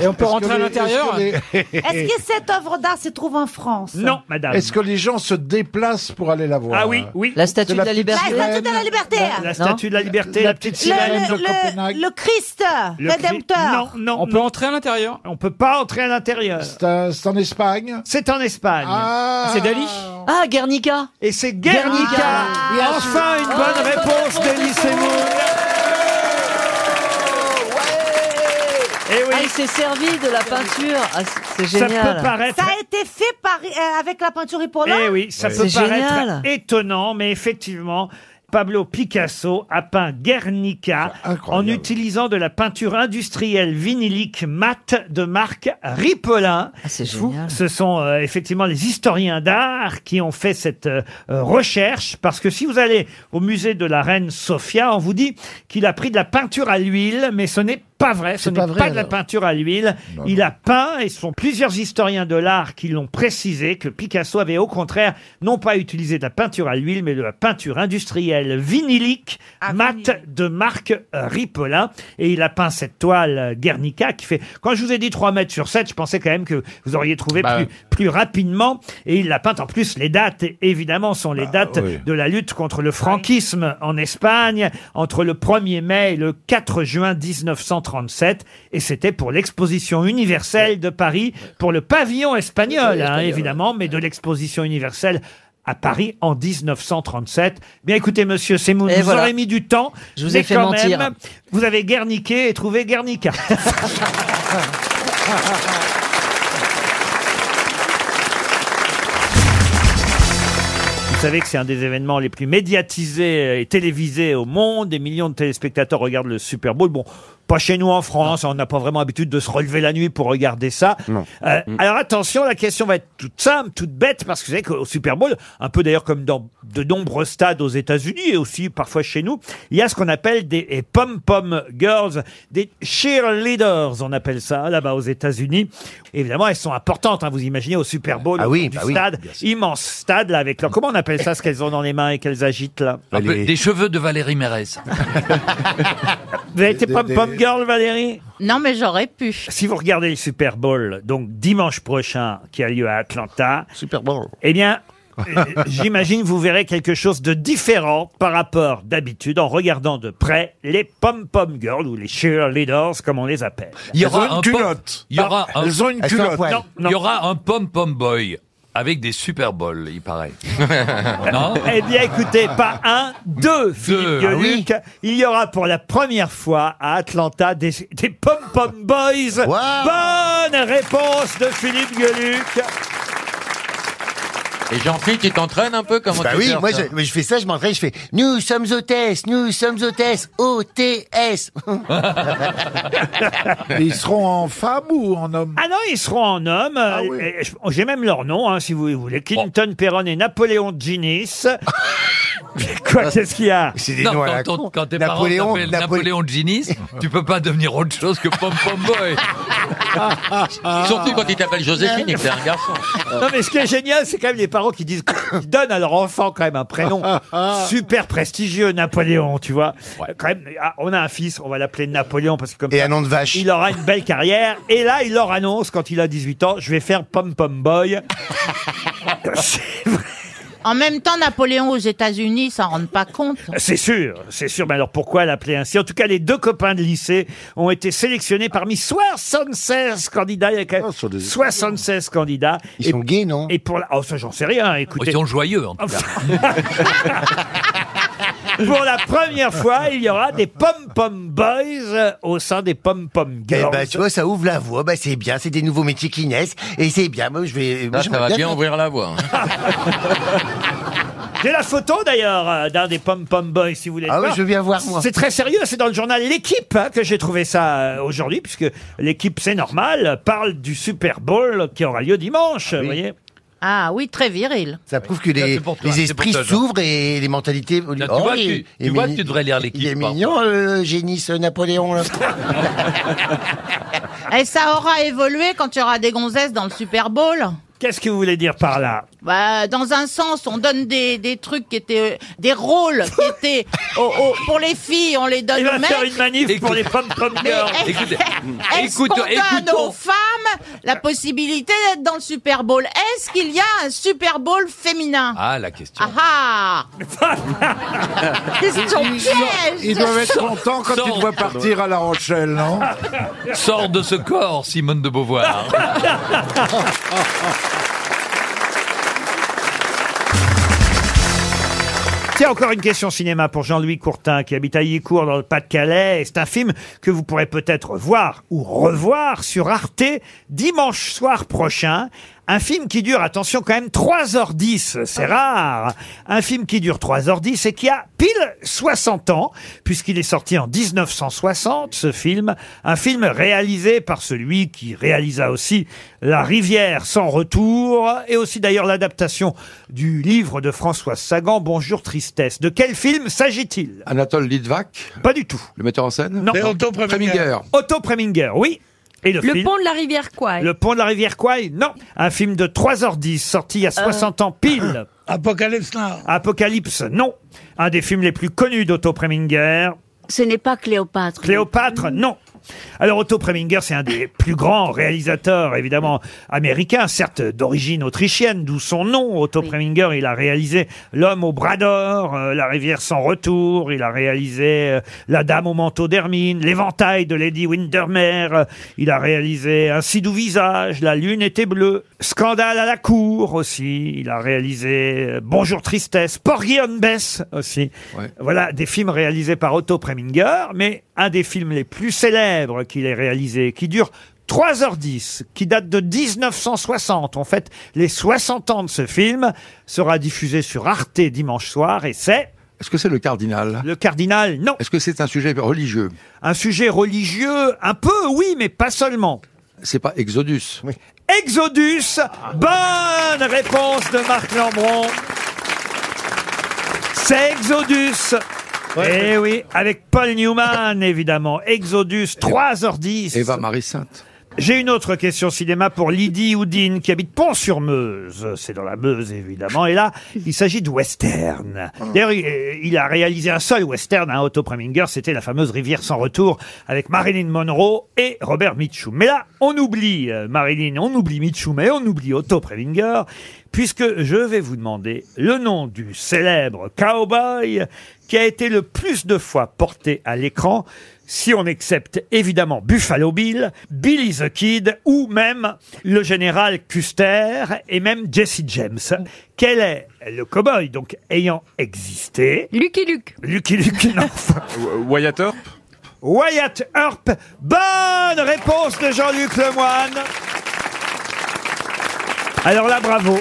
S1: Et on peut
S9: rentrer à l'intérieur
S26: Est-ce que cette œuvre d'art se trouve en France
S1: Non, madame.
S9: Est-ce que les gens se déplacent pour aller la voir
S1: Ah oui, oui.
S25: La statue
S9: C'est
S25: de la
S9: petite
S25: liberté.
S26: La statue de la
S9: sirène.
S26: liberté.
S1: La, la statue de la liberté, la, petite sirène.
S26: Le, le- le- le Christ
S1: Le Christ-
S26: rédempteur.
S1: Non, non. On peut entrer à l'intérieur On peut pas entrer à l'intérieur. C'est
S9: en Espagne
S1: C'est en Espagne.
S9: Ah.
S1: c'est Dali
S25: Ah, Guernica
S1: Et c'est Guernica Enfin une
S2: Oh,
S1: bonne réponse d'Elie Semoun Eh oui.
S25: Ah, il s'est servi de la peinture. Ah, c'est- c'est
S1: Ça
S25: génial.
S1: peut paraître-
S26: Ça a été fait par, euh, avec la peinture hippolante
S1: Eh oui, ça peut
S25: C'est
S1: paraître
S25: génial.
S1: étonnant, mais effectivement, Pablo Picasso a peint Guernica en utilisant de la peinture industrielle vinilique mate de marque Ripolin.
S25: Ah,
S1: Vous, Ce sont euh, effectivement les historiens d'art qui ont fait cette euh, euh, recherche, parce que si vous allez au musée de la reine Sofia, on vous dit qu'il a pris de la peinture à l'huile, mais ce n'est pas vrai, ce
S25: C'est
S1: n'est
S25: pas
S1: pas,
S25: vrai,
S1: de la
S25: alors.
S1: peinture à l'huile. Il a peint, et ce sont plusieurs historiens de l'art qui l'ont précisé, que Picasso avait au contraire non pas utilisé de la peinture à l'huile, mais de la peinture industrielle vinilique, mat de marque euh, Ripollin. Et il a peint cette toile euh, Guernica qui fait, quand je vous ai dit 3 mètres sur 7, je pensais quand même que vous auriez trouvé plus, plus rapidement. Et il l'a peinte en plus, les dates, évidemment, sont les dates
S9: oui.
S1: de la lutte contre le franquisme en Espagne entre le 1er mai et le 4 juin 1937. Et c'était pour l'exposition universelle de Paris, pour le pavillon espagnol, hein, évidemment, mais de l'exposition universelle à Paris en 1937. Bien écoutez, monsieur Semoun,
S25: Et
S1: vous
S25: voilà.
S1: aurez mis du temps.
S25: Je vous
S1: mais
S25: ai fait
S1: quand
S25: mentir.
S1: même, vous avez guerniqué et trouvé Guernica. Vous savez que c'est un des événements les plus médiatisés euh, et télévisés au monde. Des millions de téléspectateurs regardent le Super Bowl. Bon, pas chez nous en France, on n'a pas vraiment l'habitude de se relever la nuit pour regarder ça. Euh,
S17: Mm.
S1: Alors attention, la question va être toute simple, toute bête, parce que vous savez qu'au Super Bowl, un peu d'ailleurs comme dans de nombreux stades aux États-Unis et aussi parfois chez nous, il y a ce qu'on appelle des des pom-pom girls, des cheerleaders, on appelle ça là-bas aux États-Unis. Évidemment, elles sont importantes, hein, vous imaginez, au Super Bowl,
S17: Ah
S1: au
S17: oui,
S1: fond
S17: bah
S1: du
S17: oui,
S1: stade,
S17: bien
S1: immense stade là avec leur comment on appelle ça ce qu'elles ont dans les mains et qu'elles agitent là
S21: Un peu- Ah, Des cheveux de Valérie Mérez.
S1: Vous avez été
S21: des-
S1: pom pom
S21: des-
S1: girl Valérie
S6: Non, mais j'aurais pu.
S1: Si vous regardez le Super Bowl donc dimanche prochain qui a lieu à Atlanta. Super Bowl. Eh bien euh, J'imagine vous verrez quelque chose de différent par rapport d'habitude en regardant de près les pom-pom girls ou les cheerleaders comme on les appelle.
S21: Il y aura un pom- Il y aura un...
S1: Non, non.
S21: Il y aura un pom-pom boy avec des Super Bowls, il paraît. non Ah.
S1: Eh bien, écoutez, pas un, deux, Philippe Gueluc. Il y aura pour la première fois à Atlanta des, des pom-pom boys. Bonne réponse de Philippe Gueluc.
S24: Et Jean-Philippe, tu t'entraînes un peu comment
S13: Bah
S24: tu
S13: oui,
S24: surfes,
S13: moi
S24: hein
S13: je, mais je fais ça, je m'entraîne, je fais Nous sommes hôtesses, nous sommes hôtesses, O-T-S.
S9: Et Ils seront en femme ou en homme Ah
S1: Ah non, ils seront en hommes. Euh, et je- J'ai même leur nom, hein, si vous voulez. Clinton Perron et Napoléon Ginis. Quoi, qu'est-ce qu'il y a
S21: C'est des noms à la con. Quand tes parents t'appellent Napoléon Ginis, tu peux pas devenir autre chose que pom-pom boy.
S24: Surtout quand il t'appelle Joséphine et que t'es un garçon.
S1: Non mais ce qui est génial, c'est quand même les parents qui disent qui donnent à leur enfant quand même un prénom super prestigieux, Napoléon, tu vois. Quand même, ah, on a un fils, on va l'appeler Napoléon parce que comme et un nom de vache. Il aura une belle carrière et là il leur annonce quand il a 18 ans, je vais faire pom pom boy.
S6: En même temps, Napoléon aux États-Unis, ils s'en rendent pas compte.
S1: C'est sûr, c'est sûr. Mais alors pourquoi l'appeler ainsi En tout cas, les deux copains de lycée ont été sélectionnés parmi 76 candidats. Il y a quand même 76 candidats. Ah, Ils sont gays, non Et pour la... Oh, ça, j'en sais rien. Écoutez.
S21: Ils sont joyeux, en tout cas.
S1: Pour la première fois, il y aura des pom-pom boys au sein des pom-pom
S13: Eh
S1: girls.
S13: ben, tu vois, ça ouvre la voie, bah c'est bien, c'est des nouveaux métiers qui naissent, et c'est bien, moi je vais... moi,
S24: Là,
S13: je
S24: ça va
S13: m'adapte.
S24: bien ouvrir la voie.
S1: J'ai la photo d'ailleurs euh, d'un des pom-pom boys, si vous voulez.
S13: Ah
S1: le
S13: oui, je veux bien voir, moi.
S1: C'est très sérieux, c'est dans le journal L'équipe hein, que j'ai trouvé ça euh, aujourd'hui, puisque l'équipe, c'est normal, parle du Super Bowl qui aura lieu dimanche, vous voyez.
S6: Ah oui, très viril.
S13: Ça prouve que les,
S21: toi,
S13: les
S21: c'est
S13: esprits
S21: pour toi,
S13: s'ouvrent et les mentalités...
S21: Là, tu
S13: Oh,
S21: vois,
S13: il-
S21: tu,
S13: il
S21: tu
S13: est
S21: vois que
S13: mignon-
S21: tu devrais lire
S13: Il est
S21: l'équipe. hein.
S13: mignon, le génie, ce Napoléon, là.
S6: Et ça aura évolué quand il y aura des gonzesses dans le Super Bowl
S1: Qu'est-ce que vous voulez dire par là
S20: Bah, dans un sens, on donne des, des trucs qui étaient
S6: euh,
S20: des rôles qui étaient au- au- pour les filles, on les donne
S1: Il
S20: aux
S1: va
S20: mecs.
S1: faire une manif pour les pommes pommes girls.
S20: Mais-
S1: Écoutez,
S20: Est-ce qu'on donne aux femmes la possibilité d'être dans le Super Bowl Est-ce qu'il y a un Super Bowl féminin
S21: Ah, la question.
S20: Ah ah Question
S9: Ils-
S20: piège
S9: Ils doivent être contents quand ils
S21: Sors.
S9: te voient partir à La Rochelle, non
S21: Sors de ce corps, Simone de Beauvoir.
S1: Tiens, encore une question cinéma pour Jean-Louis Courtin qui habite à Yicourt dans le Pas-de-Calais. Et C'est un film que vous pourrez peut-être voir ou revoir sur Arte dimanche soir prochain. Un film qui dure, attention quand même, 3h10, c'est rare. Un film qui dure 3h10 et qui a pile 60 ans, puisqu'il est sorti en 1960, ce film. Un film réalisé par celui qui réalisa aussi La rivière sans retour, et aussi d'ailleurs l'adaptation du livre de François Sagan, Bonjour Tristesse. De quel film s'agit-il
S16: Anatole Litvak
S1: Pas du tout.
S16: Le metteur en scène
S1: Non. Otto Preminger, oui. Et le,
S12: Le
S1: film
S12: pont de la rivière hein Kouai.
S1: Le pont de la rivière Kwai Non. Un film de 3h10, sorti il y a 60 ans pile. Apocalypse Apocalypse, non. Un des films les plus connus d'Otto Preminger.
S12: Ce n'est pas Cléopâtre.
S1: Cléopâtre, non. Alors Otto Preminger, c'est un des plus grands réalisateurs, évidemment, américains, certes d'origine autrichienne, d'où son nom. Otto Preminger, il a réalisé L'homme au bras d'or, euh, La rivière sans retour, il a réalisé euh, La dame au manteau d'hermine, L'éventail de Lady Windermere, euh, il a réalisé Ainsi doux visage, La lune était bleue, Scandale à la cour aussi, il a réalisé euh, Bonjour tristesse, Porgy and Bess aussi. Voilà des films réalisés par Otto Preminger, mais un des films les plus célèbres qu'il ait réalisé, qui dure 3h10, qui date de 1960, en fait, les 60 ans de ce film, sera diffusé sur Arte dimanche soir et c'est...
S16: Est-ce que c'est le cardinal
S1: Le cardinal, non.
S16: Est-ce que c'est un sujet religieux
S1: Un sujet religieux, un peu, oui, mais pas seulement.
S16: C'est pas Exodus
S1: Exodus, bonne réponse de Marc Lambron. C'est Exodus. Eh oui, avec Paul Newman, évidemment. Exodus, 3h10.
S16: Eva Marie Sainte.
S1: J'ai une autre question cinéma pour Lydie Houdin, qui habite Pont-sur-Meuse. C'est dans la Meuse, évidemment. Et là, il s'agit de western. D'ailleurs, il, il a réalisé un seul western, hein, Otto Preminger. C'était la fameuse Rivière sans retour, avec Marilyn Monroe et Robert Mitchum. Mais là, on oublie euh, Marilyn, on oublie Mitchum et on oublie Otto Preminger, puisque je vais vous demander le nom du célèbre cowboy qui a été le plus de fois porté à l'écran, si on accepte évidemment Buffalo Bill, Billy the Kid ou même le général Custer et même Jesse James. Quel est le cowboy donc ayant existé
S12: Lucky Luke.
S1: Lucky Luke, non.
S16: Wyatt Earp
S1: Wyatt Earp. Bonne réponse de Jean-Luc Lemoine. Alors là, bravo.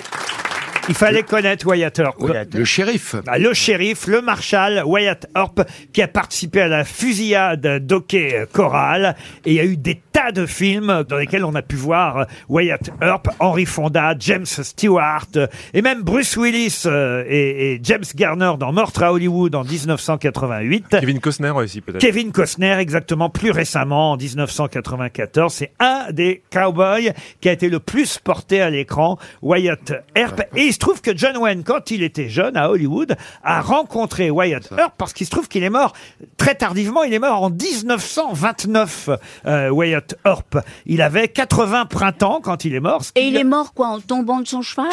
S1: Il fallait connaître Wyatt Earp.
S16: Le shérif.
S1: Bah, le shérif, le marshal Wyatt Earp, qui a participé à la fusillade d'Hockey Corral. Et il y a eu des tas de films dans lesquels on a pu voir euh, Wyatt Earp, Henry Fonda, James Stewart, euh, et même Bruce Willis euh, et, et James Garner dans Meurtre à Hollywood en 1988.
S16: Kevin
S2: oh,
S16: Costner aussi peut-être.
S1: Kevin Costner, exactement, plus récemment, en 1994. C'est un des cowboys qui a été le plus porté à l'écran, Wyatt Earp. Et il se trouve que John Wayne, quand il était jeune à Hollywood, a rencontré Wyatt Earp parce qu'il se trouve qu'il est mort très tardivement. Il est mort en 1929, euh, Wyatt Earp. Il avait 80 printemps quand il est mort. ce qui-
S12: Et il est mort quoi en tombant de son cheval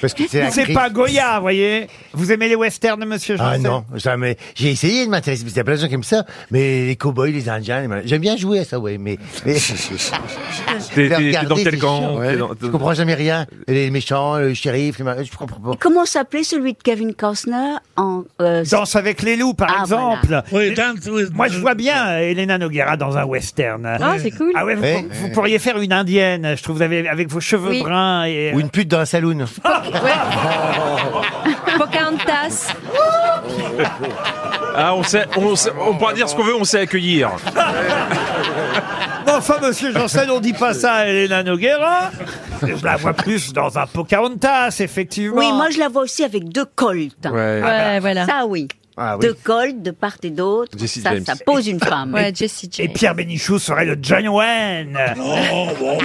S1: Parce
S12: que c'est la
S1: C'est
S12: crise.
S1: pas Goya, vous voyez. Vous aimez les westerns, monsieur
S30: Ah
S1: Janssen
S30: non, jamais. J'ai essayé de m'intéresser, parce qu'il y a plein de gens qui aiment ça, mais les cowboys, les indiens, les malins- j'aime bien jouer à ça, ouais, mais... mais...
S16: t'es-
S30: Mais regarder,
S16: t'es dans quel
S30: c'est
S16: camp
S30: chiant.
S16: T'es dans-
S30: Je comprends jamais rien. Les méchants, le shérif, les malins, je comprends pas.
S12: Comment s'appelait celui de Kevin Costner en euh,
S1: Danse avec les loups, par
S12: Ah,
S1: exemple.
S12: voilà.
S1: Et- Moi, je vois bien euh, Elena Noguera dans un western.
S12: Ah, c'est cool.
S1: Ah ouais, vous,
S30: Ouais.
S1: vous pourriez faire une indienne, je trouve, vous avez- avec vos cheveux
S30: Oui.
S1: bruns. Et... euh,
S30: Ou une pute dans un saloon.
S12: Pocahontas.
S16: Ah, on, sait, on, sait- on pourra dire ce qu'on veut, on sait accueillir.
S1: Bon, enfin, monsieur Janssen, on dit pas ça à Elena Noguera. Je la vois plus dans un Pocahontas, effectivement.
S12: Oui, moi je la vois aussi avec deux colts.
S1: Ouais. Ouais,
S12: voilà. Ah, bah, Ça oui. de col de part et d'autre.
S1: Jesse
S12: Ça,
S1: James.
S12: ça pose une femme.
S1: Et- Et Pierre Bénichou serait le John Wayne.
S3: Oh, bon.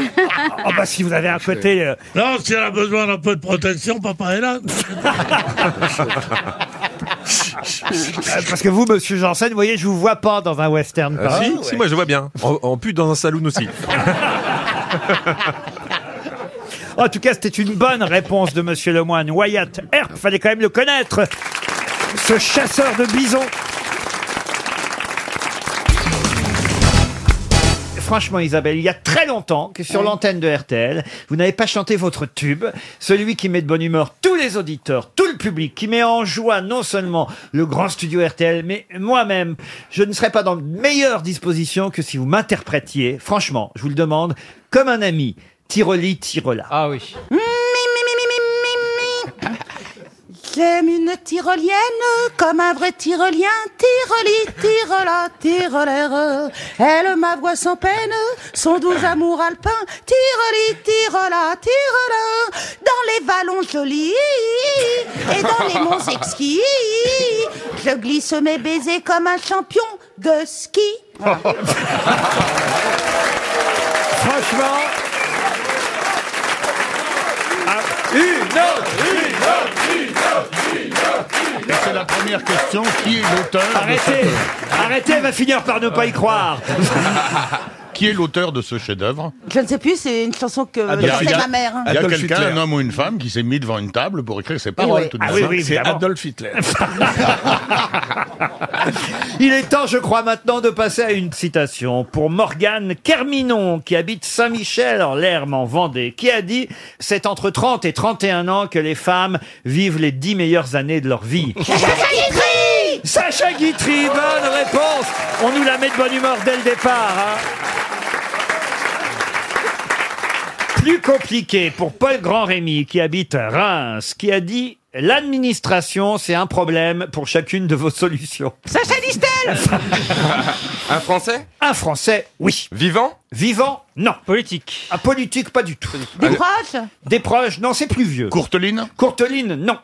S1: Oh, bah, si vous avez un côté. euh,
S3: Non, si elle a besoin d'un peu de protection, papa est là.
S10: Ah,
S1: euh, parce que vous, monsieur Janssen, vous voyez, je vous vois pas Ah, dans un western.
S16: Euh,
S1: pareil.
S16: si, si, moi je vois bien. En, en plus, dans un saloon aussi.
S1: En tout cas, c'était une bonne réponse de Monsieur Lemoine. Wyatt Earp, fallait quand même le connaître. Ce chasseur de bisons. Franchement, Isabelle, il y a très longtemps que sur l'antenne de RTL, vous n'avez pas chanté votre tube, celui qui met de bonne humeur tous les auditeurs, tout le public, qui met en joie non seulement le grand studio RTL, mais moi-même. Je ne serais pas dans de meilleure disposition que si vous m'interprétiez, franchement, je vous le demande, comme un ami. Tiroli, Tirola. Ah oui.
S6: J'aime une tyrolienne comme un vrai tyrolien, tyroli, tyrola, tyrolaire. Elle m'avoue sans peine, son doux amour alpin, tyroli, tyrola, tyrola. Dans les vallons jolis et dans les monts exquis, je glisse mes baisers comme un champion de ski. Voilà.
S1: Franchement.
S3: Et c'est la première question qui est l'auteur
S1: Arrêtez Arrêtez, elle va finir par ne pas y croire
S3: euh, Qui est l'auteur de ce chef-d'œuvre
S6: Je ne sais plus, c'est une chanson que
S3: Il y a- Ah, il y
S6: chantait
S3: a-
S6: ma mère. hein.
S3: Il y a
S9: Adolf
S3: quelqu'un,
S9: Hitler.
S3: un homme ou une femme, qui s'est mis devant une table pour écrire ses paroles.
S9: oui.
S3: tout de
S9: Ah oui,
S3: suite.
S9: oui,
S3: c'est
S9: évidemment.
S3: Adolf Hitler.
S1: Il est temps, je crois, maintenant de passer à une citation pour Morgane Kerminon, qui habite Saint-Michel en l'Herme, en Vendée, qui a dit « C'est entre 30 et 31 ans que les femmes vivent les 10 meilleures années de leur vie. » Sacha Guitry, bonne réponse On nous la met de bonne humeur dès le départ. hein. Plus compliqué pour Paul Grand-Rémy, qui habite Reims, qui a dit « L'administration, c'est un problème pour chacune de vos solutions. »
S6: Sacha Distel
S1: Un Français Un Français, oui. Vivant Vivant, non. Politique Un politique, pas du tout.
S6: Des proches
S1: Des proches, non, c'est plus vieux. Courteline Courteline, non.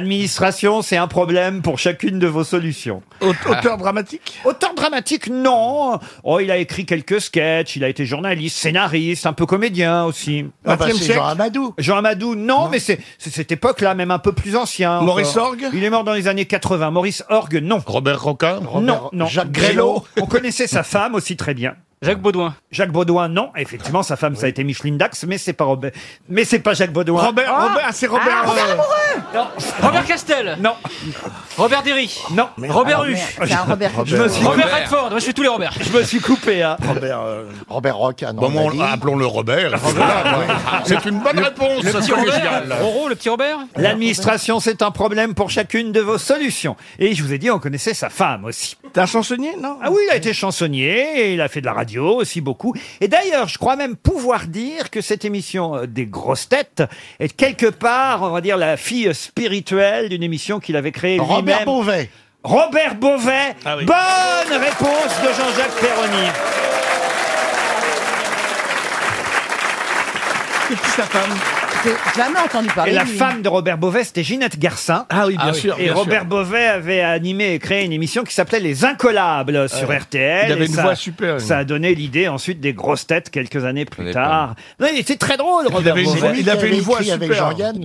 S1: L'administration, c'est un problème pour chacune de vos solutions.
S10: auteur
S1: dramatique Auteur dramatique, non. Oh, il a écrit quelques sketchs, il a été journaliste, scénariste, un peu comédien aussi.
S10: Ah bah,
S1: 20e
S10: c'est
S1: siècle.
S10: Jean
S1: Amadou. Jean Amadou, non, mais c'est c'est cette époque-là, même un peu plus ancien.
S10: Maurice
S1: encore. Il est mort dans les années 80. Maurice Orgue, non. Robert Roca Non, non.
S10: Jacques Grélot
S1: On connaissait sa femme aussi très bien. Jacques Baudouin. Jacques Baudouin, non. Effectivement, sa femme, ça a été Micheline Dax, mais c'est pas Robert. Mais c'est pas Jacques Baudouin.
S10: Robert- Ah Robert- ah, c'est Robert, Ah, Robert euh,
S1: Robert Castel. Non. Robert Derry. Non.
S3: ah,
S19: Robert Hu. C'est un Robert.
S1: Je me suis
S19: Robert Redford, moi je suis tous les Robert.
S1: Je me suis coupé, hein.
S3: Robert, euh, Robert Roca, non. appelons-le Robert. Ah, c'est une bonne réponse,
S1: le
S3: ça,
S1: petit
S3: c'est
S1: Robert.
S3: original.
S1: Roro,
S19: le petit Robert
S1: L'administration, c'est un problème pour chacune de vos solutions. Et je vous ai dit, on connaissait sa femme aussi. T'es un chansonnier, non Ah oui, il a été chansonnier, et il a fait de la radio aussi beaucoup. Et d'ailleurs, je crois même pouvoir dire que cette émission euh, des grosses têtes est quelque part, on va dire, la fille spirituelle d'une émission qu'il avait créée lui-même.
S4: Robert Beauvais.
S1: Robert Beauvais. Bonne réponse de Jean-Jacques Perroni.
S6: C'est qui sa femme J'ai jamais entendu parler
S1: Et la
S6: de lui.
S1: femme de Robert Beauvais, c'était Ginette Garcin. Ah oui,
S3: bien Ah oui, sûr,
S1: Et
S3: bien
S1: Robert
S3: sûr.
S1: Beauvais avait animé et créé une émission qui s'appelait Les Incollables sur
S3: Ouais.
S1: RTL.
S3: Il avait
S1: et
S3: une
S1: ça-
S3: voix super, lui.
S1: Ça a donné l'idée ensuite des grosses têtes quelques années plus tard. Non, il était très drôle, Robert
S4: avait une
S1: Beauvais.
S4: voix- il avait une voix
S16: Ah,
S4: avec Jean-Yann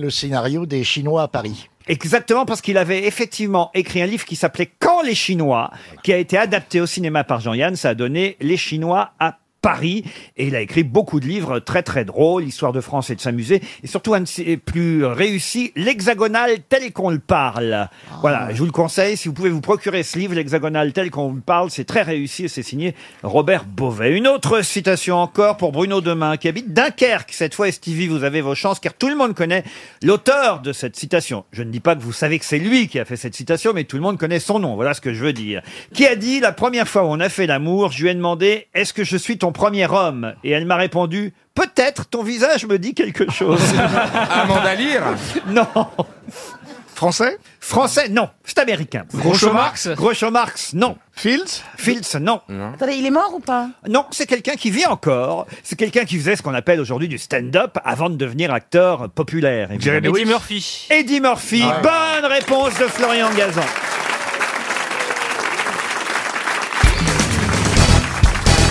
S4: le scénario des Chinois à Paris.
S1: Exactement, parce qu'il avait effectivement écrit un livre qui s'appelait Quand les Chinois, qui a été adapté au cinéma par Jean-Yann. Ça a donné Les Chinois à Paris. Et il a écrit beaucoup de livres très très drôles, Histoire de France et de s'amuser. Et surtout, un de ses plus réussis, L'Hexagonal tel qu'on le
S4: Ah.
S1: parle. Voilà, je vous le conseille. Si vous pouvez vous procurer ce livre, L'Hexagonal tel qu'on le parle, c'est très réussi et c'est signé Robert Beauvais. Une autre citation encore pour Bruno Demain, qui habite Dunkerque. Cette fois, et Stevie, vous avez vos chances, car tout le monde connaît l'auteur de cette citation. Je ne dis pas que vous savez que c'est lui qui a fait cette citation, mais tout le monde connaît son nom. Voilà ce que je veux dire. Qui a dit, la première fois où on a fait l'amour, je lui ai demandé, est-ce que je suis ton premier homme? Et elle m'a répondu, peut-être ton visage me dit quelque chose.
S7: Amanda Lear
S1: Non. Français Français, non. C'est américain.
S7: Groucho Marx
S1: Groucho Marx, non. Fields Fields, non.
S6: Attendez, il est mort ou pas
S1: Non, c'est quelqu'un qui vit encore. C'est quelqu'un qui faisait ce qu'on appelle aujourd'hui du stand-up avant de devenir acteur populaire. évidemment.
S19: Eddie Murphy.
S1: Eddie Murphy, bonne réponse de Florian Gazan.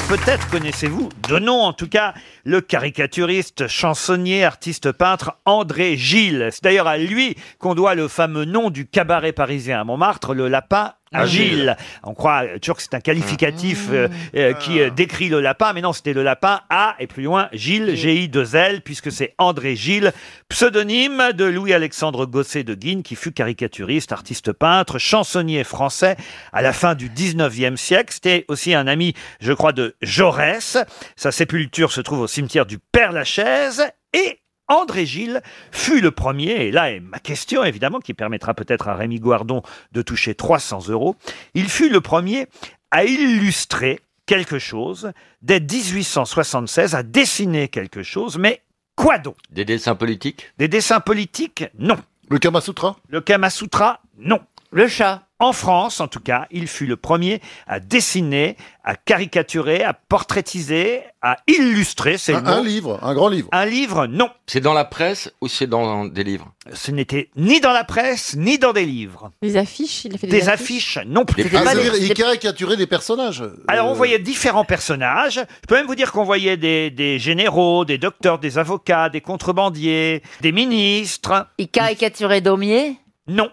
S1: peut-être connaissez-vous, de nom en tout cas, le caricaturiste, chansonnier, artiste peintre André Gilles. C'est d'ailleurs à lui qu'on doit le fameux nom du cabaret parisien à Montmartre, le lapin. à
S8: Agile.
S1: Ah, Gilles. On croit euh, toujours que c'est un qualificatif euh, euh, qui euh, décrit le lapin, mais non, c'était le lapin A et plus loin Gilles, G-I-2-L, puisque c'est André Gilles, pseudonyme de Louis-Alexandre Gosset de Guine, qui fut caricaturiste, artiste peintre, chansonnier français à la fin du 19e siècle. C'était aussi un ami, je crois, de Jaurès. Sa sépulture se trouve au cimetière du Père-Lachaise et André Gilles fut le premier, et là est ma question évidemment, qui permettra peut-être à Rémi Guardon de toucher 300 euros, il fut le premier à illustrer quelque chose, dès 1876, à dessiner quelque chose, mais quoi donc Des dessins politiques Des dessins politiques, non. Le Kama Sutra Le Kama Sutra, non. Le chat En France, en tout cas, il fut le premier à dessiner, à caricaturer, à portraitiser, à illustrer, c'est le
S3: Un- un
S1: mot.
S3: livre, un grand livre.
S1: Un livre, non.
S24: C'est dans la presse ou c'est dans des livres
S1: Ce n'était ni dans la presse, ni dans des livres.
S22: Des affiches, il a fait
S1: Des,
S22: des,
S1: affiches, non.
S3: Ah, c'est-à-dire, il caricaturait des personnages.
S18: euh,
S1: Alors, on voyait différents personnages. Je peux même vous dire qu'on voyait des, des généraux, des docteurs, des avocats, des contrebandiers, des ministres.
S23: Il caricaturait Daumier Ah.
S1: Non.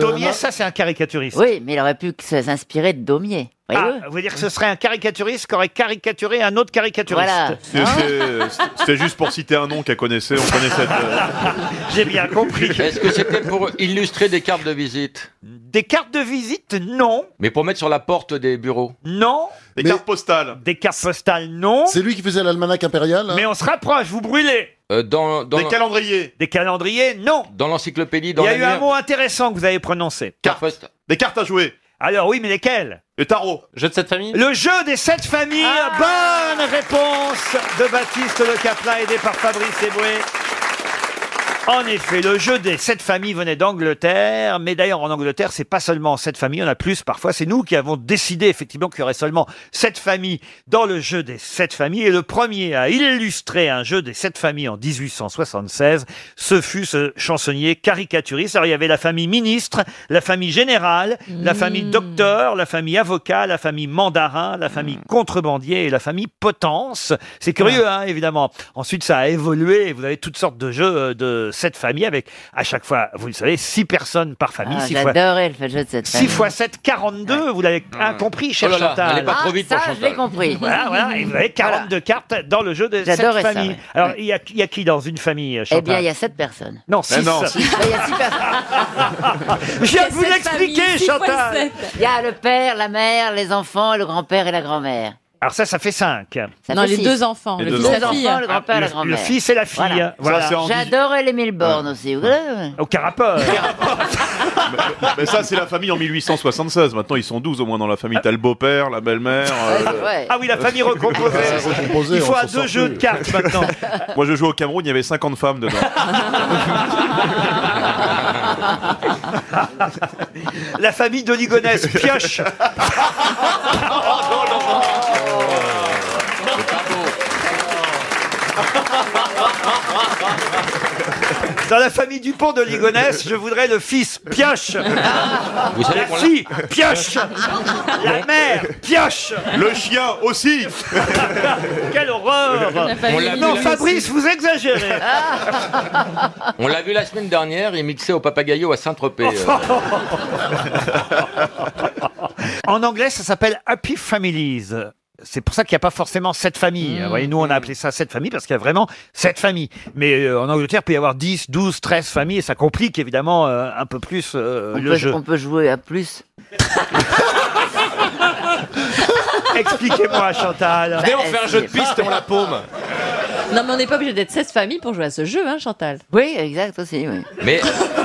S1: Daumier, ça, c'est un caricaturiste.
S23: Oui, mais il aurait pu que ça s'inspirer de Daumier.
S1: Ah, vous voulez dire que ce serait un caricaturiste qui aurait caricaturé un autre caricaturiste
S23: Voilà.
S18: C'est-
S24: Hein
S18: c'est- C'était juste pour citer un nom qu'elle connaissait. On euh, connaissait.
S1: Hein J'ai bien compris.
S24: Est-ce que c'était pour illustrer des cartes de visite
S1: Des cartes de visite, non.
S24: Mais pour mettre sur la porte des bureaux
S1: Non.
S18: Des cartes postales.
S1: Des cartes postales, non.
S3: C'est lui qui faisait l'almanach impérial. hein.
S1: Mais on se rapproche, vous brûlez.
S24: Euh, dans, dans-
S1: calendriers. Des calendriers, non.
S24: Dans l'encyclopédie,
S1: Il
S24: dans
S1: y a
S24: la
S1: eu un
S24: lumière.
S1: mot intéressant que vous avez prononcé.
S18: Des cartes à jouer.
S1: Alors oui, mais lesquelles
S18: Le tarot.
S1: Jeu de cette famille Le jeu des sept familles. Bonne réponse de Baptiste Le Caplin, aidé par Fabrice Eboué. En effet, le jeu des sept familles venait d'Angleterre, mais d'ailleurs en Angleterre, c'est pas seulement sept familles, on a plus parfois. C'est nous qui avons décidé effectivement qu'il y aurait seulement sept familles dans le jeu des sept familles. Et le premier à illustrer un jeu des sept familles en 1876, ce fut ce chansonnier caricaturiste. Alors il y avait la famille ministre, la famille générale, la famille docteur, la famille avocat, la famille mandarin, la famille contrebandier et la famille potence. C'est curieux, hein, évidemment. Ensuite, ça a évolué. Vous avez toutes sortes de jeux euh, de cette famille avec, à chaque fois, vous le savez, six personnes par famille.
S23: Ah,
S1: six fois,
S23: J'adorais le jeu de cette
S1: six
S23: famille.
S1: fois 7, 42. Vous l'avez ah, compris, cher
S23: Oh là là,
S1: Chantal.
S23: allez pas trop Ah, vite pour ça, je Chantal. l'ai compris.
S1: Voilà, voilà. Et vous avez 42 cartes dans le jeu de cette
S23: J'adorais ça,
S1: famille.
S23: ouais.
S1: Alors, il y, a, il y a qui dans une famille, Chantal
S23: Eh bien, il y a sept personnes.
S1: Non, six.
S18: non, six.
S23: Il y a six personnes.
S1: Je viens de vous l'expliquer, Chantal.
S23: Il y a le père, la mère, les enfants, le grand-père et la grand-mère.
S1: Alors ça, ça fait 5.
S23: Ça fait six. le
S1: Les deux
S23: fils et la
S1: enfants.
S23: fille. le grand-père et la
S1: Le-
S23: grand-mère.
S1: le fils et la fille.
S23: Voilà.
S1: Voilà. Ça, Ah, c'est en dix- Ah.
S23: J'adorais les mille bornes aussi. vous savez.
S1: Au carapeur.
S18: Mais ça, c'est la famille en 1876. Maintenant, ils sont 12 au moins dans la famille. T'as le beau-père, la belle-mère. euh, le-
S1: Ah oui, la famille recomposée.
S18: recomposée,
S1: Il faut
S18: on
S1: à
S18: s'en sort
S1: deux jeux
S18: plus.
S1: de cartes maintenant.
S18: Moi, je joue au Cameroun, il y avait 50 femmes dedans.
S1: La famille de Ligonès pioche.
S3: Ah,
S1: Dans la famille Dupont de Ligonès, je voudrais le fils pioche.
S18: Vous savez
S1: la
S18: qu'on l'a-
S1: fille pioche. La mère pioche.
S18: Le chien aussi.
S1: Quelle horreur.
S18: On l'a pas vu,
S1: Non,
S18: Ligonès.
S1: Fabrice, vous exagérez. Euh,
S24: On l'a vu la semaine dernière, il mixait au Papagayo à Saint-Tropez. euh.
S1: En anglais, ça s'appelle Happy Families. C'est pour ça qu'il n'y a pas forcément sept
S18: Hmm.
S1: familles. Vous voyez, nous, on a appelé ça sept familles parce qu'il y a vraiment sept familles. Mais euh, en Angleterre, il peut y avoir 10, 12, 13 familles et ça complique évidemment euh, un peu plus euh,
S23: On
S1: le
S23: peut-
S1: jeu.
S23: on peut jouer à plus.
S1: Expliquez-moi,
S23: Bah,
S1: Chantal.
S22: Venez, on fait un jeu de piste et on la
S1: paume.
S22: Non, mais on n'est pas obligé d'être 16 familles pour jouer à ce jeu, hein, Chantal
S23: Oui, exact aussi, oui.
S24: Mais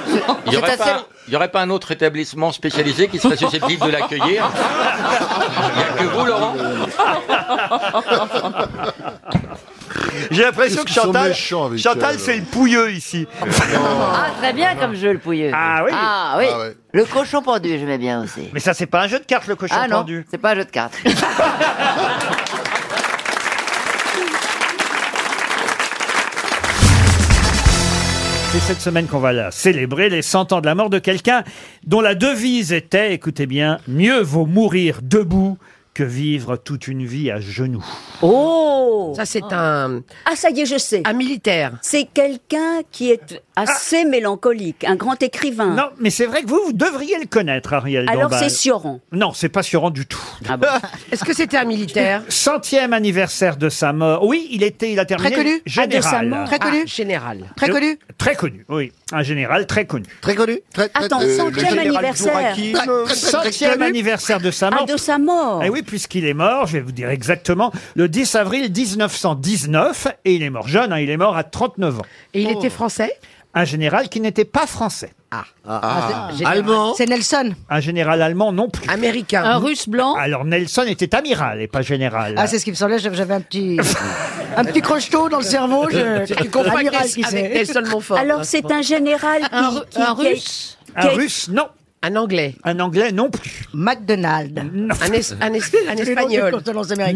S24: il n'y aurait,
S23: C'est assez
S24: pas- il y aurait pas un autre établissement spécialisé qui serait susceptible de l'accueillir Il n'y a que vous, Laurent
S1: J'ai l'impression que
S23: Ils sont
S1: Chantal,
S23: méchants avec
S1: Chantal
S3: Euh,
S23: elle.
S1: c'est le pouilleux ici.
S23: Ah, très bien comme jeu, le pouilleux.
S1: Ah oui
S23: Ah oui.
S1: Ah ouais.
S23: Le cochon pendu, j'aimais bien aussi.
S1: Mais ça, c'est pas un jeu de cartes, le cochon
S23: ah, non,
S1: pendu.
S23: c'est pas un jeu de cartes.
S1: C'est cette semaine qu'on va la célébrer, les 100 ans de la mort de quelqu'un dont la devise était, écoutez bien, mieux vaut mourir debout que vivre toute une vie à genoux.
S12: Oh Ça, c'est un... Ah, ça y est, je sais. Un militaire. C'est quelqu'un qui est assez mélancolique, un grand écrivain.
S1: Ah. Non, mais c'est vrai que vous, vous devriez le connaître, Ariel
S12: Alors,
S1: Dombal.
S12: c'est Sioran. Ah
S1: Non, c'est pas Sioran du tout.
S12: Est-ce que c'était un militaire
S1: Centième anniversaire de sa mort. Oui, il était, il a terminé
S12: Très connu
S1: général.
S12: Ah, de sa mort. Très connu Général.
S1: Je- Très connu, oui. Un général très Euh, connu.
S12: Très connu Attends, centième anniversaire.
S1: Centième anniversaire de sa mort.
S12: Ah, de sa mort.
S1: Eh oui, puisqu'il est mort, je vais vous dire exactement, le 10 avril 1919, et il est mort jeune, hein, il est mort à 39 ans.
S12: Et il était français
S1: Un général qui n'était pas français. Ah.
S12: Ah, c'est- général. Allemand.
S1: C'est Nelson. Un général allemand non plus. Américain.
S12: Un Russe blanc.
S1: Alors Nelson était amiral et pas général.
S23: Ah, c'est ce qui me semblait, j'avais un petit, un petit crochetot dans le cerveau. Je...
S12: Tu confonds avec
S23: Amiral,
S12: Nels-
S23: qui
S12: avec
S23: sait.
S12: Nelson Montfort. Alors, c'est un général qui-
S23: Un,
S12: qui- qui
S23: un
S12: a-
S23: russe
S1: Un russe, non.
S23: Un anglais
S1: Un anglais, non plus.
S23: McDonald.
S12: Un,
S23: espagnol.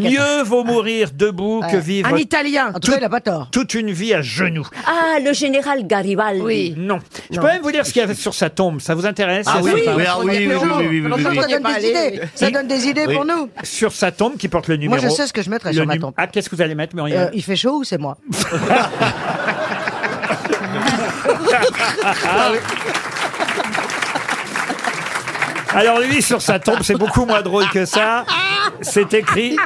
S1: Mieux vaut mourir debout que vivre Ah,
S12: Italien.
S1: tout- toute une vie à genoux.
S12: Ah, le général Garibaldi.
S1: Oui. Non. Je peux même vous dire ce qu'il y avait sur sa tombe. Ça vous intéresse
S12: Ah
S1: ça,
S12: oui,
S1: ça
S12: oui, ah oui, oui, oui, oui, oui, oui.
S23: Ça donne des idées, ça donne des idées
S1: Oui.
S23: pour nous.
S1: Sur sa tombe qui porte le
S23: Moi,
S1: numéro.
S23: je sais ce que je mettrais
S1: le
S23: sur ma
S1: num-
S23: tombe.
S1: Ah, qu'est-ce que vous allez mettre,
S23: Euh,
S1: Muriel
S23: il fait chaud ou c'est moi
S1: Alors lui, sur sa tombe, c'est beaucoup moins drôle que ça. C'est écrit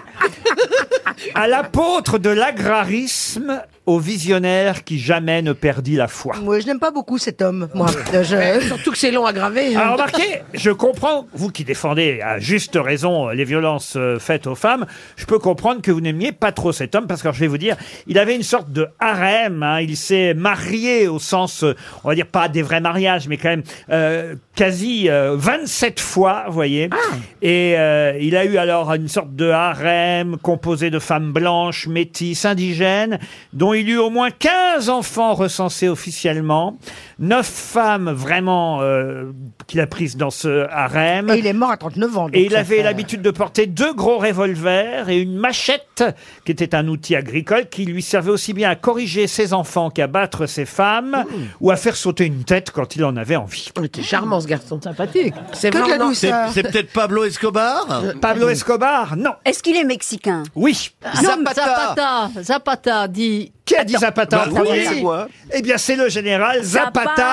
S1: à l'apôtre de l'agrarisme, au visionnaire qui jamais ne perdit la foi.
S23: Moi, je n'aime pas beaucoup cet homme. Moi, Euh, je... Surtout que c'est long à graver.
S1: Alors remarquez, je comprends, vous qui défendez à juste raison les violences euh, faites aux femmes, je peux comprendre que vous n'aimiez pas trop cet homme, parce que alors, je vais vous dire, il avait une sorte de harem, hein, il s'est marié au sens, euh, on va dire pas des vrais mariages, mais quand même euh, quasi euh, 27 fois, vous voyez.
S23: Ah.
S1: Et euh, il a eu alors une sorte de harem composé de femmes blanches, métisses, indigènes, dont il eut au moins 15 enfants recensés officiellement, 9 femmes vraiment euh, qu'il a prises dans ce harem.
S23: Et il est mort à 39 ans. donc
S1: Et il
S23: ça
S1: avait
S23: fait- euh,
S1: l'habitude de porter deux gros revolvers et une machette, qui était un outil agricole qui lui servait aussi bien à corriger ses enfants qu'à battre ses femmes ou à faire sauter une tête quand il en avait envie.
S23: Oh,
S1: Il était charmant ce garçon. Sympathique.
S12: C'est Que de vraiment- la douceur. C'est- c'est
S1: peut-être Pablo Escobar Euh, Pablo Escobar, non.
S12: Est-ce qu'il est mexicain
S1: Oui.
S12: Ah, Zapata.
S31: Zapata, Zapata dit.
S1: Qui a dit Zapata en
S12: Bah, oui.
S1: premier Eh bien, c'est le général Zapata.
S12: Zapata.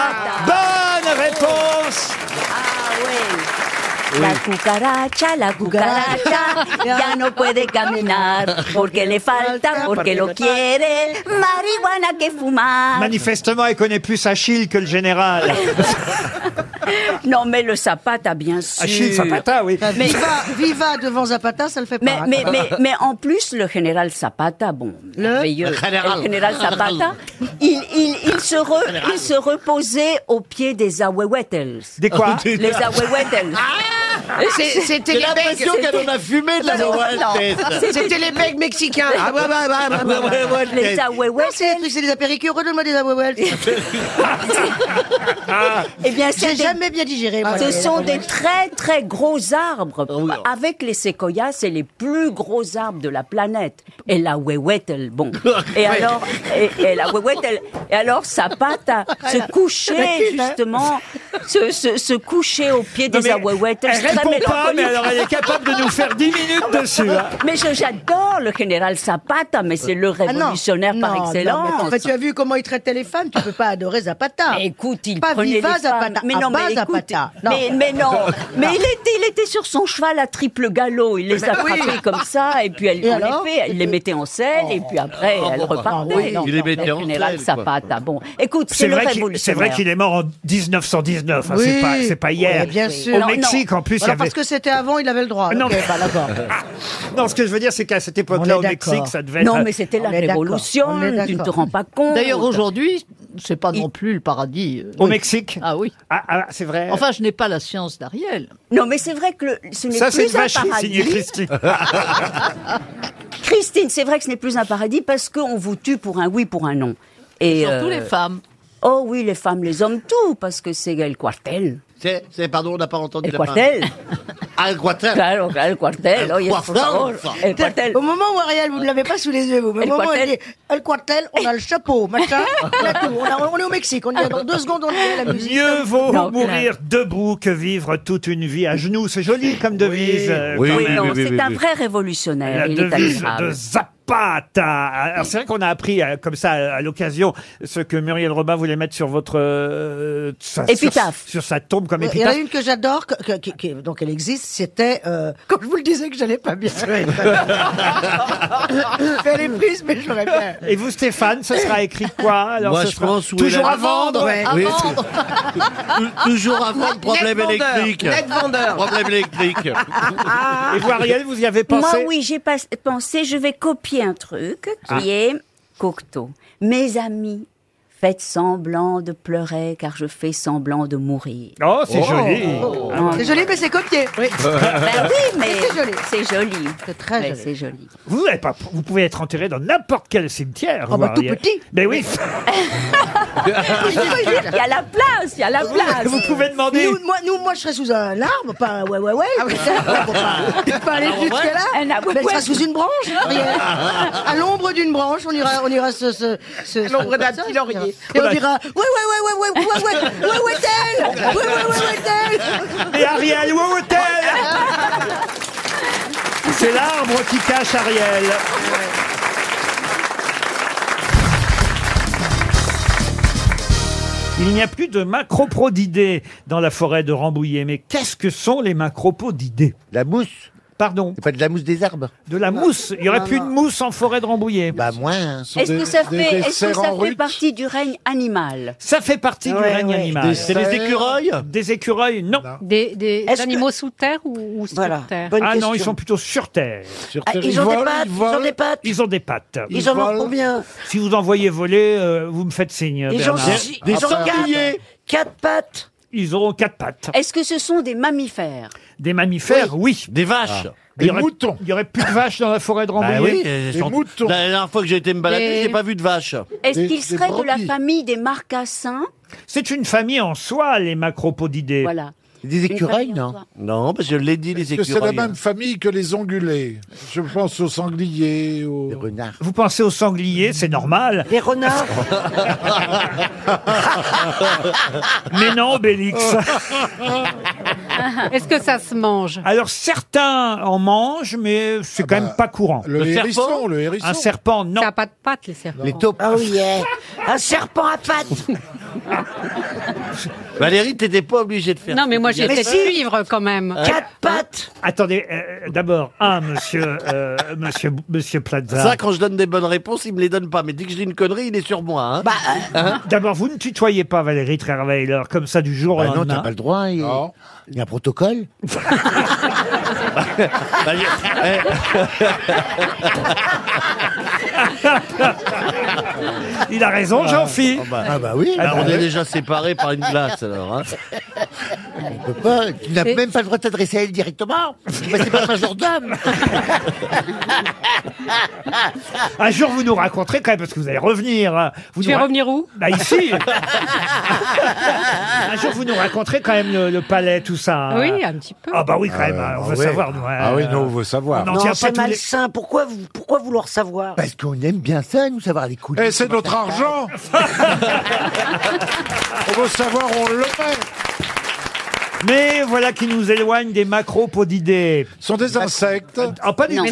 S1: Bonne réponse
S12: La cucaracha, la cucaracha, ya no puede caminar porque le falta, porque lo quiere, marihuana que fumar.
S1: Manifestement, elle connaît plus Achille que le général.
S12: Non, mais le Zapata, bien sûr.
S1: Achille Ah, Zapata, oui.
S23: Mais viva, viva devant Zapata, ça le fait
S12: Mais,
S23: pas. hein.
S12: mais, mais, mais en plus, le général Zapata, bon, merveilleux.
S23: Le général.
S12: Le général Zapata, il, il, il, se re- il se reposait au pied des Ahuehuetels.
S1: Des quoi
S12: Les Ahuehuetels.
S23: Et Ah c'est- c'était J'ai les mecs- l'impression qu'elle en a fumé de la
S12: Non,
S23: Ahuehuetels.
S12: non.
S23: C'était les mecs mexicains. Ah, ouais, ouais, ouais, ouais, ouais, ouais.
S12: Les
S23: Non, c'est des trucs, c'est des apéritifs. Redonne-moi des ahuehuels.
S12: Eh bien,
S23: J'ai
S12: c'est des-
S23: jamais bien digéré. moi,
S12: Ce
S23: les
S12: sont des
S23: ahuehuels.
S12: très très gros arbres.
S23: Oh,
S12: Avec les séquoias, c'est les plus gros arbres de la planète. Et la huehuetel, bon. Et
S23: Ouais.
S12: alors, et, et la huehuetel, et alors sa patte Oh, à se coucher,
S1: hein.
S23: hein.
S12: justement, se, se, se coucher au pied des ahuehuetels.
S1: elle
S12: c'est très
S1: répond pas, mais
S12: mélancolique.
S1: alors elle est capable de nous faire 10 minutes dessus. hein.
S12: Mais je- j'adore le général Zapata, mais c'est le
S23: Ah, non.
S12: révolutionnaire par
S23: Non,
S12: excellence.
S23: non, mais enfin, tu as vu comment il traitait les femmes, tu peux pas adorer Zapata.
S12: écoute, il
S23: pas
S12: prenait
S23: Viva
S12: les femmes.
S23: Zapata,
S12: Mais non,
S23: Abba
S12: mais écoute,
S23: Zapata. Ah,
S12: Mais, mais non, mais il était, il était sur son cheval à triple galop. Il les
S23: Mais oui.
S12: attrapait comme ça, et puis elle,
S23: Et
S12: en
S23: alors
S12: effet, elle les mettait en selle, et puis après,
S23: Oh,
S12: elle
S23: bon, bah,
S12: repartait.
S23: ah oui.
S12: Non,
S23: Il les
S12: non,
S23: mettait
S12: le
S23: en
S12: général
S23: selle, quoi.
S12: Zapata. Bon, écoute, c'est
S1: C'est
S12: le
S1: vrai qu'il- c'est vrai
S12: révolutionnaire.
S1: qu'il est mort en 1919, hein, c'est
S23: Oui.
S1: pas, c'est pas hier.
S23: Ouais, bien sûr.
S1: Au
S23: Non,
S1: Mexique,
S23: non.
S1: en plus, il y
S23: Alors,
S1: avait...
S23: parce que c'était avant, il avait le
S12: Ah,
S23: droit.
S1: Non,
S23: Ok,
S1: mais-
S23: bah, d'accord.
S1: Non, ce que je veux dire, c'est qu'à cette époque-là, au Mexique, ça devait être...
S12: Non, mais c'était la
S23: On est d'accord.
S12: révolution,
S23: On est
S12: tu ne te
S23: d'accord.
S12: rends pas compte.
S2: D'ailleurs, aujourd'hui, c'est pas non plus le paradis. euh,
S1: Au
S2: oui.
S1: Mexique
S2: Ah oui.
S1: Ah, ah, c'est vrai.
S2: Enfin, je n'ai pas la science d'Ariel.
S12: Euh, Non, mais c'est vrai que le- ce n'est
S2: Ça, c'est
S12: plus
S2: une
S12: un
S2: vache
S12: paradis.
S2: signée
S1: Christine.
S12: Christine, c'est vrai que ce n'est plus un paradis parce qu'on vous tue pour un oui, pour un non. Et euh,
S2: Surtout les femmes.
S12: Oh oui, les femmes, les hommes, tout, parce que c'est le Quartel.
S3: C'est, c'est- pardon, on n'a pas entendu
S12: El
S3: la fin.
S12: cuartel.
S3: Ah, el cuartel.
S12: Claro, el cuartel,
S3: El
S12: oye, por
S3: cuartel.
S12: favor, el cuartel.
S23: Au moment où Ariel, vous ne l'avez pas sous les yeux, vous, mais
S12: El
S23: au moment où
S12: cuartel.
S23: il dit El cuartel, on a le chapeau, machin, on a tout. On, a- on est au Mexique, on y est dans deux secondes, on est à la musique.
S1: Mieux vaut
S23: Non,
S1: mourir debout que vivre toute une vie à genoux. C'est joli comme devise. euh,
S12: Oui,
S1: quand même.
S12: non, c'est un vrai
S1: La
S12: révolutionnaire. Il est
S1: devise de
S12: admirable.
S1: Zapata. Alors c'est vrai qu'on a appris euh, comme ça à l'occasion ce que Muriel Robin voulait mettre sur votre euh, sa- sur-
S23: Épitaphe. Euh,
S1: sur, sa tombe comme
S23: Il y en a
S1: épitaphe.
S23: une que j'adore, que- que- qui- qui- donc elle existe, c'était euh, quand je vous le disais que j'allais pas bien. elle est prise, mais j'aurais bien.
S1: Et vous Stéphane, ce sera écrit quoi Alors,
S3: Moi,
S1: ce
S3: je
S1: sera
S3: pense où est la-
S1: toujours à vendre.
S3: Ouais. Oui, Tou- Toujours avant le problème électrique. Problème électrique.
S1: Et vous Ariel, vous y avez pensé
S12: Moi, oui, j'ai pas- pensé, je vais copier un truc qui
S1: Ah.
S12: est Cocteau. Mes amis, faites semblant de pleurer car je fais semblant de mourir.
S1: Oh, c'est joli.
S3: Oh.
S1: Ah
S23: C'est joli, mais c'est copié. Oui.
S12: Ben oui, mais
S23: c'est joli.
S12: c'est joli. C'est
S23: très joli.
S12: C'est joli.
S1: Vous, n'avez pas, vous pouvez être enterré dans n'importe quel cimetière.
S12: Oh,
S1: vous,
S12: bah, tout
S1: Ariel.
S12: petit.
S1: Mais oui.
S12: Il y a la place, il y a la place.
S1: Vous pouvez demander. Ah
S23: Nous, moi, nous, moi, je serais sous un arbre, pas un ouais, ouais, ouais. Faut pas, faut pas aller jusque-là.
S12: Un arbre, Ah, ouais,
S23: Mais je
S12: ouais.
S23: serais sous une branche, Ariel. À l'ombre d'une branche, on ira, on ira se, se, se-
S32: l'ombre
S23: se-
S32: d'un
S23: se-
S32: petit laurier.
S23: Et on dira, ouais, ouais, ouais, ouais, ouais, ouais, ouais, ouais, ouais, tel, ouais, ouais, ouais, ouais, tel.
S1: Et Ariel, où est-elle
S12: Ah,
S1: C'est l'arbre qui cache Ariel. Il n'y a plus de macropodidés dans la forêt de Rambouillet. Mais qu'est-ce que sont les macropodidés La mousse. Pardon Pas de la mousse des arbres De la mousse Il n'y aurait
S2: Non,
S1: plus
S2: non.
S1: de mousse en forêt de Rambouillet. Bah
S2: moins.
S12: Est-ce que ça fait, est-ce que ça fait partie du règne animal
S1: Ça fait partie du
S12: Ouais,
S1: règne
S12: ouais.
S1: animal.
S12: Des C'est les cerfs. écureuils
S1: Des écureuils, non.
S10: Des, des
S1: Est-ce que-
S10: animaux sous terre ou, ou sur terre
S1: ah non, ils sont plutôt sur terre.
S23: Ah, terre. ils ont des pattes, ils ont des pattes.
S1: Ils ont des pattes.
S23: Ils en ont combien
S1: Si vous en voyez voler, euh, vous me faites signe.
S23: Ils ont
S1: Bernard.
S23: six- Des- des ils ont quatre- sangliers.
S1: quatre pattes. Ils auront quatre pattes.
S12: Est-ce que ce sont des mammifères
S1: Des mammifères, oui. Des
S2: vaches.
S1: Il y
S2: Des
S1: aurait-
S2: moutons.
S1: Il n'y aurait plus de vaches dans la forêt de Rambouillet.
S2: Bah oui, elles sont- La dernière fois que j'ai été me balader,
S12: Des-
S2: j'ai pas vu de vache.
S12: Est-ce qu'ils seraient de la famille des marcassins
S1: C'est une famille en soi, les macropodidés.
S12: Voilà.
S2: Des écureuils, non Non, parce que je l'ai dit, les Est-ce
S5: que
S2: écureuils.
S5: c'est la même famille que les ongulés Je pense aux sangliers, aux...
S2: renards.
S1: Vous pensez aux sangliers, c'est normal.
S23: Les renards.
S1: Mais non, Bélix.
S10: Est-ce que ça se mange
S1: Alors certains en mangent, mais
S2: Ah
S1: c'est quand
S2: bah,
S1: même pas courant.
S5: Le Le serpent hérisson, le hérisson.
S1: Un serpent, non.
S10: Ça n'a pas de pattes, les serpents.
S2: Ah oui,
S23: Un serpent à pattes.
S2: Valérie, t'étais pas obligée de faire
S10: Non, mais moi, j'ai
S2: Mais
S10: fait
S2: si.
S10: suivre quand même.
S1: Hein
S2: Quatre
S23: pattes.
S1: Attendez, euh, d'abord, un, monsieur, euh, monsieur, monsieur Plaza.
S2: Ça, quand je donne des bonnes réponses, il me les donne pas. Mais dès que je dis une connerie, il est sur moi. Hein.
S23: Bah, euh.
S2: Hein
S1: D'abord, vous ne tutoyez pas Valérie Trierweiler comme ça du jour au
S2: Bah non,
S1: lendemain.
S2: t'as pas le droit. Il, il y a un protocole. Bah,
S16: Eh.
S2: je-
S1: Il a raison, jean phi
S2: Ah bah, ah bah oui,
S1: Ah bah
S2: on
S1: oui.
S2: est déjà séparés par une glace alors. hein. On peut pas, tu n'as même pas le droit de t'adresser à elle directement. Bah, c'est pas un majordome.
S1: Un jour, vous nous raconterez quand même, parce que vous allez revenir. hein. Vous
S10: Je
S1: nous
S10: vais
S1: ra-
S10: revenir où
S1: Bah ici Un jour, vous nous raconterez quand même le, le palais, tout ça. hein.
S10: Oui, un petit peu.
S1: Ah bah oui, quand même, hein, on veut savoir, nous. hein.
S5: Euh, Ah oui, nous, on veut savoir.
S1: On en
S23: Non,
S1: tient pas
S23: c'est
S1: tous les-
S23: malsain. Pourquoi, vous- pourquoi vouloir savoir
S2: Parce qu'on aime bien ça, nous savoir les coulisses.
S5: Eh, c'est notre argent
S1: hein. On veut savoir, on le fait. Mais voilà qui nous éloigne des macropodidés. sont des insectes. Ah, pas du tout.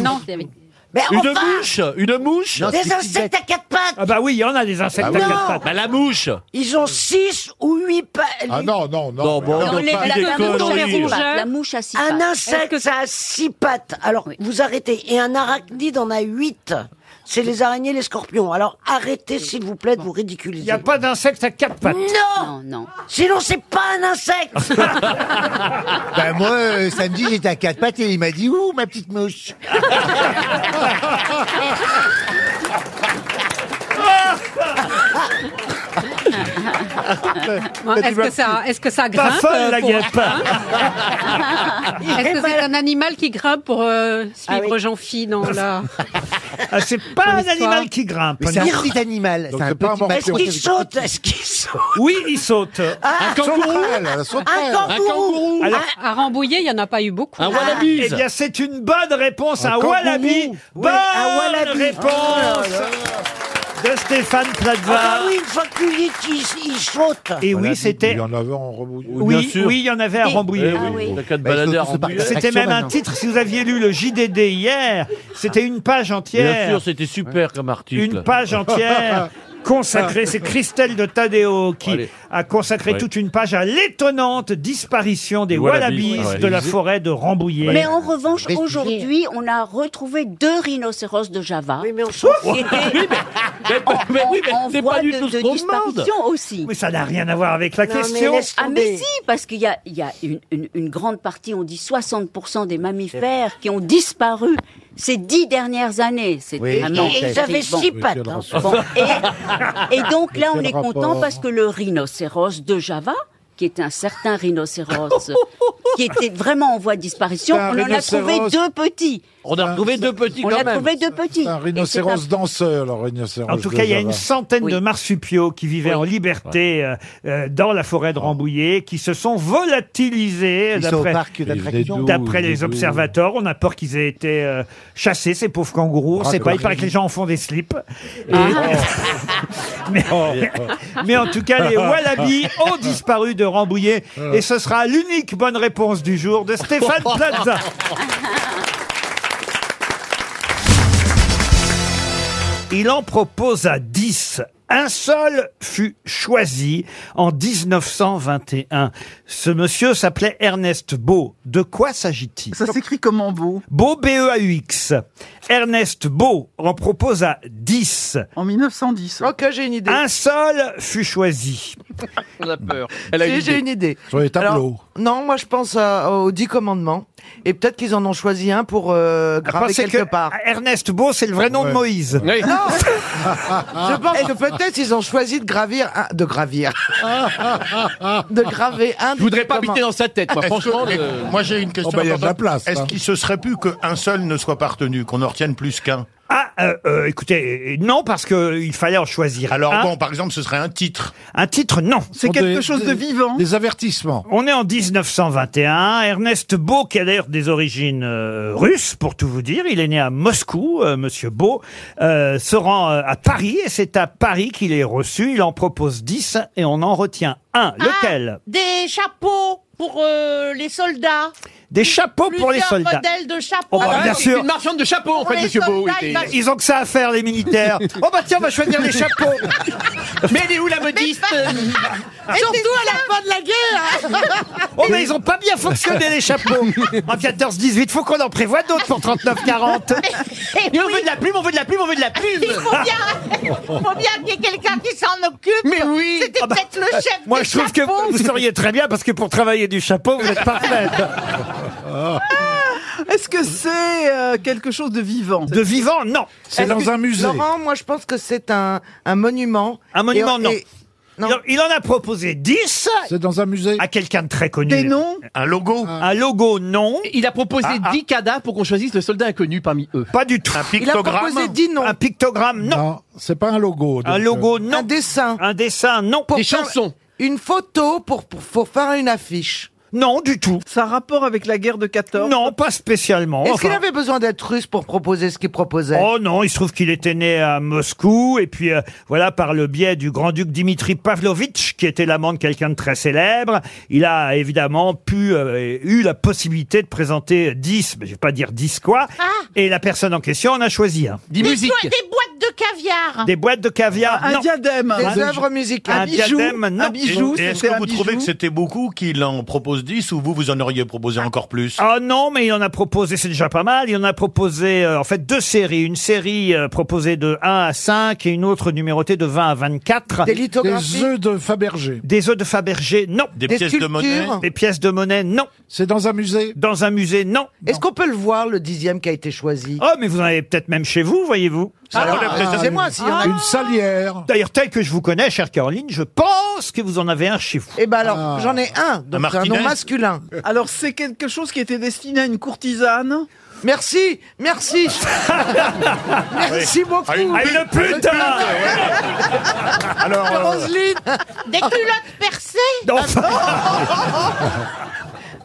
S23: Mais
S2: Une
S23: enfin
S2: mouche Une mouche
S23: Des insectes à quatre pattes
S1: Ah bah oui, il y en a des insectes
S2: Bah oui.
S1: à quatre
S2: Non.
S1: pattes.
S2: Bah, la mouche
S23: Ils ont six ou huit pattes.
S5: Ah non, non, non.
S2: Non, bon,
S5: non,
S2: on
S5: pas-
S2: les- la-
S5: des
S2: la-
S5: conneries.
S12: Six pattes, La mouche à six pattes.
S23: Un insecte, ça a six pattes. Alors, vous arrêtez. Et un arachnide en a huit. C'est les araignées, les scorpions. Alors, arrêtez, s'il vous plaît, de vous ridiculiser. Il n'y a
S1: pas d'insecte à quatre pattes.
S23: Non,
S12: non.
S23: Sinon, c'est pas un insecte.
S2: Ben moi, euh, samedi, j'étais à quatre pattes et il m'a dit Ouh, ma petite mouche
S10: Bon, Est-ce que, ça- est-ce que ça grimpe euh, pour- hein
S2: Ah.
S10: Est-ce que c'est un animal qui grimpe pour euh, suivre
S23: oui.
S10: Jean-Phi dans la...
S1: Ah, c'est pas
S2: Ton
S1: un
S2: histoire.
S1: animal qui grimpe.
S2: Mais c'est un petit animal, Donc c'est un c'est pas un petit morceau.
S8: Est-ce qu'il saute Est-ce qu'il saute
S1: Oui, il saute.
S8: Ah, Un kangourou sauterelle, un sauterelle. Un kangourou.
S1: Alors-
S33: À, à Rambouillet, il n'y en a pas eu beaucoup.
S1: Ah, Eh bien, c'est une bonne réponse, un,
S33: kangourou.
S1: wallaby.
S33: Ouais,
S1: bonne
S33: un wallaby.
S1: réponse
S8: Oh là là.
S1: de Stéphane Plaza.
S8: Ah bah oui, une fois que tu dis qu'il s- il
S5: Ah,
S8: saute.
S1: Et oui, c'était.
S5: Il y en avait en rebouillé.
S1: Oui, Eh oui, Ah il y en avait à Rambouillet.
S8: Ah,
S5: Bah,
S1: C'était même un titre, si vous aviez lu le JDD hier, c'était une page entière.
S34: Bien sûr, c'était super comme article.
S1: Une page entière consacrée, c'est Christelle de Tadeo qui
S34: Allez.
S1: a consacré
S34: Ouais.
S1: toute une page à l'étonnante disparition des wallabies,
S34: wallabies. Ouais.
S1: de la forêt de Rambouillet.
S12: Mais en revanche, aujourd'hui, on a retrouvé deux rhinocéros de Java. Oui, mais on
S1: c'est pas du tout ce
S12: de
S1: qu'on
S12: disparition
S1: demande.
S12: aussi.
S1: Mais ça n'a rien à voir avec la
S12: Non, mais
S1: question.
S12: laisse tomber. ah mais si, parce qu'il y a, il y a une, une- une grande partie, on dit 60% des mammifères qui ont disparu ces dix dernières années. C'est
S8: Oui,
S12: vraiment
S8: et ils avaient
S12: terrible.
S8: six pattes, hein.
S12: Bon, et, et donc là, on
S8: Quel
S12: est content
S8: rapport
S12: parce que le rhinocéros de Java qui est un certain rhinocéros, qui était vraiment en voie de disparition.
S5: C'est un
S12: On en a trouvé
S5: rhinocéros.
S12: deux petits.
S5: On a retrouvé deux petits
S12: On a trouvé deux petits.
S5: Un
S12: Et
S5: rhinocéros
S12: c'est un-
S5: danseur, le rhinocéros.
S1: En tout cas, il y a
S5: de
S1: une
S5: Java.
S1: centaine de marsupiaux qui vivaient en liberté euh, euh, dans la forêt de Rambouillet, qui se sont volatilisés
S2: Ils sont au
S1: d'après
S2: parc d'attractions.
S1: d'après d'après
S2: Ils
S1: les
S2: étaient doux.
S1: observateurs. On a peur qu'ils aient été euh, chassés, ces pauvres kangourous. On
S2: Ah,
S1: sait pas, il paraît que les gens en font des slips. Et-
S2: oh.
S1: mais, oh. mais en tout cas, les wallabies ont disparu de Rambouillet. Et ce sera l'unique bonne réponse du jour de Stéphane Plaza. Il en proposa 10. Un seul fut choisi en 1921. Ce monsieur s'appelait Ernest Beau. De quoi s'agit-il Ça s'écrit comment Beau Beau, E B-E-A-U-X. Ernest Beau en proposa 10. En 1910. Ok, j'ai une idée. Un seul fut choisi.
S35: On a peur.
S16: Si, j'ai une idée. Alors, non, moi je pense à- aux dix commandements. Et peut-être qu'ils en ont choisi un pour euh, graver
S1: pensez
S16: quelque
S1: Ah, que
S16: part.
S1: Ernest Beau, c'est le vrai nom de Moïse.
S16: Non
S2: Ah.
S16: Je pense que peut-être ils ont choisi de gravir un- de gravir. de graver un
S3: Je voudrais pas habiter dans
S16: sa tête,
S3: Est-ce que- moi j'ai une question.
S16: Oh, bah, il y a de la
S3: importante.
S16: place,
S3: Est-ce
S16: hein.
S3: qu'il se serait pu qu'un seul ne soit pas retenu, qu'on en retienne plus qu'un
S1: Ah, euh, euh, écoutez, euh, non, parce qu'il fallait en choisir.
S3: Alors
S1: un.
S3: bon, par exemple, ce serait un titre.
S1: Un titre, non.
S3: C'est quelque chose de
S1: vivant. Des avertissements. On est en 1921. Ernest Beau, qui a d'ailleurs des origines euh, russes, pour tout vous dire, il est né à Moscou, euh, Monsieur Beau, euh, se rend euh, à Paris, et c'est à Paris qu'il est reçu. Il en propose 10 et on en retient un.
S6: Ah
S1: Lequel
S6: Des chapeaux pour euh, les soldats.
S1: Des chapeaux Oh, pour les
S6: Plusieurs
S1: soldats.
S6: modèles de chapeaux. Ah,
S1: Oh, bah, bien sûr.
S6: marchande de chapeaux,
S1: en fait, monsieur Beau, il était- Ils ont que ça à faire, les militaires. oh bah tiens, on va choisir les chapeaux.
S35: Mais elle est où la modiste
S1: Euh,
S6: Surtout à la fin de la guerre. hein.
S1: Oh mais ils ont pas bien fonctionné les chapeaux. En 14-18, faut qu'on en prévoie d'autres pour 39-40.
S35: Et on veut de la plume, on veut de la plume, on veut de la plume
S6: Il
S1: Ah.
S6: faut bien, faut bien qu'il y ait quelqu'un qui s'en occupe. Mais oui. C'était peut-être le chef.
S1: Ah bah, Moi,
S6: des
S1: je trouve que
S6: chapeaux.
S1: vous seriez très bien parce que pour travailler du chapeau, vous êtes parfaite.
S16: Est-ce que c'est
S9: euh,
S16: quelque chose de vivant
S1: De vivant, non. C'est dans un musée.
S16: Laurent, moi je pense que c'est un, un monument.
S1: Un monument,
S16: Et-
S1: non.
S16: et-
S1: Il en- Il en a proposé 10. C'est dans un musée. Ah. À quelqu'un de très connu.
S35: Des noms
S1: Un logo. Un logo, non.
S35: Il a proposé
S1: Ah, ah.
S35: 10 cadavres pour qu'on choisisse le soldat inconnu parmi eux.
S1: Pas du tout.
S35: Un
S1: Un pictogramme, non.
S5: C'est pas un logo.
S1: Un
S5: donc,
S1: logo,
S5: euh,
S1: non. Un dessin. Un dessin, non.
S16: pour faire Une photo pour, pour, pour faire une affiche.
S1: Non, du tout.
S16: Ça a rapport avec la guerre de 14
S1: Non, pas spécialement.
S16: Est-ce
S1: enfin.
S16: qu'il avait besoin d'être russe pour proposer ce qu'il proposait
S1: Oh non, il se trouve qu'il était né à Moscou et puis euh, voilà par le biais du grand-duc Dimitri Pavlovitch qui était l'amant de quelqu'un de très célèbre, il a évidemment pu euh, eu la possibilité de présenter 10, mais je vais pas dire 10 quoi et la personne en question en a choisi un.
S6: Ah. Des, boi- des boîtes de caviar.
S1: Des boîtes de caviar, non.
S16: Des
S1: Un-
S16: œuvres musicales.
S1: Un diadème, non.
S3: Et est-ce que vous trouvez que c'était beaucoup qu'il en propose 10 ou vous, vous en auriez proposé encore plus
S1: Ah non, mais il en a proposé, c'est déjà pas mal. Il en a proposé euh, en fait deux séries, une série euh, proposée de 1 à 5 et une autre numérotée de 20 à 24.
S16: Des lithographies Des œufs
S1: de Fabergé. Ah, Des œufs de Fabergé, non.
S16: Des Des pièces de sculptures monnaie
S1: Des pièces de monnaie, non. C'est dans un musée Dans un musée, non.
S16: Est-ce qu'on peut le voir, le dixième qui a été choisi
S1: Oh, mais vous en avez peut-être même chez vous, voyez-vous.
S16: Ça Ah, relève des- excusez-moi, s'il y en a- Une
S1: salière. D'ailleurs, tel que je vous connais, chère Caroline, je pense que vous en avez un chez vous.
S16: Eh ben
S9: Ah.
S16: alors,
S5: Ah.
S16: j'en ai un, donc c'est un nom masculin.
S9: Alors, c'est quelque chose qui était destiné à une courtisane
S16: Merci, merci. merci beaucoup.
S9: Ah, une
S16: Une
S9: pute. Une pute,
S1: Ah
S9: ouais. Alors, euh,
S16: Roselyne.
S6: Ah, Des
S1: Ah.
S6: culottes percées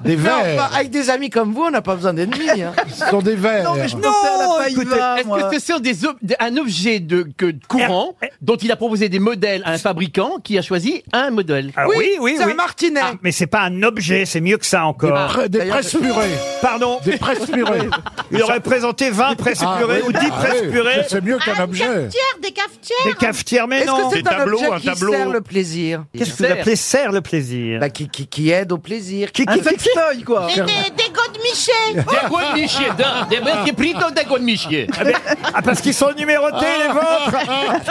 S16: Des
S5: verres.
S1: bah,
S16: avec des amis comme vous, on n'a pas besoin d'ennemis. hein.
S5: Ce sont des verres.
S16: Non, mais je pensais à la paille
S3: écoutez,
S16: va,
S3: est-ce
S16: moi.
S3: que c'est un, des ob- des- un objet de que, courant
S1: Eh,
S3: dont il a proposé des modèles à un fabricant qui a choisi un modèle
S1: Ah oui, oui, oui. Ah, mais c'est pas un objet, c'est mieux que ça
S16: Eh ben,
S1: encore.
S3: Des pre- des D'ailleurs, presses purées.
S1: Pardon
S5: Des presses purées.
S1: Il aurait présenté 20 presses
S5: Ah
S1: purées
S5: oui,
S1: ou 10
S5: ah
S1: presses
S5: oui,
S1: purées.
S5: C'est mieux qu'un
S16: Ah,
S5: objet.
S6: Cafetières, des cafetières
S1: Des cafetières, mais
S16: Est-ce
S1: non.
S16: que c'est
S1: Des
S16: un
S1: tableaux,
S16: objet
S1: un
S16: qui
S1: tableau.
S16: sert le plaisir
S1: Qu'est-ce que vous appelez sert le plaisir
S16: bah, qui, qui, qui aide au plaisir.
S1: Qui-
S16: un
S1: qui- qui-
S16: sextoy, quoi.
S6: Des, des, des godemichés
S3: Des godemichés, d'un- des mecs qui prient dans des godemichés.
S1: Ah, parce qu'ils sont numérotés, les vôtres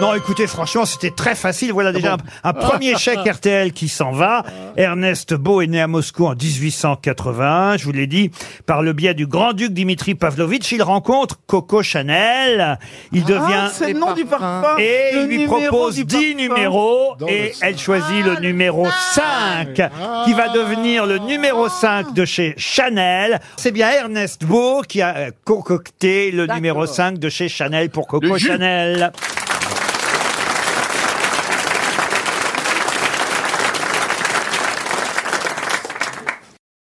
S1: Non, écoutez, franchement, c'était très facile. Voilà
S16: Ah
S1: déjà un, un premier chèque RTL qui s'en va. Ernest Beau est né à Moscou en 1881, je vous l'ai dit. Par le biais du grand-duc Dimitri Pavlovitch, il rencontre Coco Chanel. Il devient...
S16: Ah, c'est le nom du parfum.
S1: Et
S16: Le
S1: il lui
S16: numéro
S1: propose
S16: du parfum.
S1: 10 numéros
S16: Dans
S1: et
S16: le Ah,
S1: elle choisit le numéro 5 qui va devenir le numéro 5 de chez Chanel. C'est bien Ernest Beau qui a euh, concocté le numéro 5 de chez Chanel pour Coco Chanel.